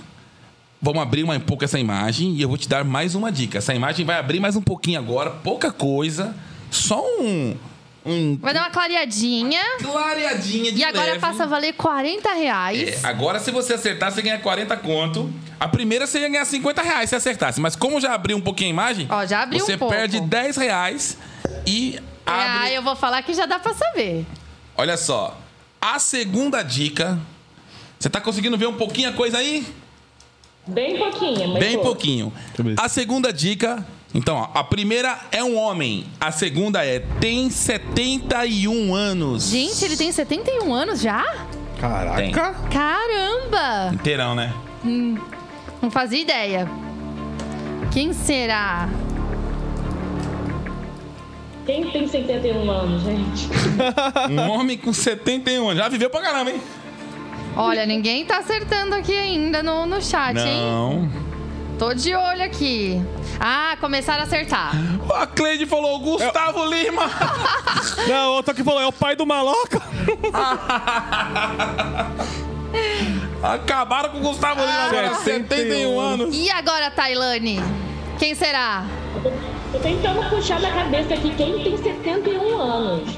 [SPEAKER 3] Vamos abrir mais um pouco essa imagem e eu vou te dar mais uma dica. Essa imagem vai abrir mais um pouquinho agora, pouca coisa. Só um, um
[SPEAKER 2] Vai dar uma clareadinha.
[SPEAKER 3] Clareadinha de
[SPEAKER 2] E agora
[SPEAKER 3] leve.
[SPEAKER 2] passa a valer 40 reais.
[SPEAKER 3] É, agora, se você acertar, você ganha 40 conto. A primeira você ia ganhar 50 reais se acertasse. Mas como já abriu um pouquinho a imagem,
[SPEAKER 2] Ó, já abriu
[SPEAKER 3] você
[SPEAKER 2] um pouco.
[SPEAKER 3] perde 10 reais e
[SPEAKER 2] Ah, eu vou falar que já dá pra saber.
[SPEAKER 3] olha só. A segunda dica. Você tá conseguindo ver um pouquinho a coisa aí?
[SPEAKER 11] Bem pouquinho, mas
[SPEAKER 3] Bem
[SPEAKER 11] pô.
[SPEAKER 3] pouquinho. A segunda dica. Então, ó, a primeira é um homem. A segunda é tem 71 anos.
[SPEAKER 2] Gente, ele tem 71 anos já?
[SPEAKER 3] Caraca.
[SPEAKER 2] Caramba!
[SPEAKER 3] Inteirão, né?
[SPEAKER 2] Hum, não fazia ideia. Quem será?
[SPEAKER 11] Quem tem 71 anos, gente?
[SPEAKER 3] um homem com 71 anos. Já viveu pra caramba, hein?
[SPEAKER 2] Olha, ninguém tá acertando aqui ainda no, no chat, hein?
[SPEAKER 3] Não.
[SPEAKER 2] Tô de olho aqui. Ah, começaram a acertar.
[SPEAKER 3] A Cleide falou Gustavo Lima.
[SPEAKER 5] <laughs> Não, outro que falou, é o pai do maloca.
[SPEAKER 3] <laughs> Acabaram com o Gustavo Lima
[SPEAKER 5] Ah,
[SPEAKER 3] agora, 71 anos.
[SPEAKER 2] E agora, Tailane? Quem será?
[SPEAKER 11] Tô tentando puxar da cabeça aqui quem tem 71 anos.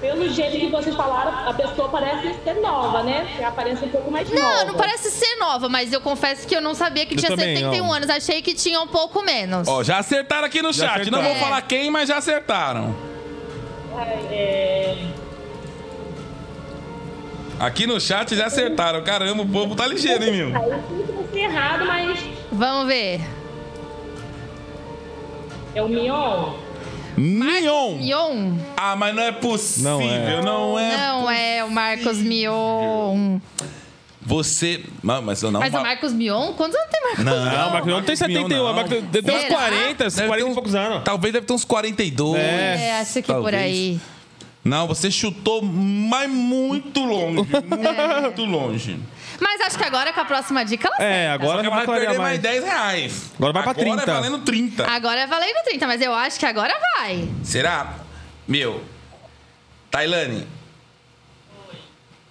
[SPEAKER 11] Pelo jeito que vocês falaram, a pessoa parece ser nova, né? Tem a aparência um pouco mais nova.
[SPEAKER 2] Não, não parece ser nova, mas eu confesso que eu não sabia que
[SPEAKER 3] Eu
[SPEAKER 2] tinha
[SPEAKER 3] também
[SPEAKER 2] 71
[SPEAKER 3] não.
[SPEAKER 2] anos. Achei que tinha um pouco menos.
[SPEAKER 3] Ó, já acertaram aqui no
[SPEAKER 2] Já
[SPEAKER 3] chat. Não vou
[SPEAKER 2] acertaram.
[SPEAKER 3] falar quem, mas já acertaram.
[SPEAKER 11] Ai, é...
[SPEAKER 3] Aqui no chat já acertaram. Caramba, o povo tá ligeiro, hein, meu?
[SPEAKER 11] Aí tudo vai ser errado, mas
[SPEAKER 2] Vamos ver.
[SPEAKER 11] é o Mion.
[SPEAKER 3] Mion.
[SPEAKER 2] Mion?
[SPEAKER 3] Ah, mas não é possível, não é.
[SPEAKER 2] Não é o Marcos Mion.
[SPEAKER 3] Você. Não, mas eu não.
[SPEAKER 2] mas é o Marcos Mion? Quantos anos tem Marcos Mion?
[SPEAKER 3] Não,
[SPEAKER 5] o Marcos Mion um, tem 71, o Marcos deve ter uns
[SPEAKER 2] Será?
[SPEAKER 5] 40, 40 e poucos anos.
[SPEAKER 3] um, Talvez deve ter uns 42.
[SPEAKER 2] É, acho que por aí.
[SPEAKER 3] Não, você chutou, mas muito
[SPEAKER 5] <laughs>
[SPEAKER 3] longe. Muito longe.
[SPEAKER 2] Mas acho que agora com a próxima dica ela
[SPEAKER 5] É,
[SPEAKER 2] acerta.
[SPEAKER 5] agora não vai
[SPEAKER 3] perder
[SPEAKER 5] clarear
[SPEAKER 3] mais.
[SPEAKER 5] mais.
[SPEAKER 3] 10 reais.
[SPEAKER 5] Agora vai pra
[SPEAKER 3] Agora
[SPEAKER 5] 30.
[SPEAKER 3] é valendo 30.
[SPEAKER 2] Agora é valendo 30, mas eu acho que agora vai.
[SPEAKER 3] Será? Meu, Tailane,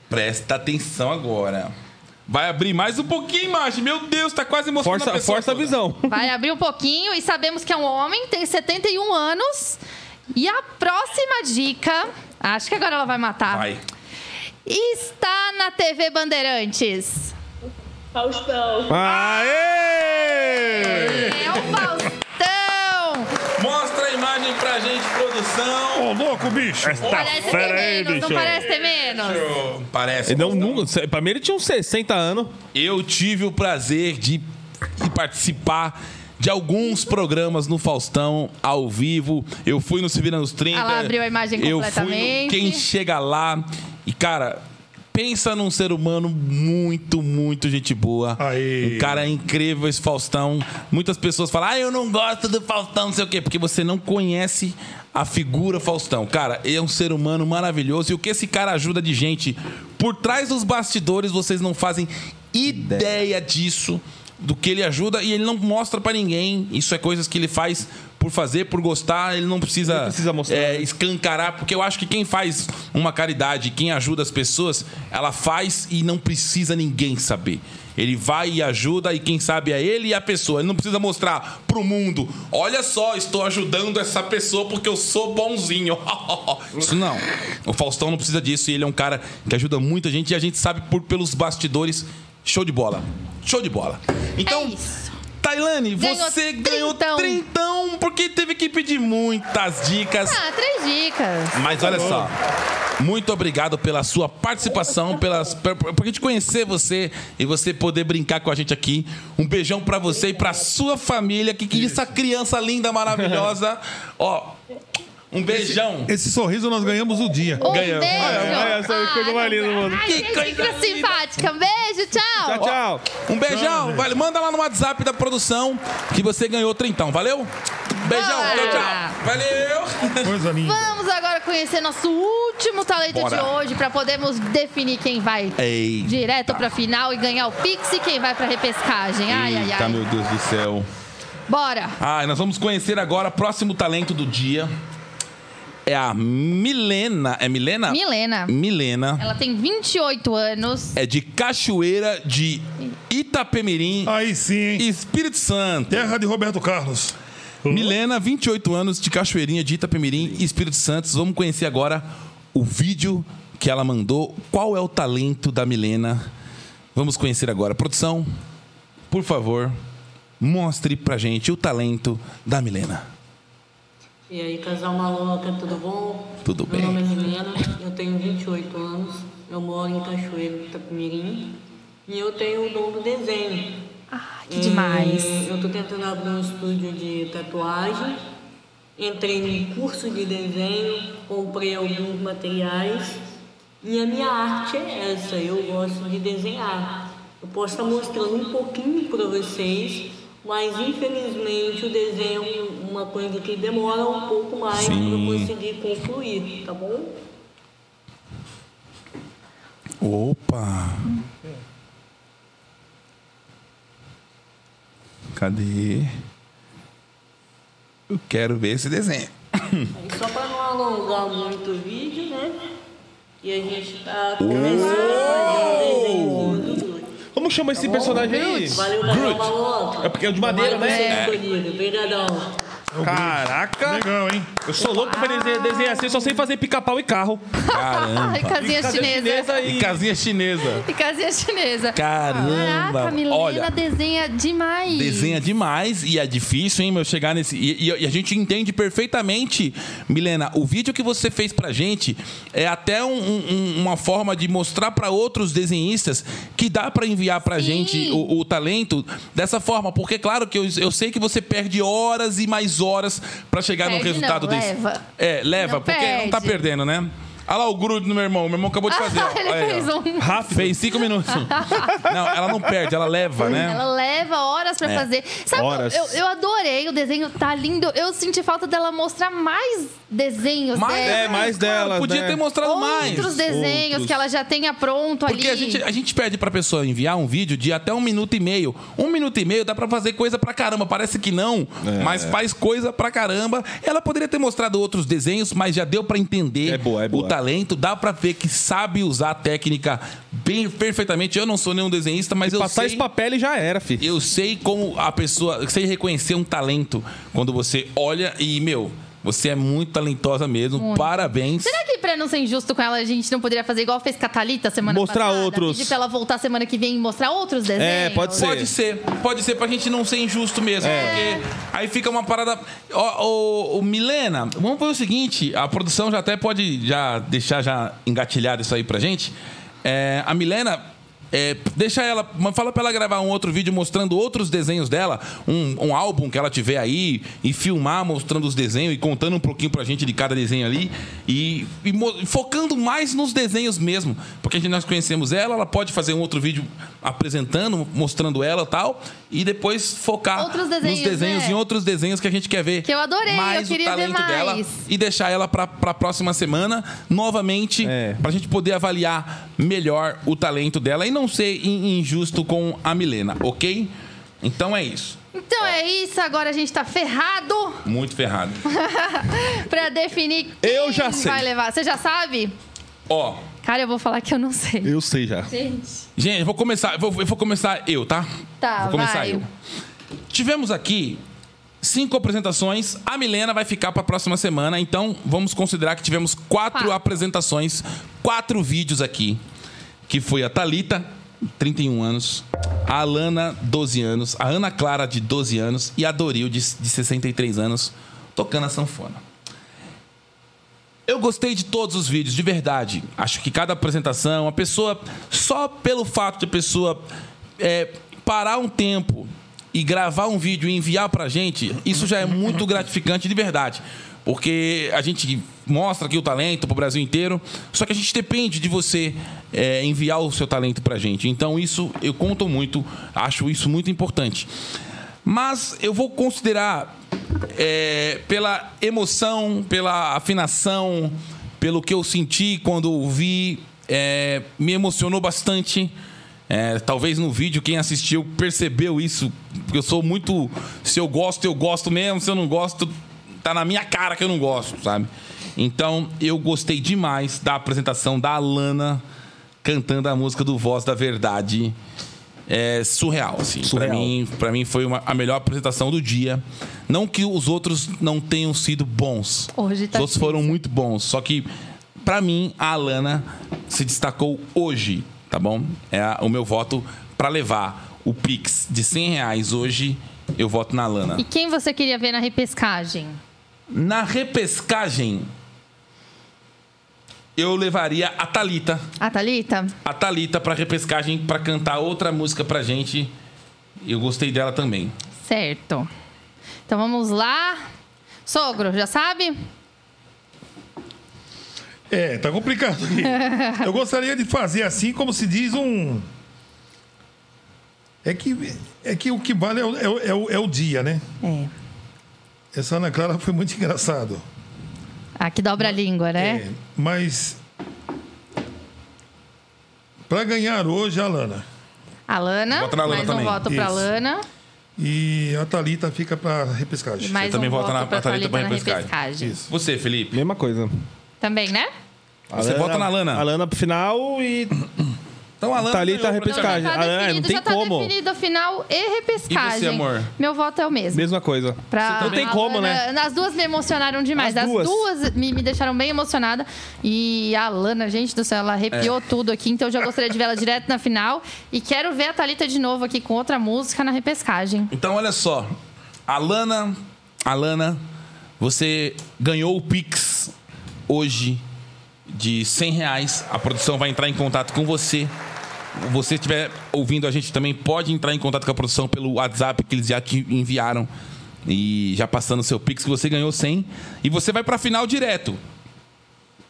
[SPEAKER 3] presta atenção agora. Vai abrir mais um pouquinho a imagem. Meu Deus, tá quase mostrando
[SPEAKER 5] Força-
[SPEAKER 3] a pessoa.
[SPEAKER 5] força a
[SPEAKER 3] toda.
[SPEAKER 5] visão.
[SPEAKER 2] Vai abrir um pouquinho e sabemos que é um homem, tem 71 anos. E a próxima dica, acho que agora ela vai matar.
[SPEAKER 3] Vai.
[SPEAKER 2] Está na TV Bandeirantes.
[SPEAKER 11] Faustão.
[SPEAKER 5] Aê!
[SPEAKER 2] É o Faustão!
[SPEAKER 3] Mostra a imagem pra gente, produção.
[SPEAKER 5] Ô, louco, bicho! Esta
[SPEAKER 4] Ah,
[SPEAKER 2] Parece ter menos, não parece ter menos.
[SPEAKER 3] Parece.
[SPEAKER 5] Não, nunca, pra mim ele tinha uns 60 anos.
[SPEAKER 3] Eu tive o prazer de participar de alguns programas no Faustão, ao vivo. Eu fui no Se Vira nos 30.
[SPEAKER 2] Ah lá, abriu a imagem
[SPEAKER 3] Eu fui no
[SPEAKER 2] completamente.
[SPEAKER 3] Quem Chega Lá. E, cara, pensa num ser humano muito, muito gente boa. Um cara incrível, esse Faustão. Muitas pessoas falam, ah, eu não gosto do Faustão, não sei o quê. Porque você não conhece a figura Faustão. Cara, ele é um ser humano maravilhoso. E o que esse cara ajuda de gente por trás dos bastidores, vocês não fazem ideia disso do que ele ajuda e ele não mostra pra ninguém. Isso é coisas que ele faz por fazer, por gostar, ele não precisa,
[SPEAKER 2] né?
[SPEAKER 3] é, escancarar, porque eu acho que quem faz uma caridade, quem ajuda as pessoas, ela faz e não precisa ninguém saber. Ele vai e ajuda e quem sabe é ele e a pessoa. Ele não precisa mostrar pro mundo, olha só, estou ajudando essa pessoa porque eu sou bonzinho. <laughs> Isso não. O Faustão não precisa disso e ele é um cara que ajuda muita gente e a gente sabe por pelos bastidores. Show de bola. Show de bola. Então, Tailane,
[SPEAKER 2] É Ganhou
[SPEAKER 3] você ganhou
[SPEAKER 2] trintão.
[SPEAKER 3] trintão porque teve que pedir muitas dicas.
[SPEAKER 2] Ah, três dicas.
[SPEAKER 3] Mas olha só. Muito obrigado pela sua participação, pelas, pra, pra gente conhecer você e você poder brincar com a gente aqui. Um beijão pra você e pra sua família, que, que essa criança linda, maravilhosa. Ó, um beijão.
[SPEAKER 4] Esse sorriso nós ganhamos o dia.
[SPEAKER 2] Um beijo. Ah,
[SPEAKER 3] Que
[SPEAKER 2] que
[SPEAKER 3] coisa
[SPEAKER 2] coisa simpática. Um beijo,
[SPEAKER 5] Tá
[SPEAKER 2] tchau.
[SPEAKER 3] Ó, Um beijão. Vale, manda lá no WhatsApp da produção que você ganhou trintão. Valeu? Beijão. Tchau, tchau. Valeu.
[SPEAKER 4] Coisa linda.
[SPEAKER 2] Vamos agora conhecer nosso último talento
[SPEAKER 3] Bora.
[SPEAKER 2] de hoje para podermos definir quem vai
[SPEAKER 3] <laughs> Ei.
[SPEAKER 2] direto para final e ganhar o Pix e quem vai para repescagem. Ai, ai,
[SPEAKER 3] Eita,
[SPEAKER 2] ai.
[SPEAKER 3] meu Deus do céu.
[SPEAKER 2] Bora.
[SPEAKER 3] Ah, e nós vamos conhecer agora o próximo talento do dia. É a Milena. É Milena?
[SPEAKER 2] Milena.
[SPEAKER 3] Milena.
[SPEAKER 2] Ela tem 28 anos.
[SPEAKER 3] É de Cachoeira de Itapemirim.
[SPEAKER 4] Aí sim.
[SPEAKER 3] Espírito Santo.
[SPEAKER 4] Terra de Roberto Carlos.
[SPEAKER 3] Milena, 28 anos, de Cachoeirinha, de Itapemirim, Espírito Santos. Vamos conhecer agora o vídeo que ela mandou. Qual é o talento da Milena? Vamos conhecer agora. Produção, por favor, mostre pra gente o talento da Milena.
[SPEAKER 12] E aí, casal maloca, tudo bom?
[SPEAKER 3] Tudo
[SPEAKER 12] Meu nome é Milena, eu tenho 28 anos, eu moro em Cachoeiro, Itapemirim, e eu tenho o dom do desenho. Ah,
[SPEAKER 2] que demais.
[SPEAKER 12] Eu tô tentando abrir um estúdio de tatuagem, entrei num curso de desenho, comprei alguns materiais, e a minha arte é essa, eu gosto de desenhar. Eu posso estar mostrando um pouquinho para vocês, mas infelizmente o desenho é uma coisa que demora um pouco mais para
[SPEAKER 3] Sim.
[SPEAKER 12] conseguir concluir, tá bom?
[SPEAKER 3] Opa! Cadê? Eu quero ver esse desenho.
[SPEAKER 12] Aí só para não alongar muito o vídeo, né? E a gente tá começando a fazer um desenho.
[SPEAKER 5] Como chama esse
[SPEAKER 12] Tá bom?
[SPEAKER 5] personagem aí?
[SPEAKER 12] Valeu, valeu, valeu.
[SPEAKER 5] É porque é de madeira, né?
[SPEAKER 12] Valeu, escolhido. Obrigadão.
[SPEAKER 5] Caraca! Legal, hein? Eu sou louco pra desenhar, desenhar assim, eu só sei fazer pica-pau e carro.
[SPEAKER 3] Caramba.
[SPEAKER 2] E casinha chinesa.
[SPEAKER 3] E casinha chinesa.
[SPEAKER 2] E casinha chinesa.
[SPEAKER 3] Caramba.
[SPEAKER 2] Caraca, a Milena
[SPEAKER 3] Olha.
[SPEAKER 2] desenha demais.
[SPEAKER 3] Desenha demais e é difícil, hein, meu, chegar nesse. E, e- e a gente entende perfeitamente, Milena, o vídeo que você fez pra gente é até um- um- uma forma de mostrar pra outros desenhistas que dá pra enviar pra gente o, o talento dessa forma. Porque, claro, que eu, eu sei que você perde horas e mais horas pra chegar num
[SPEAKER 2] Perde não,
[SPEAKER 3] resultado desse.
[SPEAKER 2] leva.
[SPEAKER 3] É, leva,
[SPEAKER 2] Não
[SPEAKER 3] porque não tá
[SPEAKER 2] perde.
[SPEAKER 3] perdendo, né? Olha lá o grude do meu irmão. Meu irmão
[SPEAKER 2] <laughs>
[SPEAKER 3] acabou de fazer. ó.
[SPEAKER 2] Ele
[SPEAKER 3] Aí, ó.
[SPEAKER 2] fez um.
[SPEAKER 3] Rápido. Fez cinco minutos. Não, ela não perde, ela leva, né?
[SPEAKER 2] Ela leva horas pra
[SPEAKER 3] É.
[SPEAKER 2] fazer. Sabe,
[SPEAKER 3] Horas.
[SPEAKER 2] Eu, eu adorei, o desenho tá lindo. Eu senti falta dela mostrar mais desenhos
[SPEAKER 3] Mais,
[SPEAKER 2] dela.
[SPEAKER 3] é, mais Claro, dela, podia né? ter mostrado mais.
[SPEAKER 2] Outros desenhos
[SPEAKER 3] Outros.
[SPEAKER 2] que ela já tenha pronto
[SPEAKER 3] Porque
[SPEAKER 2] ali.
[SPEAKER 3] a gente, a gente pede pra pessoa enviar um vídeo de até um minuto e meio. Um minuto e meio dá pra fazer coisa pra caramba. Parece que não, mas faz coisa pra caramba. Ela poderia ter mostrado outros desenhos, mas já deu pra entender o talento. Dá pra ver que sabe usar a técnica bem perfeitamente. Eu não sou nenhum desenhista, mas eu
[SPEAKER 5] passar
[SPEAKER 3] sei...
[SPEAKER 5] esse papel e já era, filho.
[SPEAKER 3] Eu sei como a pessoa... Eu sei reconhecer um talento quando você olha e, meu... Você é muito talentosa mesmo.
[SPEAKER 2] Muito.
[SPEAKER 3] Parabéns.
[SPEAKER 2] Será que pra não ser injusto com ela, a gente não poderia fazer igual fez Catalita semana
[SPEAKER 3] Mostrar
[SPEAKER 2] passada?
[SPEAKER 3] outros. É,
[SPEAKER 2] Pedir pra ela voltar semana que vem e mostrar outros desenhos?
[SPEAKER 3] Pode ser, É. pode ser, pra gente não ser injusto mesmo. Porque aí fica uma parada. Ô, ô, ô, Milena, vamos fazer o seguinte: a produção já até pode já deixar já engatilhado isso aí pra gente. É, a Milena. é, deixa ela, ma- fala pra ela gravar um outro vídeo mostrando outros desenhos dela, um, um álbum que ela tiver aí, e filmar mostrando os desenhos e contando um pouquinho pra gente de cada desenho ali, e, e mo- focando mais nos desenhos mesmo, porque a gente- nós conhecemos ela, ela pode fazer um outro vídeo apresentando, mostrando ela e tal, e depois focar
[SPEAKER 2] Outros
[SPEAKER 3] nos
[SPEAKER 2] desenhos,
[SPEAKER 3] desenhos
[SPEAKER 2] né?
[SPEAKER 3] em outros desenhos que a gente quer ver
[SPEAKER 2] Que eu adorei,
[SPEAKER 3] mais
[SPEAKER 2] eu queria
[SPEAKER 3] o
[SPEAKER 2] ver
[SPEAKER 3] talento
[SPEAKER 2] mais.
[SPEAKER 3] dela e deixar ela pra pra próxima semana novamente pra gente poder avaliar melhor o talento dela e não ser in- injusto com a Milena, ok? Então é isso.
[SPEAKER 2] Então é isso, agora a gente tá ferrado
[SPEAKER 3] Muito ferrado.
[SPEAKER 2] pra definir quem
[SPEAKER 3] Eu já sei.
[SPEAKER 2] vai levar. Você já sabe?
[SPEAKER 3] Ó,
[SPEAKER 2] Cara, eu vou falar que eu não sei.
[SPEAKER 3] eu sei já.
[SPEAKER 2] Gente.
[SPEAKER 3] Gente, eu vou começar, eu vou, eu vou começar eu, tá?
[SPEAKER 2] Tá,
[SPEAKER 3] vou começar
[SPEAKER 2] vai.
[SPEAKER 3] eu. Tivemos aqui cinco apresentações. A Milena vai ficar para a próxima semana, então vamos considerar que tivemos quatro apresentações, quatro vídeos aqui, que foi a Talita, 31 anos, a Alana, 12 anos, a Ana Clara de 12 anos e a Doril de, de 63 anos tocando a sanfona. Eu gostei de todos os vídeos, de verdade. Acho que cada apresentação, a pessoa, só pelo fato de a pessoa é, parar um tempo e gravar um vídeo e enviar pra gente, isso já é muito gratificante de verdade. Porque a gente mostra aqui o talento pro Brasil inteiro, só que a gente depende de você é, enviar o seu talento pra gente. Então, isso eu conto muito, acho isso muito importante. Mas eu vou considerar é, pela emoção, pela afinação, pelo que eu senti quando ouvi, é, me emocionou bastante. É, talvez no vídeo quem assistiu percebeu isso, porque eu sou muito. Se eu gosto, eu gosto mesmo, se eu não gosto, tá na minha cara que eu não gosto, sabe? Então eu gostei demais da apresentação da Alana cantando a música do Voz da Verdade. é, surreal, assim. Pra mim, pra mim foi uma- a melhor apresentação do dia. Não que os outros não tenham sido bons.
[SPEAKER 2] Hoje tá
[SPEAKER 3] os outros foram muito bons. Só que, pra mim, a Alana se destacou hoje, tá bom? É a- o meu voto pra levar o Pix de 100 reais hoje. Eu voto na Alana.
[SPEAKER 2] E quem você queria ver na repescagem?
[SPEAKER 3] Na repescagem, eu levaria a Thalita.
[SPEAKER 2] A Thalita?
[SPEAKER 3] A Thalita pra repescagem pra cantar outra música pra gente. Eu gostei dela também.
[SPEAKER 2] Certo. Então vamos lá. Sogro, já sabe?
[SPEAKER 4] É, tá complicado aqui.
[SPEAKER 2] <laughs>
[SPEAKER 4] Eu gostaria de fazer assim, como se diz, um. É que, é que o que vale é o, é o- é o- é o dia, né?
[SPEAKER 2] É.
[SPEAKER 4] Essa Ana Clara foi muito engraçado. É,
[SPEAKER 2] Ah, que dobra a língua, né?
[SPEAKER 5] É.
[SPEAKER 4] Mas. Pra ganhar hoje, a Lana.
[SPEAKER 2] A Lana.
[SPEAKER 4] Vota na Lana
[SPEAKER 2] mais
[SPEAKER 4] também.
[SPEAKER 2] um voto pra
[SPEAKER 4] Isso.
[SPEAKER 2] Lana.
[SPEAKER 4] E a Thalita fica pra repescagem.
[SPEAKER 2] E mais Você também um vota voto na- pra pra Thalita Thalita pra na repescagem. repescagem.
[SPEAKER 3] Isso. Você, Felipe.
[SPEAKER 5] Mesma coisa.
[SPEAKER 2] Também, né?
[SPEAKER 3] Você vota na Lana.
[SPEAKER 5] A Lana pro final e.
[SPEAKER 3] Então a Lana
[SPEAKER 5] Thalita
[SPEAKER 3] ganhou pra
[SPEAKER 5] repescagem.
[SPEAKER 2] Tá
[SPEAKER 5] A Lana, é, não
[SPEAKER 2] definido,
[SPEAKER 5] tem
[SPEAKER 2] já tá
[SPEAKER 5] como.
[SPEAKER 2] definido final e repescagem.
[SPEAKER 5] E você, amor?
[SPEAKER 2] Meu voto é o mesmo.
[SPEAKER 5] Mesma coisa.
[SPEAKER 2] Pra
[SPEAKER 5] não tem
[SPEAKER 2] a
[SPEAKER 5] como,
[SPEAKER 2] Lana-
[SPEAKER 5] né?
[SPEAKER 2] As duas me emocionaram demais.
[SPEAKER 5] As
[SPEAKER 2] As,
[SPEAKER 5] duas.
[SPEAKER 2] duas, me, me deixaram bem emocionada. E a Lana, gente do céu, ela arrepiou
[SPEAKER 3] É.
[SPEAKER 2] tudo aqui. Então eu já gostaria de vê-la direto na final. E quero ver a Thalita de novo aqui com outra música na repescagem.
[SPEAKER 3] Então, olha só. Alana, Alana, você ganhou o Pix hoje de 100 reais. A produção vai entrar em contato com você. Você estiver ouvindo a gente também, pode entrar em contato com a produção pelo WhatsApp que eles já te enviaram. E já passando o seu Pix, que você ganhou 100. E você vai para a final direto.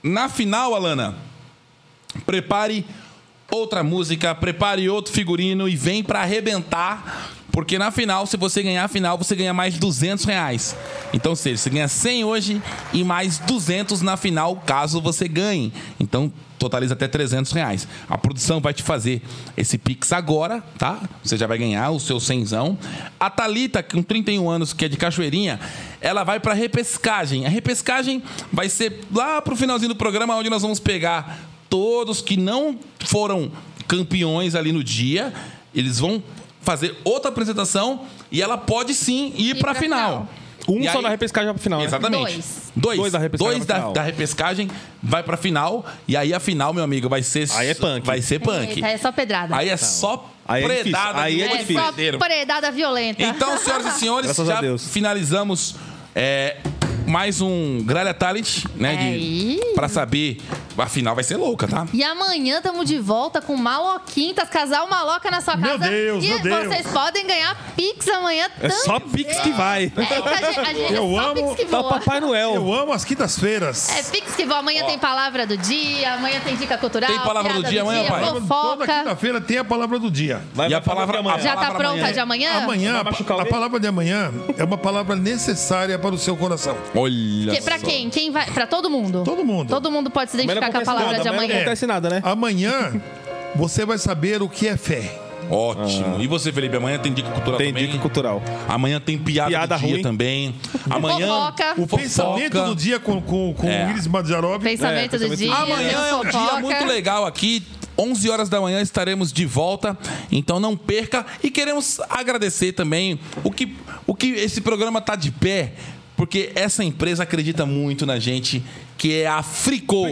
[SPEAKER 3] Na final, Alana, prepare outra música, prepare outro figurino e vem pra arrebentar. Porque na final, se você ganhar a final, você ganha mais 200 reais. Então, ou seja, você ganha 100 hoje e mais 200 na final, caso você ganhe. Então, totaliza até 300 reais. A produção vai te fazer esse Pix agora, tá? Você já vai ganhar o seu cenzão. A Thalita, com 31 anos, que é de Cachoeirinha, ela vai pra repescagem. A repescagem vai ser lá pro finalzinho do programa, onde nós vamos pegar todos que não foram campeões ali no dia, eles vão fazer outra apresentação e ela pode sim ir pra final.
[SPEAKER 5] Um
[SPEAKER 3] E
[SPEAKER 5] só
[SPEAKER 3] aí-
[SPEAKER 5] na repescagem vai pro final. né?
[SPEAKER 3] Exatamente. Dois.
[SPEAKER 5] Dois da repescagem.
[SPEAKER 3] Dois
[SPEAKER 5] vai
[SPEAKER 3] da,
[SPEAKER 5] pro final.
[SPEAKER 3] da repescagem vai pra final. E aí a final, meu amigo, vai ser. Aí é punk. Vai ser punk.
[SPEAKER 2] Eita, é só pedrada.
[SPEAKER 3] Aí é só
[SPEAKER 5] Aí é difícil.
[SPEAKER 3] predada.
[SPEAKER 5] Aí
[SPEAKER 3] de
[SPEAKER 5] é
[SPEAKER 3] modo
[SPEAKER 5] difícil.
[SPEAKER 2] Só
[SPEAKER 3] verdadeiro.
[SPEAKER 2] É predada violenta.
[SPEAKER 3] Então, senhoras e senhores,
[SPEAKER 5] Graças a
[SPEAKER 3] já finalizamos é, mais um Gralha Talent, né? De, pra saber. A final vai ser louca, tá?
[SPEAKER 2] E amanhã tamo de volta com Maloquintas, casal Maloca na sua casa.
[SPEAKER 3] Deus,
[SPEAKER 2] e
[SPEAKER 3] meu Deus.
[SPEAKER 2] vocês podem ganhar Pix amanhã
[SPEAKER 4] É só
[SPEAKER 5] Pix que vai.
[SPEAKER 2] a gente- a gente- é
[SPEAKER 4] eu
[SPEAKER 2] só
[SPEAKER 4] amo.
[SPEAKER 2] Pix que
[SPEAKER 5] Tá
[SPEAKER 2] voa.
[SPEAKER 5] Noel.
[SPEAKER 4] Eu amo as quintas-feiras.
[SPEAKER 2] É Pix que voa. Amanhã
[SPEAKER 4] Ó.
[SPEAKER 2] tem palavra do dia, amanhã tem dica cultural.
[SPEAKER 4] Tem palavra
[SPEAKER 2] piada
[SPEAKER 4] do dia amanhã, pai? Toda
[SPEAKER 2] Fofoca.
[SPEAKER 4] quinta-feira tem a palavra do dia.
[SPEAKER 3] e a palavra amanhã.
[SPEAKER 2] Já tá pronta de amanhã?
[SPEAKER 4] Amanhã, a palavra de amanhã é uma palavra necessária para o seu coração.
[SPEAKER 3] Olha
[SPEAKER 2] Que, pra quem? Quem vai? Pra todo mundo? Todo mundo. Todo mundo pode se identificar com a palavra de amanhã.
[SPEAKER 5] nada, né?
[SPEAKER 4] Amanhã você vai saber o que é fé.
[SPEAKER 3] Ótimo. E você, Felipe, amanhã tem dica cultural tem também? Tem dica
[SPEAKER 5] cultural.
[SPEAKER 3] Amanhã tem piada,
[SPEAKER 5] Piada
[SPEAKER 3] do dia
[SPEAKER 5] ruim.
[SPEAKER 3] também. Amanhã...
[SPEAKER 4] O pensamento do dia com, com, com
[SPEAKER 3] É.
[SPEAKER 4] o Iris Madjarov.
[SPEAKER 2] Pensamento do dia.
[SPEAKER 3] Amanhã é um dia
[SPEAKER 2] fofoca.
[SPEAKER 3] muito legal aqui. 11 horas da manhã estaremos de volta, então não perca. E queremos agradecer também o que, o que esse programa tá de pé, porque essa empresa acredita muito na gente, que é a Fricô.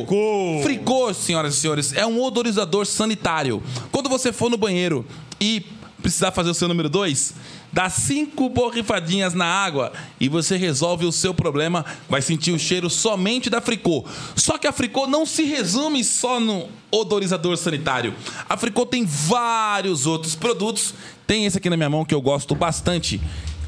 [SPEAKER 3] Fricô, senhoras e senhores, é um odorizador sanitário. Quando você for no banheiro e precisar fazer o seu número 2, dá cinco borrifadinhas na água e você resolve o seu problema. Vai sentir o cheiro somente da Fricô. Só que a Fricô não se resume só no odorizador sanitário. A Fricô tem vários outros produtos. Tem esse aqui na minha mão que eu gosto bastante.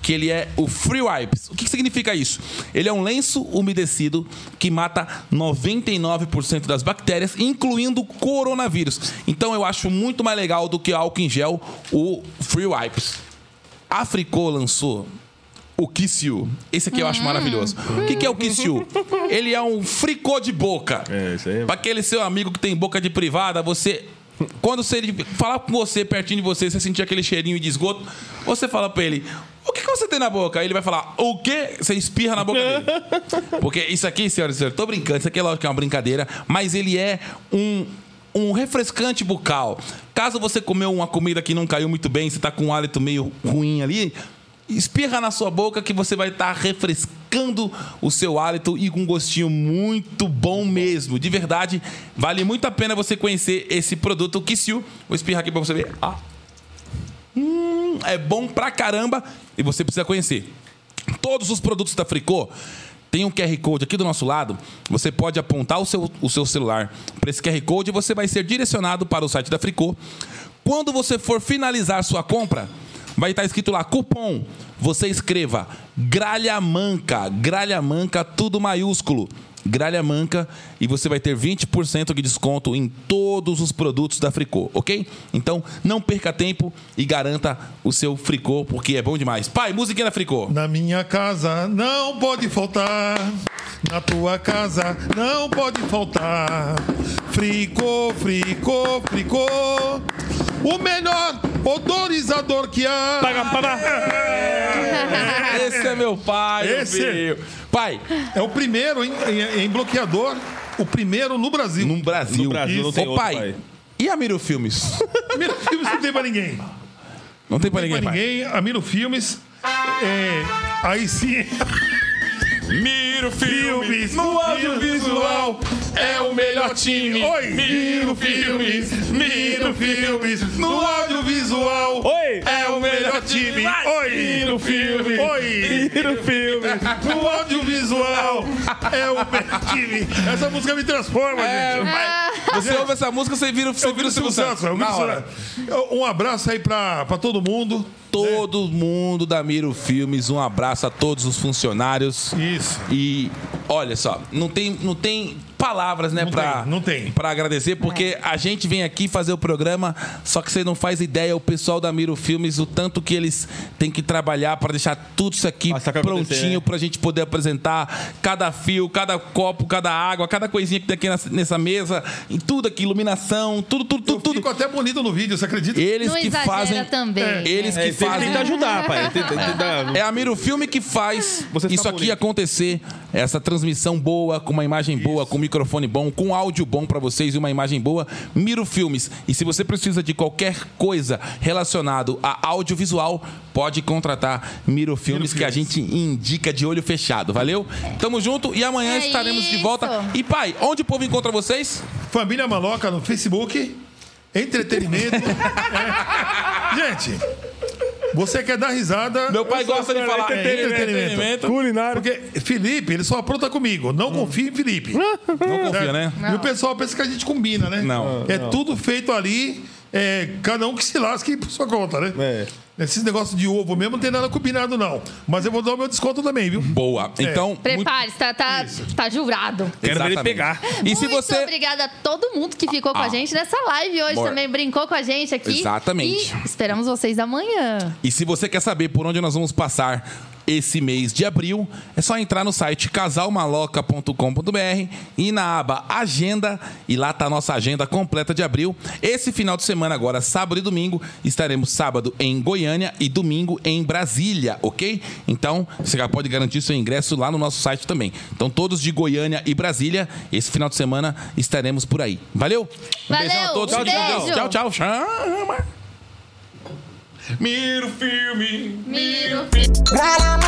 [SPEAKER 3] Que ele é o Free Wipes. O que que significa isso? Ele é um lenço umedecido que mata 99% das bactérias, incluindo coronavírus. Então eu acho muito mais legal do que álcool em gel, o Free Wipes. A Fricô lançou o Kissiu. Esse aqui eu acho maravilhoso. O que, que é o Kissiu? Ele é um fricô de boca. É, isso aí. Pra aquele seu amigo que tem boca de privada, você. Quando se ele falar com você, pertinho de você, você sentir aquele cheirinho de esgoto, você fala pra ele: O que, que você tem na boca? Aí ele vai falar: O quê? Você espirra na boca <laughs> dele. Porque isso aqui, senhoras e senhores, tô brincando, isso aqui é lógico que é uma brincadeira, mas ele é um um refrescante bucal. Caso você comeu uma comida que não caiu muito bem, você tá com um hálito meio ruim ali, espirra na sua boca que você vai estar refrescando o seu hálito e com um gostinho muito bom mesmo. De verdade, vale muito a pena você conhecer esse produto o Kissil. Vou espirrar aqui pra você ver. Ah. Hum, é bom pra caramba e você precisa conhecer. Todos os produtos da Fricô tem um QR Code aqui do nosso lado. Você pode apontar o seu, o seu celular para esse QR Code e você vai ser direcionado para o site da Fricô. Quando você for finalizar sua compra, vai estar escrito lá cupom. Você escreva Gralha Manca, Gralha Manca, tudo maiúsculo. Gralha Manca e você vai ter 20% de desconto em todos os produtos da Fricô, ok? Então não perca tempo e garanta o seu Fricô, porque é bom demais. Pai, musiquinha da Fricô.
[SPEAKER 4] Na minha casa não pode faltar. Na tua casa não pode faltar. Fricô, fricô, fricô. O melhor odorizador que há.
[SPEAKER 3] <laughs> Esse é meu pai, meu filho. Pai.
[SPEAKER 4] É o primeiro em, em- em bloqueador. O primeiro no Brasil. <laughs> No
[SPEAKER 3] Brasil.
[SPEAKER 4] No
[SPEAKER 3] Brasil, não tem outro, pai. E a Miro Filmes?
[SPEAKER 4] Miro Filmes não tem pra ninguém.
[SPEAKER 3] Não tem pra ninguém,
[SPEAKER 4] pra
[SPEAKER 3] pai.
[SPEAKER 4] ninguém. A Miro Filmes. é, aí sim.
[SPEAKER 3] Miro
[SPEAKER 4] Filmes
[SPEAKER 3] no audiovisual
[SPEAKER 4] é o melhor time. Oi. Miro Filmes, Miro Filmes no audiovisual Oi. é o melhor time. Oi. Miro Filmes, Oi. Miro Filmes no audiovisual é o melhor time. É. Essa música me transforma, gente. Vai.
[SPEAKER 3] Você ouve essa música, você vira, você
[SPEAKER 4] Eu
[SPEAKER 3] vira o Silvio
[SPEAKER 4] viro
[SPEAKER 3] Santos. é um
[SPEAKER 4] eu viro
[SPEAKER 3] na
[SPEAKER 4] o Silvio
[SPEAKER 3] hora.
[SPEAKER 4] Santos. Um abraço aí pra, pra todo mundo.
[SPEAKER 3] Todo mundo da Miro Filmes, um abraço a todos os funcionários.
[SPEAKER 4] Isso.
[SPEAKER 3] E olha só, não tem, não tem palavras, né, para não tem. Para agradecer, porque
[SPEAKER 2] É.
[SPEAKER 3] a gente vem aqui fazer o programa, só que você não faz ideia o pessoal da Miro Filmes o tanto que eles têm que trabalhar para deixar tudo isso aqui prontinho pra gente poder apresentar cada fio, cada copo, cada água, cada coisinha que tem aqui nessa- nessa mesa, e tudo aqui, iluminação, tudo, tudo, tudo, tudo. Ficou
[SPEAKER 4] até bonito no vídeo, você acredita?
[SPEAKER 3] Eles
[SPEAKER 2] Não
[SPEAKER 3] que
[SPEAKER 2] exagera
[SPEAKER 3] fazem
[SPEAKER 2] também, né?
[SPEAKER 3] Eles
[SPEAKER 2] É,
[SPEAKER 3] que
[SPEAKER 2] tem- tem
[SPEAKER 3] fazem.
[SPEAKER 2] que <laughs> ajudar, pai. Tem- tem- tem que dar-
[SPEAKER 3] É a Miro Filme que faz isso aqui acontecer. Essa transmissão boa, com uma imagem boa, com um microfone bom, com áudio bom pra vocês e uma imagem boa. Miro Filmes. E se você precisa de qualquer coisa relacionado a audiovisual, pode contratar Miro Filmes, É. que a gente indica de olho fechado. Valeu? Tamo junto e amanhã
[SPEAKER 2] É
[SPEAKER 3] estaremos de volta. E pai, onde o povo encontra vocês?
[SPEAKER 4] Família Maloca no Facebook.
[SPEAKER 3] <laughs>
[SPEAKER 4] Entretenimento. É. Gente, você quer dar risada.
[SPEAKER 3] Meu pai gosta de falar entretenimento.
[SPEAKER 4] Culinário. Porque Felipe, ele só apronta comigo.
[SPEAKER 3] Hum.
[SPEAKER 4] Não confia em Felipe. Não
[SPEAKER 3] confia, né?
[SPEAKER 4] E o pessoal pensa que a gente combina, né?
[SPEAKER 3] Não.
[SPEAKER 4] É
[SPEAKER 3] Ah, Não.
[SPEAKER 4] tudo feito ali. é, cada um que se lasque por sua conta, né?
[SPEAKER 3] É.
[SPEAKER 4] Esses negócios de ovo mesmo não tem nada combinado, não. Mas eu vou dar o meu desconto também, viu?
[SPEAKER 3] Boa. Então,
[SPEAKER 2] Prepare-se, tá, tá, tá jurado.
[SPEAKER 3] Quero ver ele pegar. É. E se
[SPEAKER 2] Muito
[SPEAKER 3] você
[SPEAKER 2] obrigada a todo mundo que ficou com
[SPEAKER 3] Ah.
[SPEAKER 2] a gente nessa live hoje
[SPEAKER 3] Bora.
[SPEAKER 2] também, brincou com a gente aqui.
[SPEAKER 3] Exatamente.
[SPEAKER 2] E esperamos vocês amanhã.
[SPEAKER 3] E se você quer saber por onde nós vamos passar esse mês de abril, é só entrar no site casalmaloca.com.br e na aba Agenda, e lá tá a nossa agenda completa de abril. Esse final de semana agora, sábado e domingo, estaremos sábado em Goiânia e domingo em Brasília, ok? Então, você já pode garantir seu ingresso lá no nosso site também. Então, todos de Goiânia e Brasília, esse final de semana estaremos por aí. Valeu?
[SPEAKER 2] Valeu, um
[SPEAKER 3] Fique com Deus.
[SPEAKER 2] beijo.
[SPEAKER 3] Tchau, tchau. Chama. Miro filme.
[SPEAKER 2] Miro.
[SPEAKER 1] Gralha